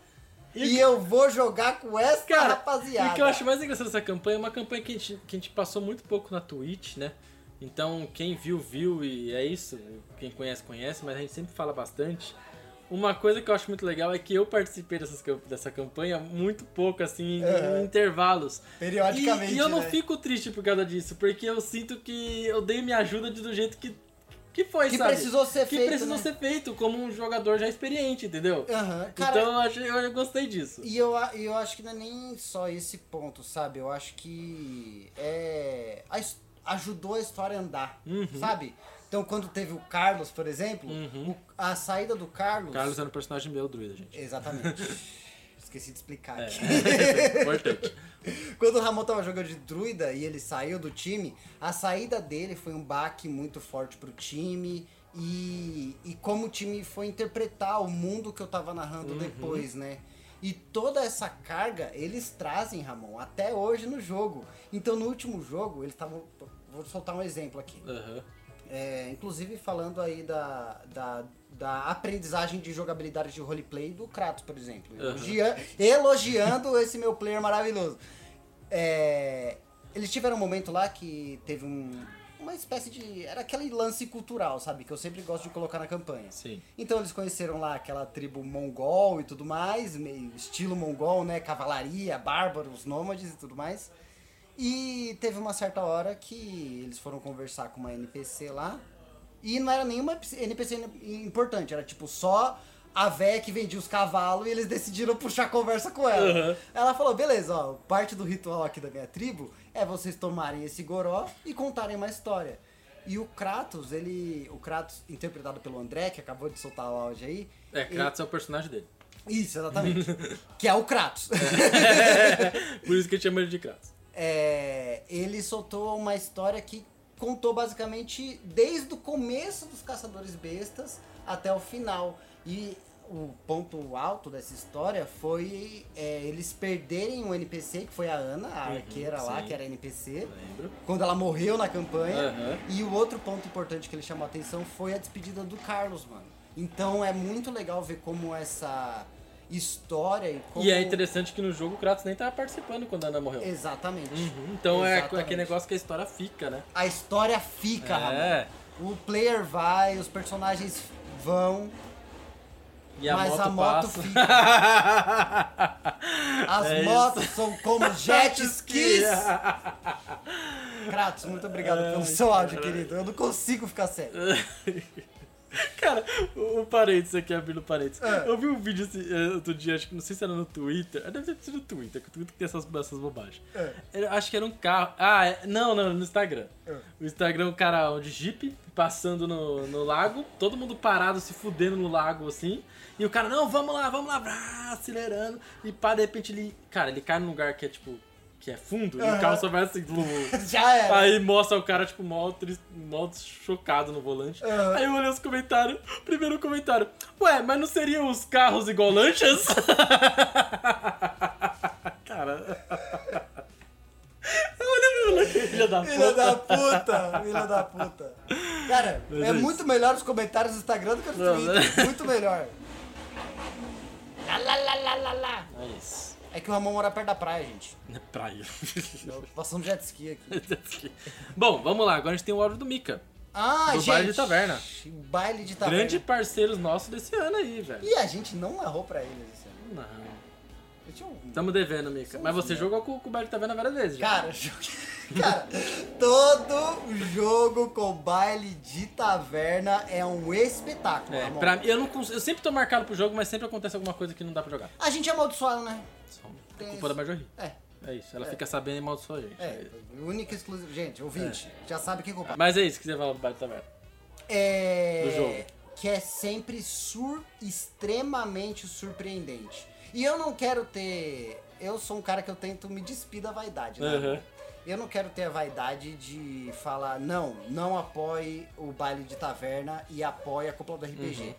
[SPEAKER 2] e, eu vou jogar com essa
[SPEAKER 1] Cara,
[SPEAKER 2] rapaziada.
[SPEAKER 1] E o que eu acho mais engraçado dessa campanha é uma campanha que a, gente, que a gente passou muito pouco na Twitch, né? Então, quem viu, viu e é isso. Quem conhece, conhece, mas a gente sempre fala bastante. Uma coisa que eu acho muito legal é que eu participei dessas, cam- dessa campanha muito pouco, assim, em intervalos.
[SPEAKER 2] Periodicamente,
[SPEAKER 1] E, e eu não
[SPEAKER 2] né?
[SPEAKER 1] fico triste por causa disso, porque eu sinto que eu dei minha ajuda de- do jeito que, que foi,
[SPEAKER 2] Que
[SPEAKER 1] sabe?
[SPEAKER 2] precisou ser
[SPEAKER 1] que
[SPEAKER 2] feito,
[SPEAKER 1] precisou
[SPEAKER 2] né?
[SPEAKER 1] ser feito, como um jogador já experiente, entendeu?
[SPEAKER 2] Aham, cara,
[SPEAKER 1] Então eu, acho- eu gostei disso.
[SPEAKER 2] E eu, a- eu acho que não é nem só esse ponto, sabe? Eu acho que é, a his- ajudou a história a andar,
[SPEAKER 1] Uhum.
[SPEAKER 2] sabe? Então, quando teve o Carlos, por exemplo, o- a saída do Carlos.
[SPEAKER 1] Uhum. Carlos era um personagem meu, druida,
[SPEAKER 2] *laughs*
[SPEAKER 1] gente.
[SPEAKER 2] Exatamente. Esqueci de explicar aqui. *laughs*
[SPEAKER 1] Importante.
[SPEAKER 2] Quando o Ramon tava jogando de druida e ele saiu do time, a saída dele foi um baque muito forte pro time. E, e como o time foi interpretar o mundo que eu tava narrando depois, né? E toda essa carga eles trazem, Ramon, até hoje no jogo. Então no último jogo, eles estavam. Vou soltar um exemplo aqui.
[SPEAKER 1] Aham.
[SPEAKER 2] É, inclusive falando aí da, da, da aprendizagem de jogabilidade de roleplay do Kratos, por exemplo. Elogia- elogiando esse meu player maravilhoso. É, eles tiveram um momento lá que teve um, uma espécie de. Era aquele lance cultural, sabe? Que eu sempre gosto de colocar na campanha.
[SPEAKER 1] Sim.
[SPEAKER 2] Então eles conheceram lá aquela tribo mongol e tudo mais, meio estilo mongol, né? Cavalaria, bárbaros, nômades e tudo mais. E teve uma certa hora que eles foram conversar com uma NPC lá. E não era nenhuma NPC importante, era tipo só a véia que vendia os cavalos e eles decidiram *laughs* puxar conversa com ela. Ela falou: beleza, ó, parte do ritual aqui da minha tribo é vocês tomarem esse goró e contarem uma história. E o Kratos, ele. O Kratos, interpretado pelo André, que acabou de soltar o áudio aí.
[SPEAKER 1] É,
[SPEAKER 2] ele-
[SPEAKER 1] Kratos é o personagem dele.
[SPEAKER 2] Isso,
[SPEAKER 1] *laughs*
[SPEAKER 2] exatamente. que é o Kratos.
[SPEAKER 1] Por isso que eu chamo ele de Kratos.
[SPEAKER 2] *laughs* É, ele soltou uma história que contou basicamente desde o começo dos Caçadores Bestas até o final. E o ponto alto dessa história foi é, eles perderem um NPC, que foi a Ana, a arqueira lá,
[SPEAKER 1] Uhum, sim.
[SPEAKER 2] que era NPC,
[SPEAKER 1] Lembro.
[SPEAKER 2] quando ela morreu na campanha.
[SPEAKER 1] Aham.
[SPEAKER 2] E o outro ponto importante que ele chamou a atenção foi a despedida do Carlos, mano. Então é muito legal ver como essa história e como...
[SPEAKER 1] E é interessante que no jogo o Kratos nem tava participando quando a Ana morreu.
[SPEAKER 2] Exatamente.
[SPEAKER 1] Uhum. Então é
[SPEAKER 2] Exatamente.
[SPEAKER 1] aquele negócio que a história fica, né?
[SPEAKER 2] A história fica, Ramon.
[SPEAKER 1] é.
[SPEAKER 2] O player vai, os personagens vão,
[SPEAKER 1] E a
[SPEAKER 2] mas
[SPEAKER 1] moto
[SPEAKER 2] a moto
[SPEAKER 1] passa.
[SPEAKER 2] fica.
[SPEAKER 1] *laughs*
[SPEAKER 2] As
[SPEAKER 1] É isso.
[SPEAKER 2] motos são
[SPEAKER 1] *laughs*
[SPEAKER 2] como jet skis. Kratos, muito obrigado
[SPEAKER 1] É,
[SPEAKER 2] pelo seu áudio, querido. Eu não consigo ficar sério.
[SPEAKER 1] *laughs* Cara, o, o parênteses aqui, abrindo parênteses.
[SPEAKER 2] É.
[SPEAKER 1] Eu vi um vídeo esse, eh, outro dia, acho que não sei se era no Twitter. Ah, Deve ter sido no Twitter, que o Twitter tem essas, essas bobagens.
[SPEAKER 2] É.
[SPEAKER 1] Era- acho que era um carro. Ah, é- não, não, no Instagram. O Instagram, o cara ó, de Jeep passando no, no lago, todo mundo parado, se fudendo no lago assim. E o cara, não, vamos lá, vamos lá, brá, acelerando. E pá, de repente ele. Cara, ele cai num lugar que é tipo. que é fundo, e o carro só vai assim. blum.
[SPEAKER 2] Já era.
[SPEAKER 1] Aí mostra o cara, tipo, mó, triste, mó chocado no volante. Aí eu olhei os comentários. Primeiro comentário. Ué, mas não seriam os carros igual lanchas? *laughs* cara. Olha meu lanche, filha da
[SPEAKER 2] Filha
[SPEAKER 1] puta.
[SPEAKER 2] da puta, filha da puta. Cara, é muito melhor os comentários do Instagram do que
[SPEAKER 1] Não, né?
[SPEAKER 2] do Twitter. Muito melhor. Lá, lá, lá, lá, lá, lá.
[SPEAKER 1] É isso.
[SPEAKER 2] É que o Ramon mora perto da praia, gente.
[SPEAKER 1] É praia.
[SPEAKER 2] Passando jet ski aqui.
[SPEAKER 1] Bom, vamos lá. Agora a gente tem o áudio do Mika.
[SPEAKER 2] Ah,
[SPEAKER 1] Do
[SPEAKER 2] gente.
[SPEAKER 1] baile de taverna.
[SPEAKER 2] Baile de taverna.
[SPEAKER 1] Grande parceiro nosso desse ano aí, velho.
[SPEAKER 2] E a gente não narrou pra eles esse ano.
[SPEAKER 1] Não.
[SPEAKER 2] Eu tinha um...
[SPEAKER 1] Tamo devendo, Mika. Mas você jogou com, com o tá Baile Taverna várias vezes Então, já.
[SPEAKER 2] Cara, jo- *laughs* cara, todo jogo com baile de taverna é um espetáculo,
[SPEAKER 1] É,
[SPEAKER 2] Ramon.
[SPEAKER 1] pra, eu, não cons- eu sempre tô marcado pro jogo, mas sempre acontece alguma coisa que não dá pra jogar.
[SPEAKER 2] A gente é amaldiçoado, né?
[SPEAKER 1] Só um,
[SPEAKER 2] Tem
[SPEAKER 1] culpa da Marjorie.
[SPEAKER 2] É,
[SPEAKER 1] É isso, ela fica sabendo e amaldiçoa a gente. É
[SPEAKER 2] é.
[SPEAKER 1] isso.
[SPEAKER 2] Única e exclusiva. Gente, ouvinte, já sabe quem culpar.
[SPEAKER 1] Mas é isso que você fala do Baile Taverna.
[SPEAKER 2] É.
[SPEAKER 1] Do jogo.
[SPEAKER 2] Que é sempre sur... extremamente surpreendente. E eu não quero ter. Eu sou um cara que eu tento me despir da vaidade, né?
[SPEAKER 1] Aham.
[SPEAKER 2] Eu não quero ter a vaidade de
[SPEAKER 1] Uhum.
[SPEAKER 2] falar, não, não apoie o baile de taverna e apoie a cúpula do RPG.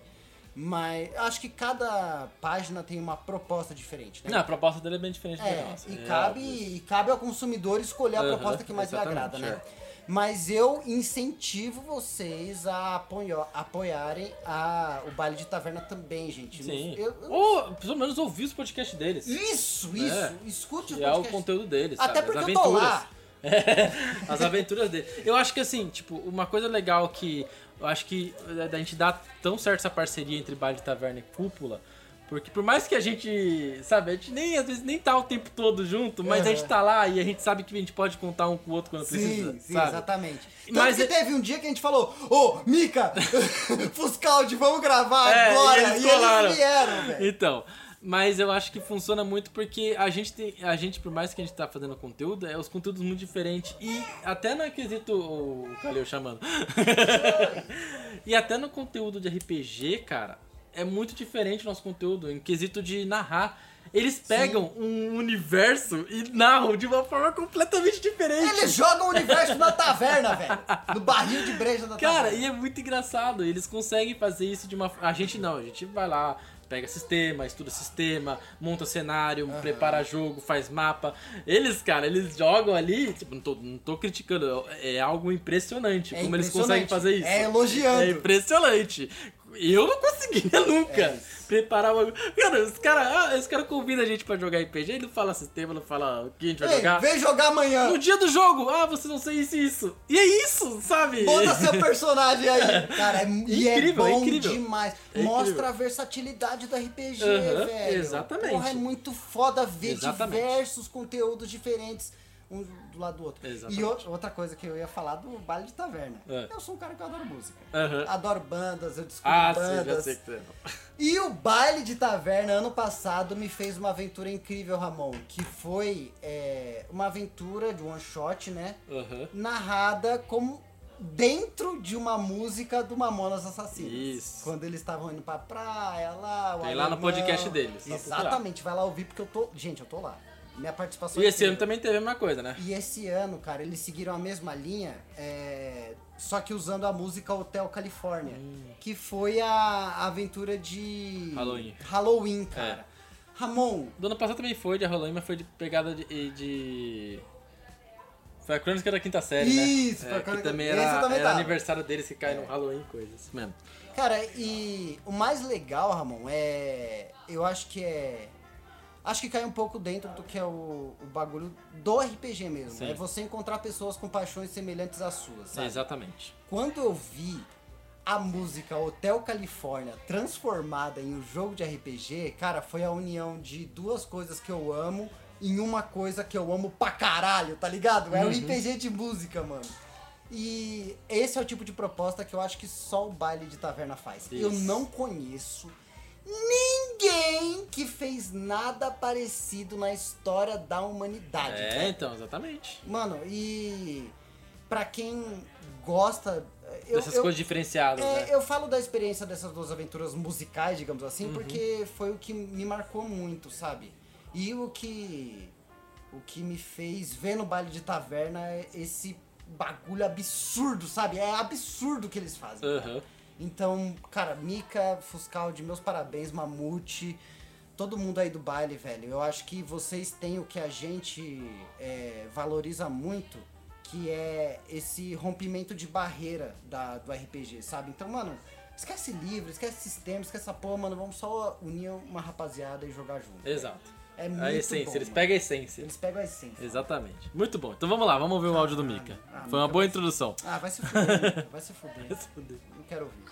[SPEAKER 2] Mas eu acho que cada página tem uma proposta diferente, né?
[SPEAKER 1] Não, a proposta dele é bem diferente da
[SPEAKER 2] É,
[SPEAKER 1] nossa.
[SPEAKER 2] e,
[SPEAKER 1] é
[SPEAKER 2] cabe,
[SPEAKER 1] óbvio.
[SPEAKER 2] e cabe ao consumidor escolher a
[SPEAKER 1] Aham,
[SPEAKER 2] proposta que mais lhe agrada,
[SPEAKER 1] exatamente, é.
[SPEAKER 2] né? Mas eu incentivo vocês a apoio- apoiarem a- o baile de taverna também, gente.
[SPEAKER 1] Sim.
[SPEAKER 2] Eu- eu-
[SPEAKER 1] Ou, pelo menos, ouvir os podcasts deles.
[SPEAKER 2] Isso, isso.
[SPEAKER 1] É.
[SPEAKER 2] Escute o
[SPEAKER 1] Que é o
[SPEAKER 2] podcast.
[SPEAKER 1] conteúdo deles.
[SPEAKER 2] Até
[SPEAKER 1] sabe?
[SPEAKER 2] porque
[SPEAKER 1] As
[SPEAKER 2] eu tô
[SPEAKER 1] aventuras.
[SPEAKER 2] lá.
[SPEAKER 1] *laughs* As aventuras dele. Eu acho que assim, tipo, uma coisa legal que eu acho que é da- da gente dá tão certo essa parceria entre baile de taverna e cúpula, porque por mais que a gente, sabe, a gente nem às vezes nem tá o tempo todo junto, mas a gente tá lá e a gente sabe que a gente pode contar um com o outro quando precisa,
[SPEAKER 2] Sim, sim,
[SPEAKER 1] sabe?
[SPEAKER 2] exatamente. Tanto
[SPEAKER 1] Mas
[SPEAKER 2] que
[SPEAKER 1] é-
[SPEAKER 2] teve um dia que a gente falou, ô,
[SPEAKER 1] *laughs*
[SPEAKER 2] Mika, Fuscaldi, vamos gravar
[SPEAKER 1] É,
[SPEAKER 2] agora.
[SPEAKER 1] e eles
[SPEAKER 2] e
[SPEAKER 1] colaram.
[SPEAKER 2] eles vieram, velho.
[SPEAKER 1] Então, mas eu acho que funciona muito porque a gente tem, a gente por mais que a gente tá fazendo conteúdo, é os conteúdos muito diferentes e até no quesito o Calil chamando. *laughs* e até no conteúdo de RPG, cara, é muito diferente o nosso conteúdo em quesito de narrar. Eles pegam um universo e narram de uma forma completamente diferente.
[SPEAKER 2] Eles jogam o universo na taverna, velho. No barril de breja da
[SPEAKER 1] Cara,
[SPEAKER 2] taverna.
[SPEAKER 1] e é muito engraçado. Eles conseguem fazer isso de uma. A gente não, a gente vai lá, pega sistema, estuda sistema, monta cenário, prepara jogo, faz mapa. Eles, cara, eles jogam ali. Tipo, não tô, não tô criticando, é algo impressionante
[SPEAKER 2] É
[SPEAKER 1] como eles conseguem
[SPEAKER 2] impressionante.
[SPEAKER 1] fazer isso.
[SPEAKER 2] É elogiando.
[SPEAKER 1] É impressionante. Eu não
[SPEAKER 2] *laughs*
[SPEAKER 1] conseguiria nunca
[SPEAKER 2] É
[SPEAKER 1] preparar uma. Cara, os caras ah, os cara convidam a gente pra jogar RPG, ele não fala sistema, não fala o que a gente vai
[SPEAKER 2] Ei,
[SPEAKER 1] jogar.
[SPEAKER 2] vem jogar amanhã.
[SPEAKER 1] No dia do jogo, ah, vocês não sei isso e isso. E é isso, sabe? *laughs*
[SPEAKER 2] Bota seu personagem aí. Cara, é, e é
[SPEAKER 1] Incrível,
[SPEAKER 2] bom
[SPEAKER 1] incrível.
[SPEAKER 2] demais.
[SPEAKER 1] É
[SPEAKER 2] Mostra
[SPEAKER 1] incrível.
[SPEAKER 2] a versatilidade do RPG,
[SPEAKER 1] Aham,
[SPEAKER 2] velho.
[SPEAKER 1] exatamente.
[SPEAKER 2] Porra, é muito foda ver
[SPEAKER 1] Exatamente.
[SPEAKER 2] diversos conteúdos diferentes. Um do lado do outro.
[SPEAKER 1] Exatamente.
[SPEAKER 2] E o- outra coisa que eu ia falar do baile de taverna.
[SPEAKER 1] É.
[SPEAKER 2] Eu sou um cara que eu adoro música.
[SPEAKER 1] Aham.
[SPEAKER 2] Adoro bandas, eu descubro
[SPEAKER 1] Ah, sim, já
[SPEAKER 2] bandas.
[SPEAKER 1] sei que você não.
[SPEAKER 2] E o baile de taverna ano passado me fez uma aventura incrível, Ramon, que foi é, uma aventura de one shot, né?
[SPEAKER 1] Aham.
[SPEAKER 2] Narrada como dentro de uma música do Mamonas Assassinas.
[SPEAKER 1] Isso.
[SPEAKER 2] Quando eles estavam indo pra praia lá, o
[SPEAKER 1] Tem lá no
[SPEAKER 2] alemão.
[SPEAKER 1] podcast deles, só procurar.
[SPEAKER 2] Exatamente, vai lá ouvir porque eu tô, gente, eu tô lá. Minha participação
[SPEAKER 1] E
[SPEAKER 2] é
[SPEAKER 1] esse ano
[SPEAKER 2] incrível.
[SPEAKER 1] também teve a mesma coisa, né?
[SPEAKER 2] E esse ano, cara, eles seguiram a mesma linha, é, só que usando a música Hotel California,
[SPEAKER 1] Hum.
[SPEAKER 2] que foi a a aventura de
[SPEAKER 1] Halloween. É.
[SPEAKER 2] Halloween, cara. Ramon,
[SPEAKER 1] Do ano passado também foi de Halloween, mas foi de pegada de. e de- Foi a crônica da quinta série, né?
[SPEAKER 2] Isso, foi a
[SPEAKER 1] é, que
[SPEAKER 2] crônica-
[SPEAKER 1] também
[SPEAKER 2] esse
[SPEAKER 1] era,
[SPEAKER 2] eu também tá. É.
[SPEAKER 1] era
[SPEAKER 2] tava.
[SPEAKER 1] aniversário deles que cai no Halloween, coisa. Isso mesmo.
[SPEAKER 2] cara, e o mais legal, Ramon, é. Eu acho que é. Acho que cai um pouco dentro do que é o, o bagulho do RPG mesmo.
[SPEAKER 1] Sim.
[SPEAKER 2] É você encontrar pessoas com paixões semelhantes às suas, sabe?
[SPEAKER 1] É, Exatamente.
[SPEAKER 2] Quando eu vi a música Hotel Califórnia transformada em um jogo de RPG, cara, foi a união de duas coisas que eu amo em uma coisa que eu amo pra caralho, tá ligado?
[SPEAKER 1] Uhum.
[SPEAKER 2] É um RPG de música, mano. E esse é o tipo de proposta que eu acho que só o baile de taverna faz. Eu
[SPEAKER 1] Isso.
[SPEAKER 2] não conheço ninguém que fez nada parecido na história da humanidade. cara.
[SPEAKER 1] É, então, exatamente.
[SPEAKER 2] Mano, e pra quem gosta. Eu,
[SPEAKER 1] Dessas
[SPEAKER 2] eu-
[SPEAKER 1] coisas diferenciadas,
[SPEAKER 2] é,
[SPEAKER 1] né? Uhum.
[SPEAKER 2] eu falo da experiência dessas duas aventuras musicais, digamos assim, porque foi o que me marcou muito, sabe? E o que. O que me fez ver no baile de taverna é esse bagulho absurdo, sabe? É absurdo o que eles fazem.
[SPEAKER 1] Aham.
[SPEAKER 2] Então, cara, Mika, Fuscal, de meus parabéns, Mamute, todo mundo aí do baile, velho. Eu acho que vocês têm o que a gente é, valoriza muito, que é esse rompimento de barreira da, do RPG, sabe? Então, mano, esquece livro, esquece sistema, esquece essa porra, mano. Vamos só unir uma rapaziada e jogar junto.
[SPEAKER 1] Exato.
[SPEAKER 2] É muito
[SPEAKER 1] a essência,
[SPEAKER 2] bom,
[SPEAKER 1] eles
[SPEAKER 2] mano.
[SPEAKER 1] pegam a essência.
[SPEAKER 2] Eles pegam a essência.
[SPEAKER 1] Exatamente. Muito bom. Então vamos lá, vamos ouvir o áudio do Mika.
[SPEAKER 2] Ah,
[SPEAKER 1] Foi uma
[SPEAKER 2] Mika,
[SPEAKER 1] boa
[SPEAKER 2] mas-
[SPEAKER 1] introdução.
[SPEAKER 2] Ah, vai se fuder, *laughs* Mika, vai se fuder. Não quero ouvir.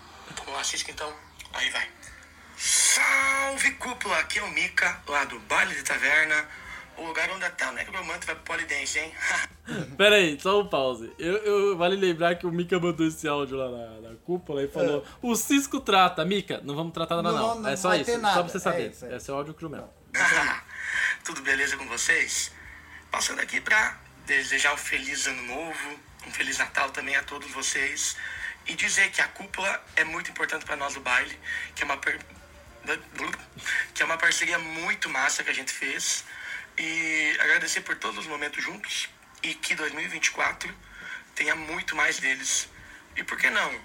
[SPEAKER 5] Bom, assiste então. Aí vai. Salve cúpula, aqui é o Mika, lá do Baile de Taverna, o lugar onde até o necromante vai pro polidense, hein? *laughs*
[SPEAKER 1] Pera aí, só um pause. Eu, eu- vale lembrar que o Mika mandou esse áudio lá na, na cúpula e falou: O Cisco trata, Mika, não vamos tratar nada,
[SPEAKER 2] É. Não,
[SPEAKER 1] não.
[SPEAKER 2] não
[SPEAKER 1] é só
[SPEAKER 2] vai
[SPEAKER 1] isso,
[SPEAKER 2] ter nada.
[SPEAKER 1] só pra você
[SPEAKER 2] É
[SPEAKER 1] saber.
[SPEAKER 2] isso aí.
[SPEAKER 1] Esse é o áudio cru mesmo.
[SPEAKER 5] Tudo beleza com vocês? Passando aqui pra desejar um feliz ano novo, um feliz Natal também a todos vocês e dizer que a cúpula é muito importante pra nós do baile, que é uma per- que é uma parceria muito massa que a gente fez e agradecer por todos os momentos juntos e que 2024 tenha muito mais deles. E por que não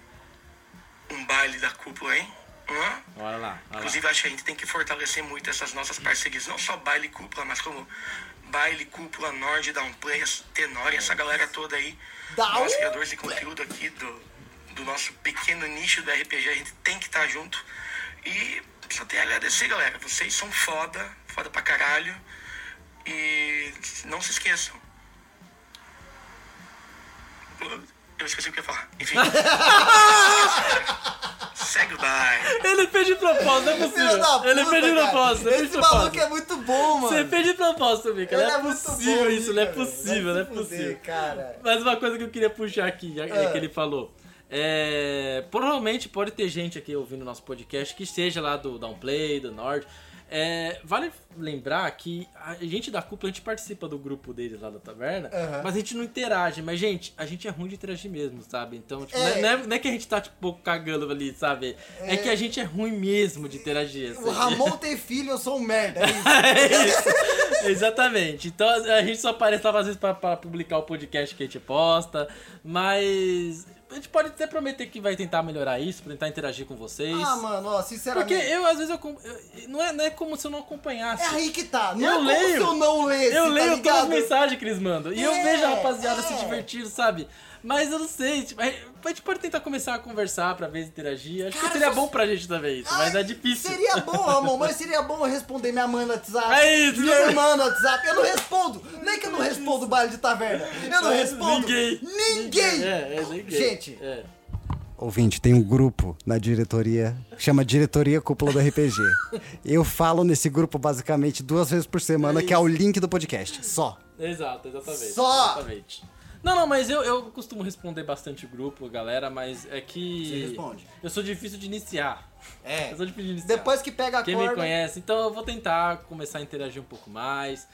[SPEAKER 5] um baile da cúpula, hein? Hã?
[SPEAKER 1] Olha
[SPEAKER 5] Inclusive, acho que a gente tem que fortalecer muito essas nossas parcerias, não só baile e cúpula, mas como baile, cúpula, Nord, Downplay, Tenor, e essa galera toda aí.
[SPEAKER 2] Downplay.
[SPEAKER 5] Nós, criadores de conteúdo aqui do, do nosso pequeno nicho do RPG, a gente tem que estar junto. E só tenho a agradecer, galera. Vocês são foda, foda pra caralho. E não se esqueçam. Eu esqueci o que eu ia falar. Enfim. Segue o baile.
[SPEAKER 1] *laughs* Ele fez de propósito, não é
[SPEAKER 2] Filho
[SPEAKER 1] possível.
[SPEAKER 2] da puta,
[SPEAKER 1] Ele fez de
[SPEAKER 2] cara.
[SPEAKER 1] propósito, ele fez de
[SPEAKER 2] Esse
[SPEAKER 1] propósito.
[SPEAKER 2] maluco é muito bom, mano.
[SPEAKER 1] Você fez de propósito, Mika. Não
[SPEAKER 2] Ele
[SPEAKER 1] é
[SPEAKER 2] muito
[SPEAKER 1] possível
[SPEAKER 2] bom,
[SPEAKER 1] isso, não é
[SPEAKER 2] Mika, velho.
[SPEAKER 1] possível, não é
[SPEAKER 2] Vai se fuder,
[SPEAKER 1] possível.
[SPEAKER 2] Cara.
[SPEAKER 1] Mas uma coisa que eu queria puxar aqui, já
[SPEAKER 2] Ah.
[SPEAKER 1] que ele falou. É, provavelmente pode ter gente aqui ouvindo nosso podcast que seja lá do Downplay, do Nord. É, vale lembrar que a gente da cúpula, a gente participa do grupo deles lá da taverna,
[SPEAKER 2] Aham.
[SPEAKER 1] mas a gente não interage. Mas, gente, a gente é ruim de interagir mesmo, sabe? Então, tipo,
[SPEAKER 2] É.
[SPEAKER 1] não, é, não é que a gente tá, tipo, um pouco cagando ali, sabe? É, que a gente é ruim mesmo de interagir. assim.
[SPEAKER 2] O
[SPEAKER 1] sabe?
[SPEAKER 2] Ramon tem filho, eu sou um merda. é isso.
[SPEAKER 1] É isso. Exatamente. Então a gente só aparece lá, às vezes pra, pra publicar o podcast que a gente posta, mas a gente pode até prometer que vai tentar melhorar isso, tentar interagir com vocês.
[SPEAKER 2] Ah, mano, ó,
[SPEAKER 1] Porque
[SPEAKER 2] sinceramente.
[SPEAKER 1] eu, às vezes, eu, com- eu- não, é, não é como se eu não acompanhasse.
[SPEAKER 2] É aí que tá. Não
[SPEAKER 1] Eu
[SPEAKER 2] é como
[SPEAKER 1] leio.
[SPEAKER 2] se eu não lesse,
[SPEAKER 1] Eu
[SPEAKER 2] tá
[SPEAKER 1] leio
[SPEAKER 2] ligado?
[SPEAKER 1] todas as mensagens que eles mandam. E eu
[SPEAKER 2] É,
[SPEAKER 1] vejo a rapaziada se
[SPEAKER 2] é.
[SPEAKER 1] divertindo, sabe? Mas eu não sei, tipo, a gente pode tentar começar a conversar pra ver se interagir. Acho
[SPEAKER 2] Cara,
[SPEAKER 1] que seria
[SPEAKER 2] se-
[SPEAKER 1] bom pra gente também isso, mas é
[SPEAKER 2] Ai,
[SPEAKER 1] difícil.
[SPEAKER 2] Seria bom,
[SPEAKER 1] *laughs*
[SPEAKER 2] Ramon, mas seria bom eu responder minha mãe no WhatsApp.
[SPEAKER 1] É isso,
[SPEAKER 2] Minha
[SPEAKER 1] né?
[SPEAKER 2] irmã no WhatsApp. Eu não respondo. Nem que eu não respondo o baile de taverna. Eu não respondo.
[SPEAKER 1] Ninguém.
[SPEAKER 2] Ninguém.
[SPEAKER 1] É, é, ninguém.
[SPEAKER 2] Gente,
[SPEAKER 1] É.
[SPEAKER 12] Ouvinte, tem um grupo na diretoria, chama Diretoria Cúpula do RPG. Eu falo nesse grupo basicamente duas vezes por semana, que é o link do podcast. Só.
[SPEAKER 1] Exato, exatamente.
[SPEAKER 2] Só!
[SPEAKER 1] Exatamente. Não, não, mas eu, eu costumo responder bastante grupo, galera, mas é que.
[SPEAKER 2] Você responde.
[SPEAKER 1] Eu sou difícil de iniciar.
[SPEAKER 2] É.
[SPEAKER 1] Eu sou difícil de iniciar.
[SPEAKER 2] Depois que pega a
[SPEAKER 1] Quem me
[SPEAKER 2] corda...
[SPEAKER 1] conhece, então eu vou tentar começar a interagir um pouco mais.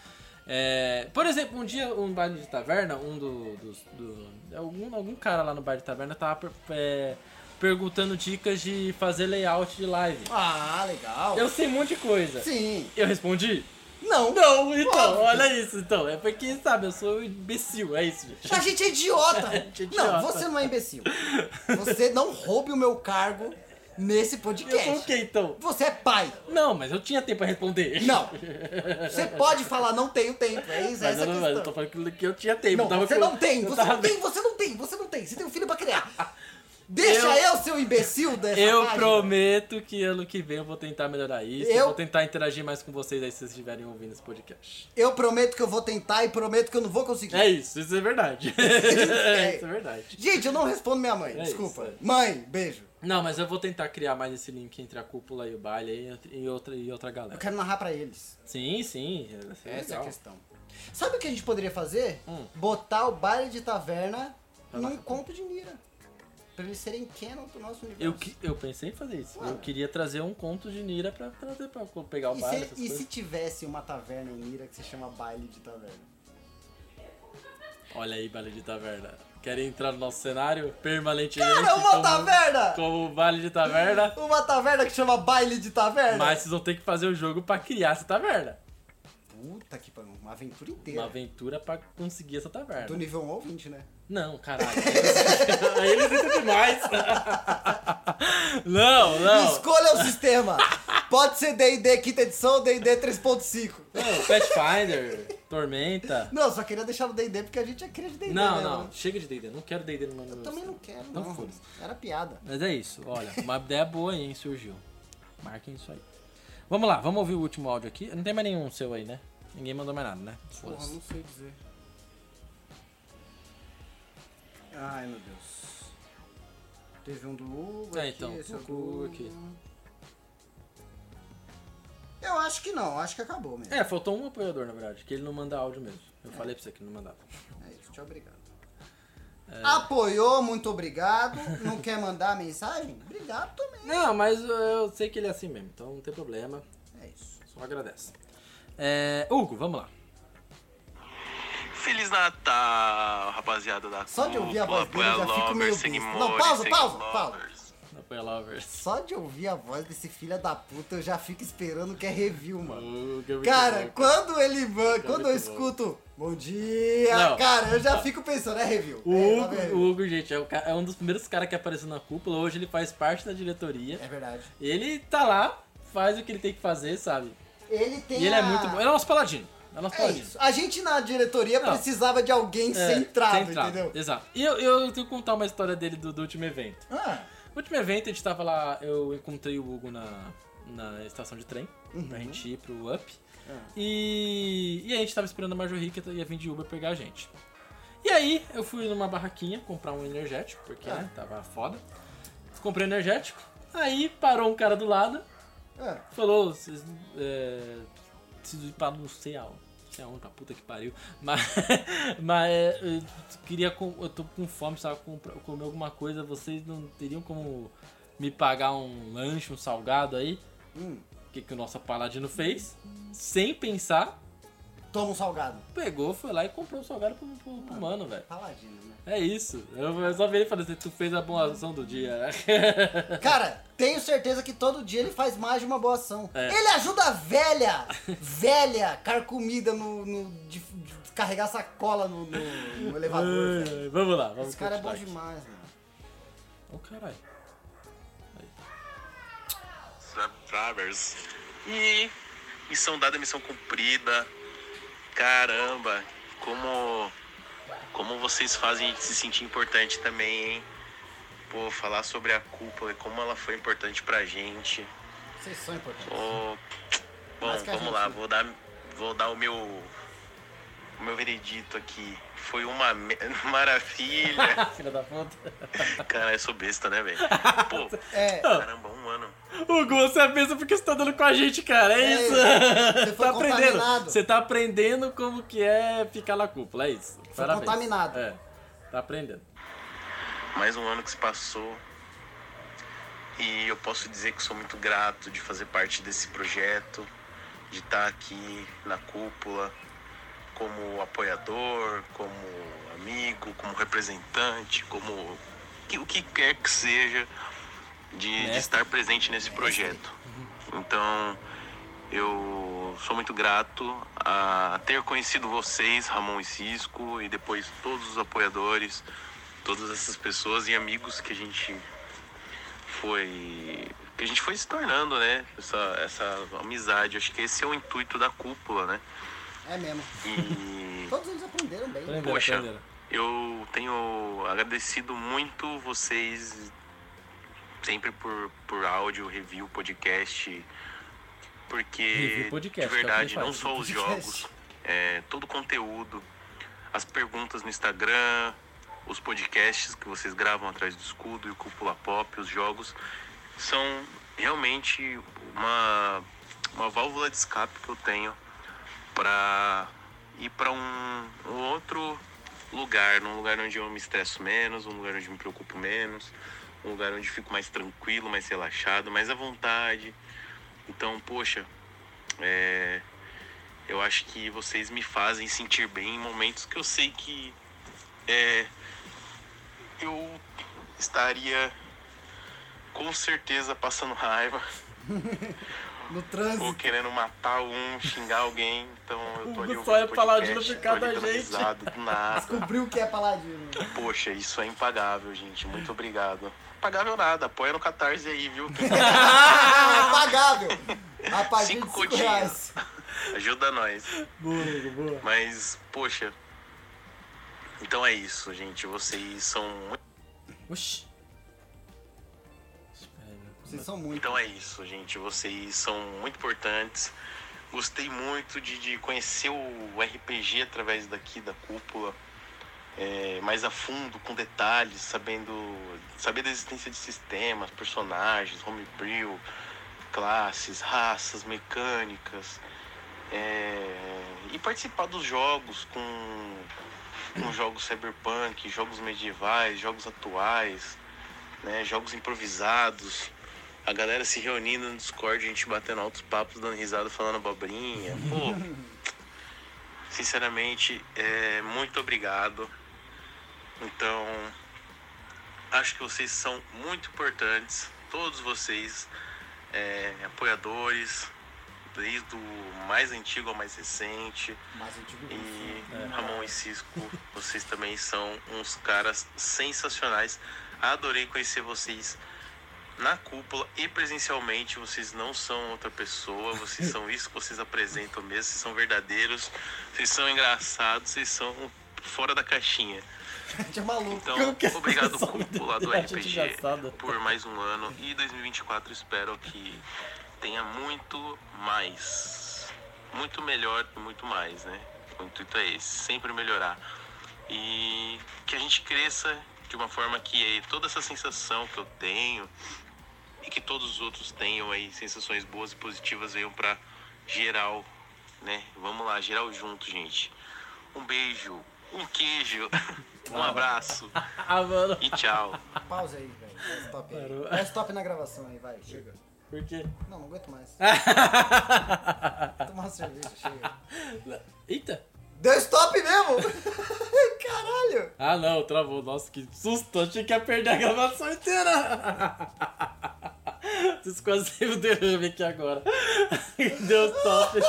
[SPEAKER 1] É, por exemplo, um dia, um bar de taverna, um do, dos- do- algum, algum cara lá no bar de taverna tava per- é, perguntando dicas de fazer layout de live.
[SPEAKER 2] Ah, legal.
[SPEAKER 1] Eu sei um monte de coisa.
[SPEAKER 2] Sim.
[SPEAKER 1] Eu respondi?
[SPEAKER 2] Não.
[SPEAKER 1] Não, então,
[SPEAKER 2] Óbvio.
[SPEAKER 1] olha isso, então. É porque, sabe, eu sou imbecil, é isso, gente.
[SPEAKER 2] A gente
[SPEAKER 1] *laughs*
[SPEAKER 2] é idiota.
[SPEAKER 1] gente é idiota.
[SPEAKER 2] Não, você não é imbecil. Você não roube o meu cargo nesse
[SPEAKER 1] Eu sou o
[SPEAKER 2] podcast.
[SPEAKER 1] quê, então?
[SPEAKER 2] Você é pai.
[SPEAKER 1] Não, mas eu tinha tempo pra responder.
[SPEAKER 2] Não. Você pode falar, não tenho tempo. É isso, é
[SPEAKER 1] Mas
[SPEAKER 2] essa
[SPEAKER 1] eu, não, mas eu
[SPEAKER 2] questão.
[SPEAKER 1] tô falando que- que eu tinha tempo.
[SPEAKER 2] Não,
[SPEAKER 1] tava
[SPEAKER 2] você
[SPEAKER 1] com-
[SPEAKER 2] não tem,
[SPEAKER 1] eu
[SPEAKER 2] você
[SPEAKER 1] tava
[SPEAKER 2] não tem, você não tem, você não tem, você tem um filho pra criar. *laughs* Deixa eu, seu imbecil, dessa
[SPEAKER 1] Eu
[SPEAKER 2] página.
[SPEAKER 1] prometo que ano que vem eu vou tentar melhorar isso. Eu...
[SPEAKER 2] Eu-
[SPEAKER 1] vou tentar interagir mais com vocês aí se vocês estiverem ouvindo esse podcast.
[SPEAKER 2] Eu prometo que eu vou tentar e prometo que eu não vou conseguir.
[SPEAKER 1] É isso, isso é
[SPEAKER 2] *laughs*
[SPEAKER 1] verdade. *laughs* é, isso é verdade.
[SPEAKER 2] Gente, eu não respondo minha mãe,
[SPEAKER 1] É
[SPEAKER 2] desculpa.
[SPEAKER 1] isso, é.
[SPEAKER 2] Mãe, beijo.
[SPEAKER 1] Não, mas eu vou tentar criar mais esse link entre a cúpula e o baile e entre- e outra, e outra
[SPEAKER 2] Eu
[SPEAKER 1] galera.
[SPEAKER 2] quero narrar pra eles.
[SPEAKER 1] Sim, sim. é- é
[SPEAKER 2] Essa é a
[SPEAKER 1] legal. Hum.
[SPEAKER 2] questão. Sabe o que a gente poderia fazer? Botar o baile de taverna num conto de Nira. Pra eles serem canon do nosso universo.
[SPEAKER 1] Eu, que- eu pensei em fazer isso. Eu queria trazer um conto de Nira pra trazer pra pra pegar o
[SPEAKER 2] E,
[SPEAKER 1] bar.
[SPEAKER 2] se,
[SPEAKER 1] essas
[SPEAKER 2] e se
[SPEAKER 1] coisas.
[SPEAKER 2] tivesse uma taverna em Nira que se chama baile de taverna?
[SPEAKER 1] Olha aí, Vale de Taverna. Querem entrar no nosso cenário permanentemente?
[SPEAKER 2] Cara, É uma
[SPEAKER 1] como,
[SPEAKER 2] taverna!
[SPEAKER 1] Como Vale de Taverna.
[SPEAKER 2] Uma taverna que chama baile de taverna?
[SPEAKER 1] Mas vocês vão ter que fazer o jogo pra criar essa taverna.
[SPEAKER 2] Puta que pariu, uma aventura inteira.
[SPEAKER 1] Uma aventura pra conseguir essa taverna.
[SPEAKER 2] Do nível 1 ao 20, né?
[SPEAKER 1] Não, caralho. Aí eles *laughs* entram demais. *laughs* Não, não.
[SPEAKER 2] Escolha o sistema! Pode ser D&D quinta edição ou D&D 3.5.
[SPEAKER 1] Não, Pathfinder, Tormenta.
[SPEAKER 2] Não, só queria deixar no D&D porque a gente é cria de D&D
[SPEAKER 1] Não,
[SPEAKER 2] mesmo,
[SPEAKER 1] não.
[SPEAKER 2] né?
[SPEAKER 1] Chega de D&D. Não quero D&D no meu
[SPEAKER 2] Eu também não quero,
[SPEAKER 1] Então
[SPEAKER 2] não.
[SPEAKER 1] foda-se.
[SPEAKER 2] Era piada.
[SPEAKER 1] Mas é isso, olha, uma ideia boa aí, hein, surgiu. Marquem isso aí. Vamos lá, vamos ouvir o último áudio aqui. Não tem mais nenhum seu aí, né? Ninguém mandou mais nada, né? Foda-se.
[SPEAKER 2] sei dizer. Ai, meu Deus. Teve um do Hugo
[SPEAKER 1] É,
[SPEAKER 2] aqui,
[SPEAKER 1] então,
[SPEAKER 2] esse é
[SPEAKER 1] o Hugo
[SPEAKER 2] do...
[SPEAKER 1] aqui.
[SPEAKER 2] Eu acho que não, acho que acabou mesmo.
[SPEAKER 1] É, faltou um apoiador, na verdade, que ele não manda áudio mesmo. Eu falei pra você que ele não mandava.
[SPEAKER 2] É isso, tchau, obrigado.
[SPEAKER 1] É.
[SPEAKER 2] Apoiou, muito obrigado. Não quer mandar mensagem? Obrigado também.
[SPEAKER 1] Não, mas eu sei que ele é assim mesmo, então não tem problema.
[SPEAKER 2] É isso.
[SPEAKER 1] Só agradece. É, Hugo, vamos lá.
[SPEAKER 7] Feliz Natal, rapaziada da
[SPEAKER 2] Só de ouvir a
[SPEAKER 7] cúpula,
[SPEAKER 2] voz dele, eu já
[SPEAKER 7] apoia
[SPEAKER 2] fico meio
[SPEAKER 7] lovers,
[SPEAKER 2] besta.
[SPEAKER 7] segue
[SPEAKER 2] Não,
[SPEAKER 7] Mori,
[SPEAKER 2] pausa,
[SPEAKER 7] segue
[SPEAKER 2] pausa, pausa.
[SPEAKER 7] lovers.
[SPEAKER 1] Apoia Lovers.
[SPEAKER 2] Só de ouvir a voz desse filho da puta, eu já fico esperando que é review, mano.
[SPEAKER 1] Hugo, é muito
[SPEAKER 2] Cara,
[SPEAKER 1] bom.
[SPEAKER 2] quando ele man-
[SPEAKER 1] é
[SPEAKER 2] quando eu
[SPEAKER 1] muito bom.
[SPEAKER 2] escuto bom dia,
[SPEAKER 1] Não.
[SPEAKER 2] cara, eu já fico pensando, é review.
[SPEAKER 1] O
[SPEAKER 2] é,
[SPEAKER 1] Hugo,
[SPEAKER 2] é,
[SPEAKER 1] o Hugo, gente, é, o ca- é um dos primeiros caras que apareceu na cúpula. Hoje ele faz parte da diretoria.
[SPEAKER 2] é verdade.
[SPEAKER 1] Ele tá lá, faz o que ele tem que fazer, sabe?
[SPEAKER 2] Ele tem
[SPEAKER 1] E ele é
[SPEAKER 2] a-
[SPEAKER 1] muito bom. Ele é o nosso paladino. É o nosso
[SPEAKER 2] É
[SPEAKER 1] paladino.
[SPEAKER 2] isso. A gente na diretoria
[SPEAKER 1] Não. É,
[SPEAKER 2] precisava de alguém centrado,
[SPEAKER 1] centrado,
[SPEAKER 2] entendeu?
[SPEAKER 1] Exato. E eu, eu tenho que contar uma história dele do, do último evento.
[SPEAKER 2] Ah,
[SPEAKER 1] No último evento, a gente tava lá, eu encontrei o Hugo na, na estação de trem, pra gente ir pro UP. E, e aí a gente tava esperando a Marjorie que ia vir de Uber pegar a gente. E aí eu fui numa barraquinha comprar um energético, porque né, tava foda. Comprei um energético, aí parou um cara do lado,
[SPEAKER 2] ah.
[SPEAKER 1] falou, vocês é, preciso ir pra não sei aonde. não sei aonde, pra puta que pariu. Mas, *laughs* mas é, eu queria. com- Eu tô com fome, precisava comprar- comer alguma coisa. Vocês não teriam como me pagar um lanche, um salgado aí?
[SPEAKER 2] Hum.
[SPEAKER 1] O que, que o nosso paladino fez? Sem pensar,
[SPEAKER 2] Toma um salgado.
[SPEAKER 1] pegou, foi lá e comprou um salgado pro, pro-
[SPEAKER 2] Ah.
[SPEAKER 1] pro mano, velho.
[SPEAKER 2] Paladino, né?
[SPEAKER 1] É isso. Eu eu só vi ele falando assim: tu fez a boa ação do
[SPEAKER 2] *laughs*
[SPEAKER 1] dia.
[SPEAKER 2] Cara, tenho certeza que todo dia ele faz mais de uma boa ação. Ele ajuda a velha, velha, carcomida no, no de, de carregar sacola no, no- no elevador. velho.
[SPEAKER 1] vamos lá, vamos
[SPEAKER 2] Esse cara é bom
[SPEAKER 1] continuar aqui.
[SPEAKER 2] demais, mano.
[SPEAKER 1] Ô caralho. *laughs*
[SPEAKER 7] Travers. E missão dada, missão cumprida. Caramba, como como vocês fazem a gente se sentir importante também, hein? Pô, falar sobre a cúpula e como ela foi importante pra gente.
[SPEAKER 2] Vocês são importantes.
[SPEAKER 7] Ô, bom,
[SPEAKER 2] Mais que a
[SPEAKER 7] vamos
[SPEAKER 2] gente.
[SPEAKER 7] lá, vou dar vou dar o meu o meu veredito aqui. Foi uma me- *laughs* maravilha.
[SPEAKER 1] Ah, Filha da puta.
[SPEAKER 7] Cara, eu sou besta, né, velho? Pô,
[SPEAKER 2] É,
[SPEAKER 7] caramba, um ano.
[SPEAKER 1] Hugo, você é mesmo porque você tá dando com a gente, cara. É,
[SPEAKER 2] É,
[SPEAKER 1] isso.
[SPEAKER 2] você
[SPEAKER 1] *laughs*
[SPEAKER 2] foi
[SPEAKER 1] tá aprendendo.
[SPEAKER 2] contaminado.
[SPEAKER 1] Você tá aprendendo como que é ficar na cúpula, é isso. Foi
[SPEAKER 2] contaminado.
[SPEAKER 1] É. Tá aprendendo.
[SPEAKER 7] mais um ano que se passou e eu posso dizer que sou muito grato de fazer parte desse projeto, de estar aqui na cúpula como apoiador, como amigo, como representante, como que- o que quer que seja de, de estar presente nesse projeto. Então eu sou muito grato a ter conhecido vocês, Ramon e Cisco, e depois todos os apoiadores, todas essas pessoas e amigos que a gente foi que a gente foi se tornando, né? Essa, essa amizade. Acho que esse é o intuito da cúpula, né?
[SPEAKER 2] é mesmo.
[SPEAKER 7] E
[SPEAKER 2] Todos eles aprenderam bem. né?
[SPEAKER 1] Aprenderam,
[SPEAKER 7] Poxa.
[SPEAKER 1] aprenderam.
[SPEAKER 7] eu tenho agradecido muito vocês sempre por, por áudio, review, podcast, porque
[SPEAKER 1] Review podcast,
[SPEAKER 7] de
[SPEAKER 1] é o que
[SPEAKER 7] verdade,
[SPEAKER 1] ele faz,
[SPEAKER 7] não só os
[SPEAKER 2] podcast.
[SPEAKER 7] jogos, é, todo o conteúdo, as perguntas no Instagram, os podcasts que vocês gravam atrás do escudo e o Cúpula Pop, os jogos, são realmente uma, uma válvula de escape que eu tenho para ir para um, um outro lugar, num lugar onde eu me estresso menos, um lugar onde eu me preocupo menos, um lugar onde eu fico mais tranquilo, mais relaxado, mais à vontade. Então, poxa, é, eu acho que vocês me fazem sentir bem em momentos que eu sei que é, eu estaria com certeza passando raiva *laughs*
[SPEAKER 2] No
[SPEAKER 7] ou
[SPEAKER 2] trânsito.
[SPEAKER 7] querendo matar um, xingar alguém. Então eu tô
[SPEAKER 1] O
[SPEAKER 7] ali
[SPEAKER 1] Hugo só é
[SPEAKER 7] ouvindo
[SPEAKER 1] paladino
[SPEAKER 7] podcast,
[SPEAKER 1] por causa
[SPEAKER 7] tô ali
[SPEAKER 1] da
[SPEAKER 7] dando
[SPEAKER 1] gente.
[SPEAKER 7] risada do nada.
[SPEAKER 2] Descobriu o que é paladino.
[SPEAKER 7] Poxa, isso é impagável, gente. Muito obrigado. Impagável nada. Apoia no Catarse aí, viu? *laughs*
[SPEAKER 2] Ah, é pagável. A partir
[SPEAKER 7] Cinco
[SPEAKER 2] de 5
[SPEAKER 7] continhos.
[SPEAKER 2] reais.
[SPEAKER 7] Ajuda nós.
[SPEAKER 1] Boa, Hugo, boa.
[SPEAKER 7] Mas, poxa. Então é isso, gente. Vocês são muito.
[SPEAKER 1] Oxi. Espera aí, meu.
[SPEAKER 2] Vocês são muito.
[SPEAKER 7] Então é isso, gente. Vocês são muito importantes. Gostei muito de, de conhecer o RPG através daqui da cúpula. é, mais a fundo, com detalhes, sabendo. Saber da existência de sistemas, personagens, homebrew, classes, raças, mecânicas. é, e participar dos jogos com, com jogos cyberpunk, jogos medievais, jogos atuais, né, jogos improvisados. A galera se reunindo no Discord, a gente batendo altos papos, dando risada, falando abobrinha. Pô, sinceramente, é, muito obrigado. Então, acho que vocês são muito importantes, todos vocês, é, apoiadores, desde o mais antigo ao mais recente.
[SPEAKER 2] Mais antigo.
[SPEAKER 7] E
[SPEAKER 2] *laughs*
[SPEAKER 7] Ramon e Cisco, vocês também são uns caras sensacionais. Adorei conhecer vocês.
[SPEAKER 10] na cúpula e presencialmente vocês não são outra pessoa, vocês são isso que vocês apresentam mesmo, vocês são verdadeiros, vocês são engraçados, vocês são fora da caixinha.
[SPEAKER 2] Gente, é maluco.
[SPEAKER 10] Então,
[SPEAKER 2] que é essa
[SPEAKER 1] *laughs*
[SPEAKER 10] obrigado
[SPEAKER 2] pessoa
[SPEAKER 10] cúpula do
[SPEAKER 2] ideia, gente
[SPEAKER 10] RPG por mais um ano e 2024 espero que tenha muito mais, muito melhor e muito mais, né? O intuito é esse, sempre melhorar e que a gente cresça de uma forma que toda essa sensação que eu tenho e que todos os outros tenham aí sensações boas e positivas venham para geral, né? Vamos lá, geral junto, gente. Um beijo, um queijo, *laughs* um abraço
[SPEAKER 1] Ah, mano.
[SPEAKER 10] e tchau.
[SPEAKER 2] Pausa aí, velho. Dá stop aí. Dá stop na gravação aí, vai. Chega.
[SPEAKER 1] Por quê?
[SPEAKER 2] Não, não
[SPEAKER 1] *laughs*
[SPEAKER 2] aguento mais. Tomar uma cerveja, chega.
[SPEAKER 1] Eita!
[SPEAKER 2] Deu stop mesmo? *laughs* Caralho!
[SPEAKER 1] Ah não, travou. Nossa, que susto! Achei que ia perder a gravação inteira! *laughs* Vocês quase teve um derrame aqui agora. *laughs* Deu top.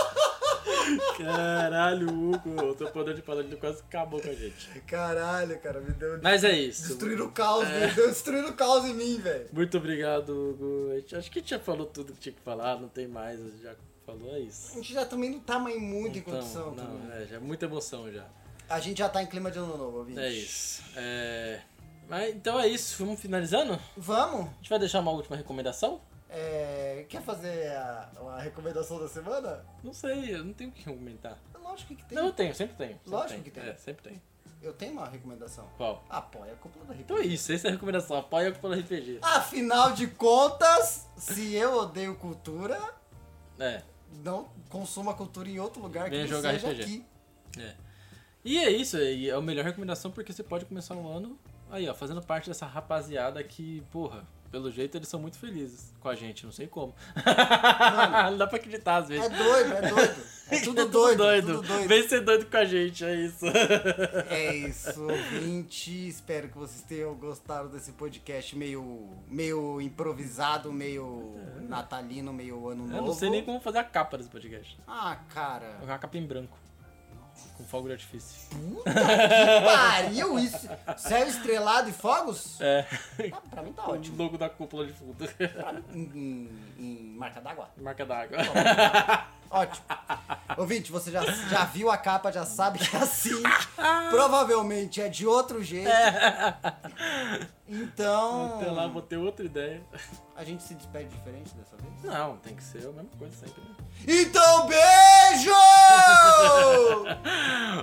[SPEAKER 1] Caralho, Hugo. O teu poder de paladino quase acabou com a gente.
[SPEAKER 2] Caralho, cara, me deu.
[SPEAKER 1] Mas é isso.
[SPEAKER 2] Destruir o caos, me deu destruir o caos em mim, velho.
[SPEAKER 1] Muito obrigado, Hugo. A gente- Acho que a gente já falou tudo que tinha que falar, não tem mais, a gente já falou, é
[SPEAKER 2] A
[SPEAKER 1] isso.
[SPEAKER 2] gente já também não tá mais muito em condição.
[SPEAKER 1] Então, não,
[SPEAKER 2] também.
[SPEAKER 1] é, já é muita emoção já.
[SPEAKER 2] A gente já tá em clima de ano novo, ouvinte.
[SPEAKER 1] É isso. É, Mas, então é isso, vamos finalizando? A
[SPEAKER 2] Vamos?
[SPEAKER 1] gente vai deixar uma última recomendação?
[SPEAKER 2] É, quer fazer a, a recomendação da semana? É
[SPEAKER 1] Não sei, eu não tenho o que comentar.
[SPEAKER 2] Lógico que tem.
[SPEAKER 1] Não, eu tenho, sempre tenho. sempre
[SPEAKER 2] Lógico
[SPEAKER 1] tenho.
[SPEAKER 2] que tem.
[SPEAKER 1] É, sempre tem.
[SPEAKER 2] Eu tenho uma recomendação.
[SPEAKER 1] Qual?
[SPEAKER 2] Apoia a cúpula da
[SPEAKER 1] Então é isso, essa é a recomendação. Apoia pelo RPG.
[SPEAKER 2] Afinal de contas, se eu odeio cultura,
[SPEAKER 1] É.
[SPEAKER 2] não consuma cultura em outro lugar
[SPEAKER 1] Venha
[SPEAKER 2] que não
[SPEAKER 1] jogar
[SPEAKER 2] seja
[SPEAKER 1] RPG.
[SPEAKER 2] aqui.
[SPEAKER 1] E é isso, e é a melhor recomendação porque você pode começar um ano aí, ó, fazendo parte dessa rapaziada que, porra, pelo jeito eles são muito felizes com a gente, não sei como. *laughs* não dá pra acreditar às
[SPEAKER 2] É
[SPEAKER 1] vezes.
[SPEAKER 2] doido, é doido. É
[SPEAKER 1] *laughs*
[SPEAKER 2] tudo doido,
[SPEAKER 1] doido.
[SPEAKER 2] tudo doido.
[SPEAKER 1] Vem ser doido com a gente, é isso. *laughs*
[SPEAKER 2] É isso, ouvinte. Espero que vocês tenham gostado desse podcast meio, meio improvisado, meio natalino, meio ano novo.
[SPEAKER 1] Eu não sei nem como fazer a capa desse podcast.
[SPEAKER 2] Ah, cara.
[SPEAKER 1] Uma capa em branco. Com fogo de artifício.
[SPEAKER 2] Pariu isso! Céu estrelado e fogos?
[SPEAKER 1] É.
[SPEAKER 2] Ah, pra mim tá
[SPEAKER 1] O
[SPEAKER 2] ótimo.
[SPEAKER 1] logo da cúpula de fundo. *laughs*
[SPEAKER 2] Em, em- em marca d'água?
[SPEAKER 1] Marca d'água. *laughs*
[SPEAKER 2] Ótimo. Ouvinte, você já, já viu a capa, já sabe que
[SPEAKER 1] *laughs*
[SPEAKER 2] é assim. Provavelmente é de outro jeito.
[SPEAKER 1] *laughs*
[SPEAKER 2] Então,
[SPEAKER 1] Até lá, vou ter outra ideia.
[SPEAKER 2] a gente se despede diferente dessa vez?
[SPEAKER 1] Não, tem que ser a mesma coisa sempre, né? *laughs*
[SPEAKER 2] Então, beijo!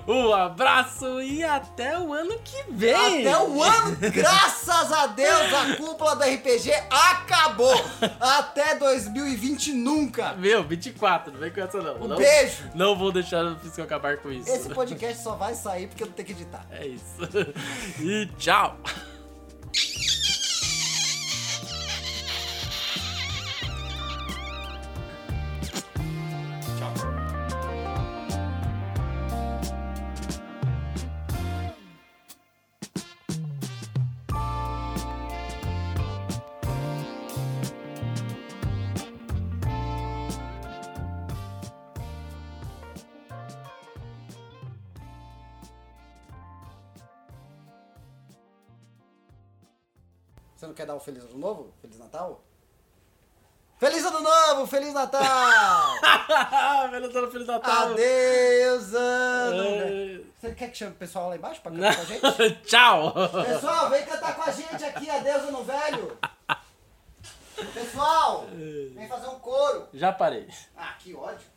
[SPEAKER 1] Um abraço e até o ano que vem!
[SPEAKER 2] *laughs* Até o ano, graças a Deus, a cúpula da RPG acabou! Até 2020 nunca!
[SPEAKER 1] Meu, 24, não vem com essa não.
[SPEAKER 2] Um
[SPEAKER 1] não,
[SPEAKER 2] beijo!
[SPEAKER 1] não vou deixar o Fisco acabar com isso.
[SPEAKER 2] Esse podcast só vai sair porque eu não tenho que editar.
[SPEAKER 1] É isso. *laughs* E tchau! *laughs*
[SPEAKER 2] Você não quer dar um Feliz Ano Novo? Feliz Natal? Feliz Ano Novo! Feliz Natal!
[SPEAKER 1] Feliz ano, Feliz Natal!
[SPEAKER 2] Adeus, né? ano! velho.
[SPEAKER 1] É,
[SPEAKER 2] Você quer que chame o pessoal lá embaixo pra cantar com a gente?
[SPEAKER 1] *laughs* tchau!
[SPEAKER 2] Pessoal, vem cantar com a gente aqui, Adeus, Ano Velho! Pessoal, vem fazer um coro!
[SPEAKER 1] Já parei.
[SPEAKER 2] Ah, que ódio!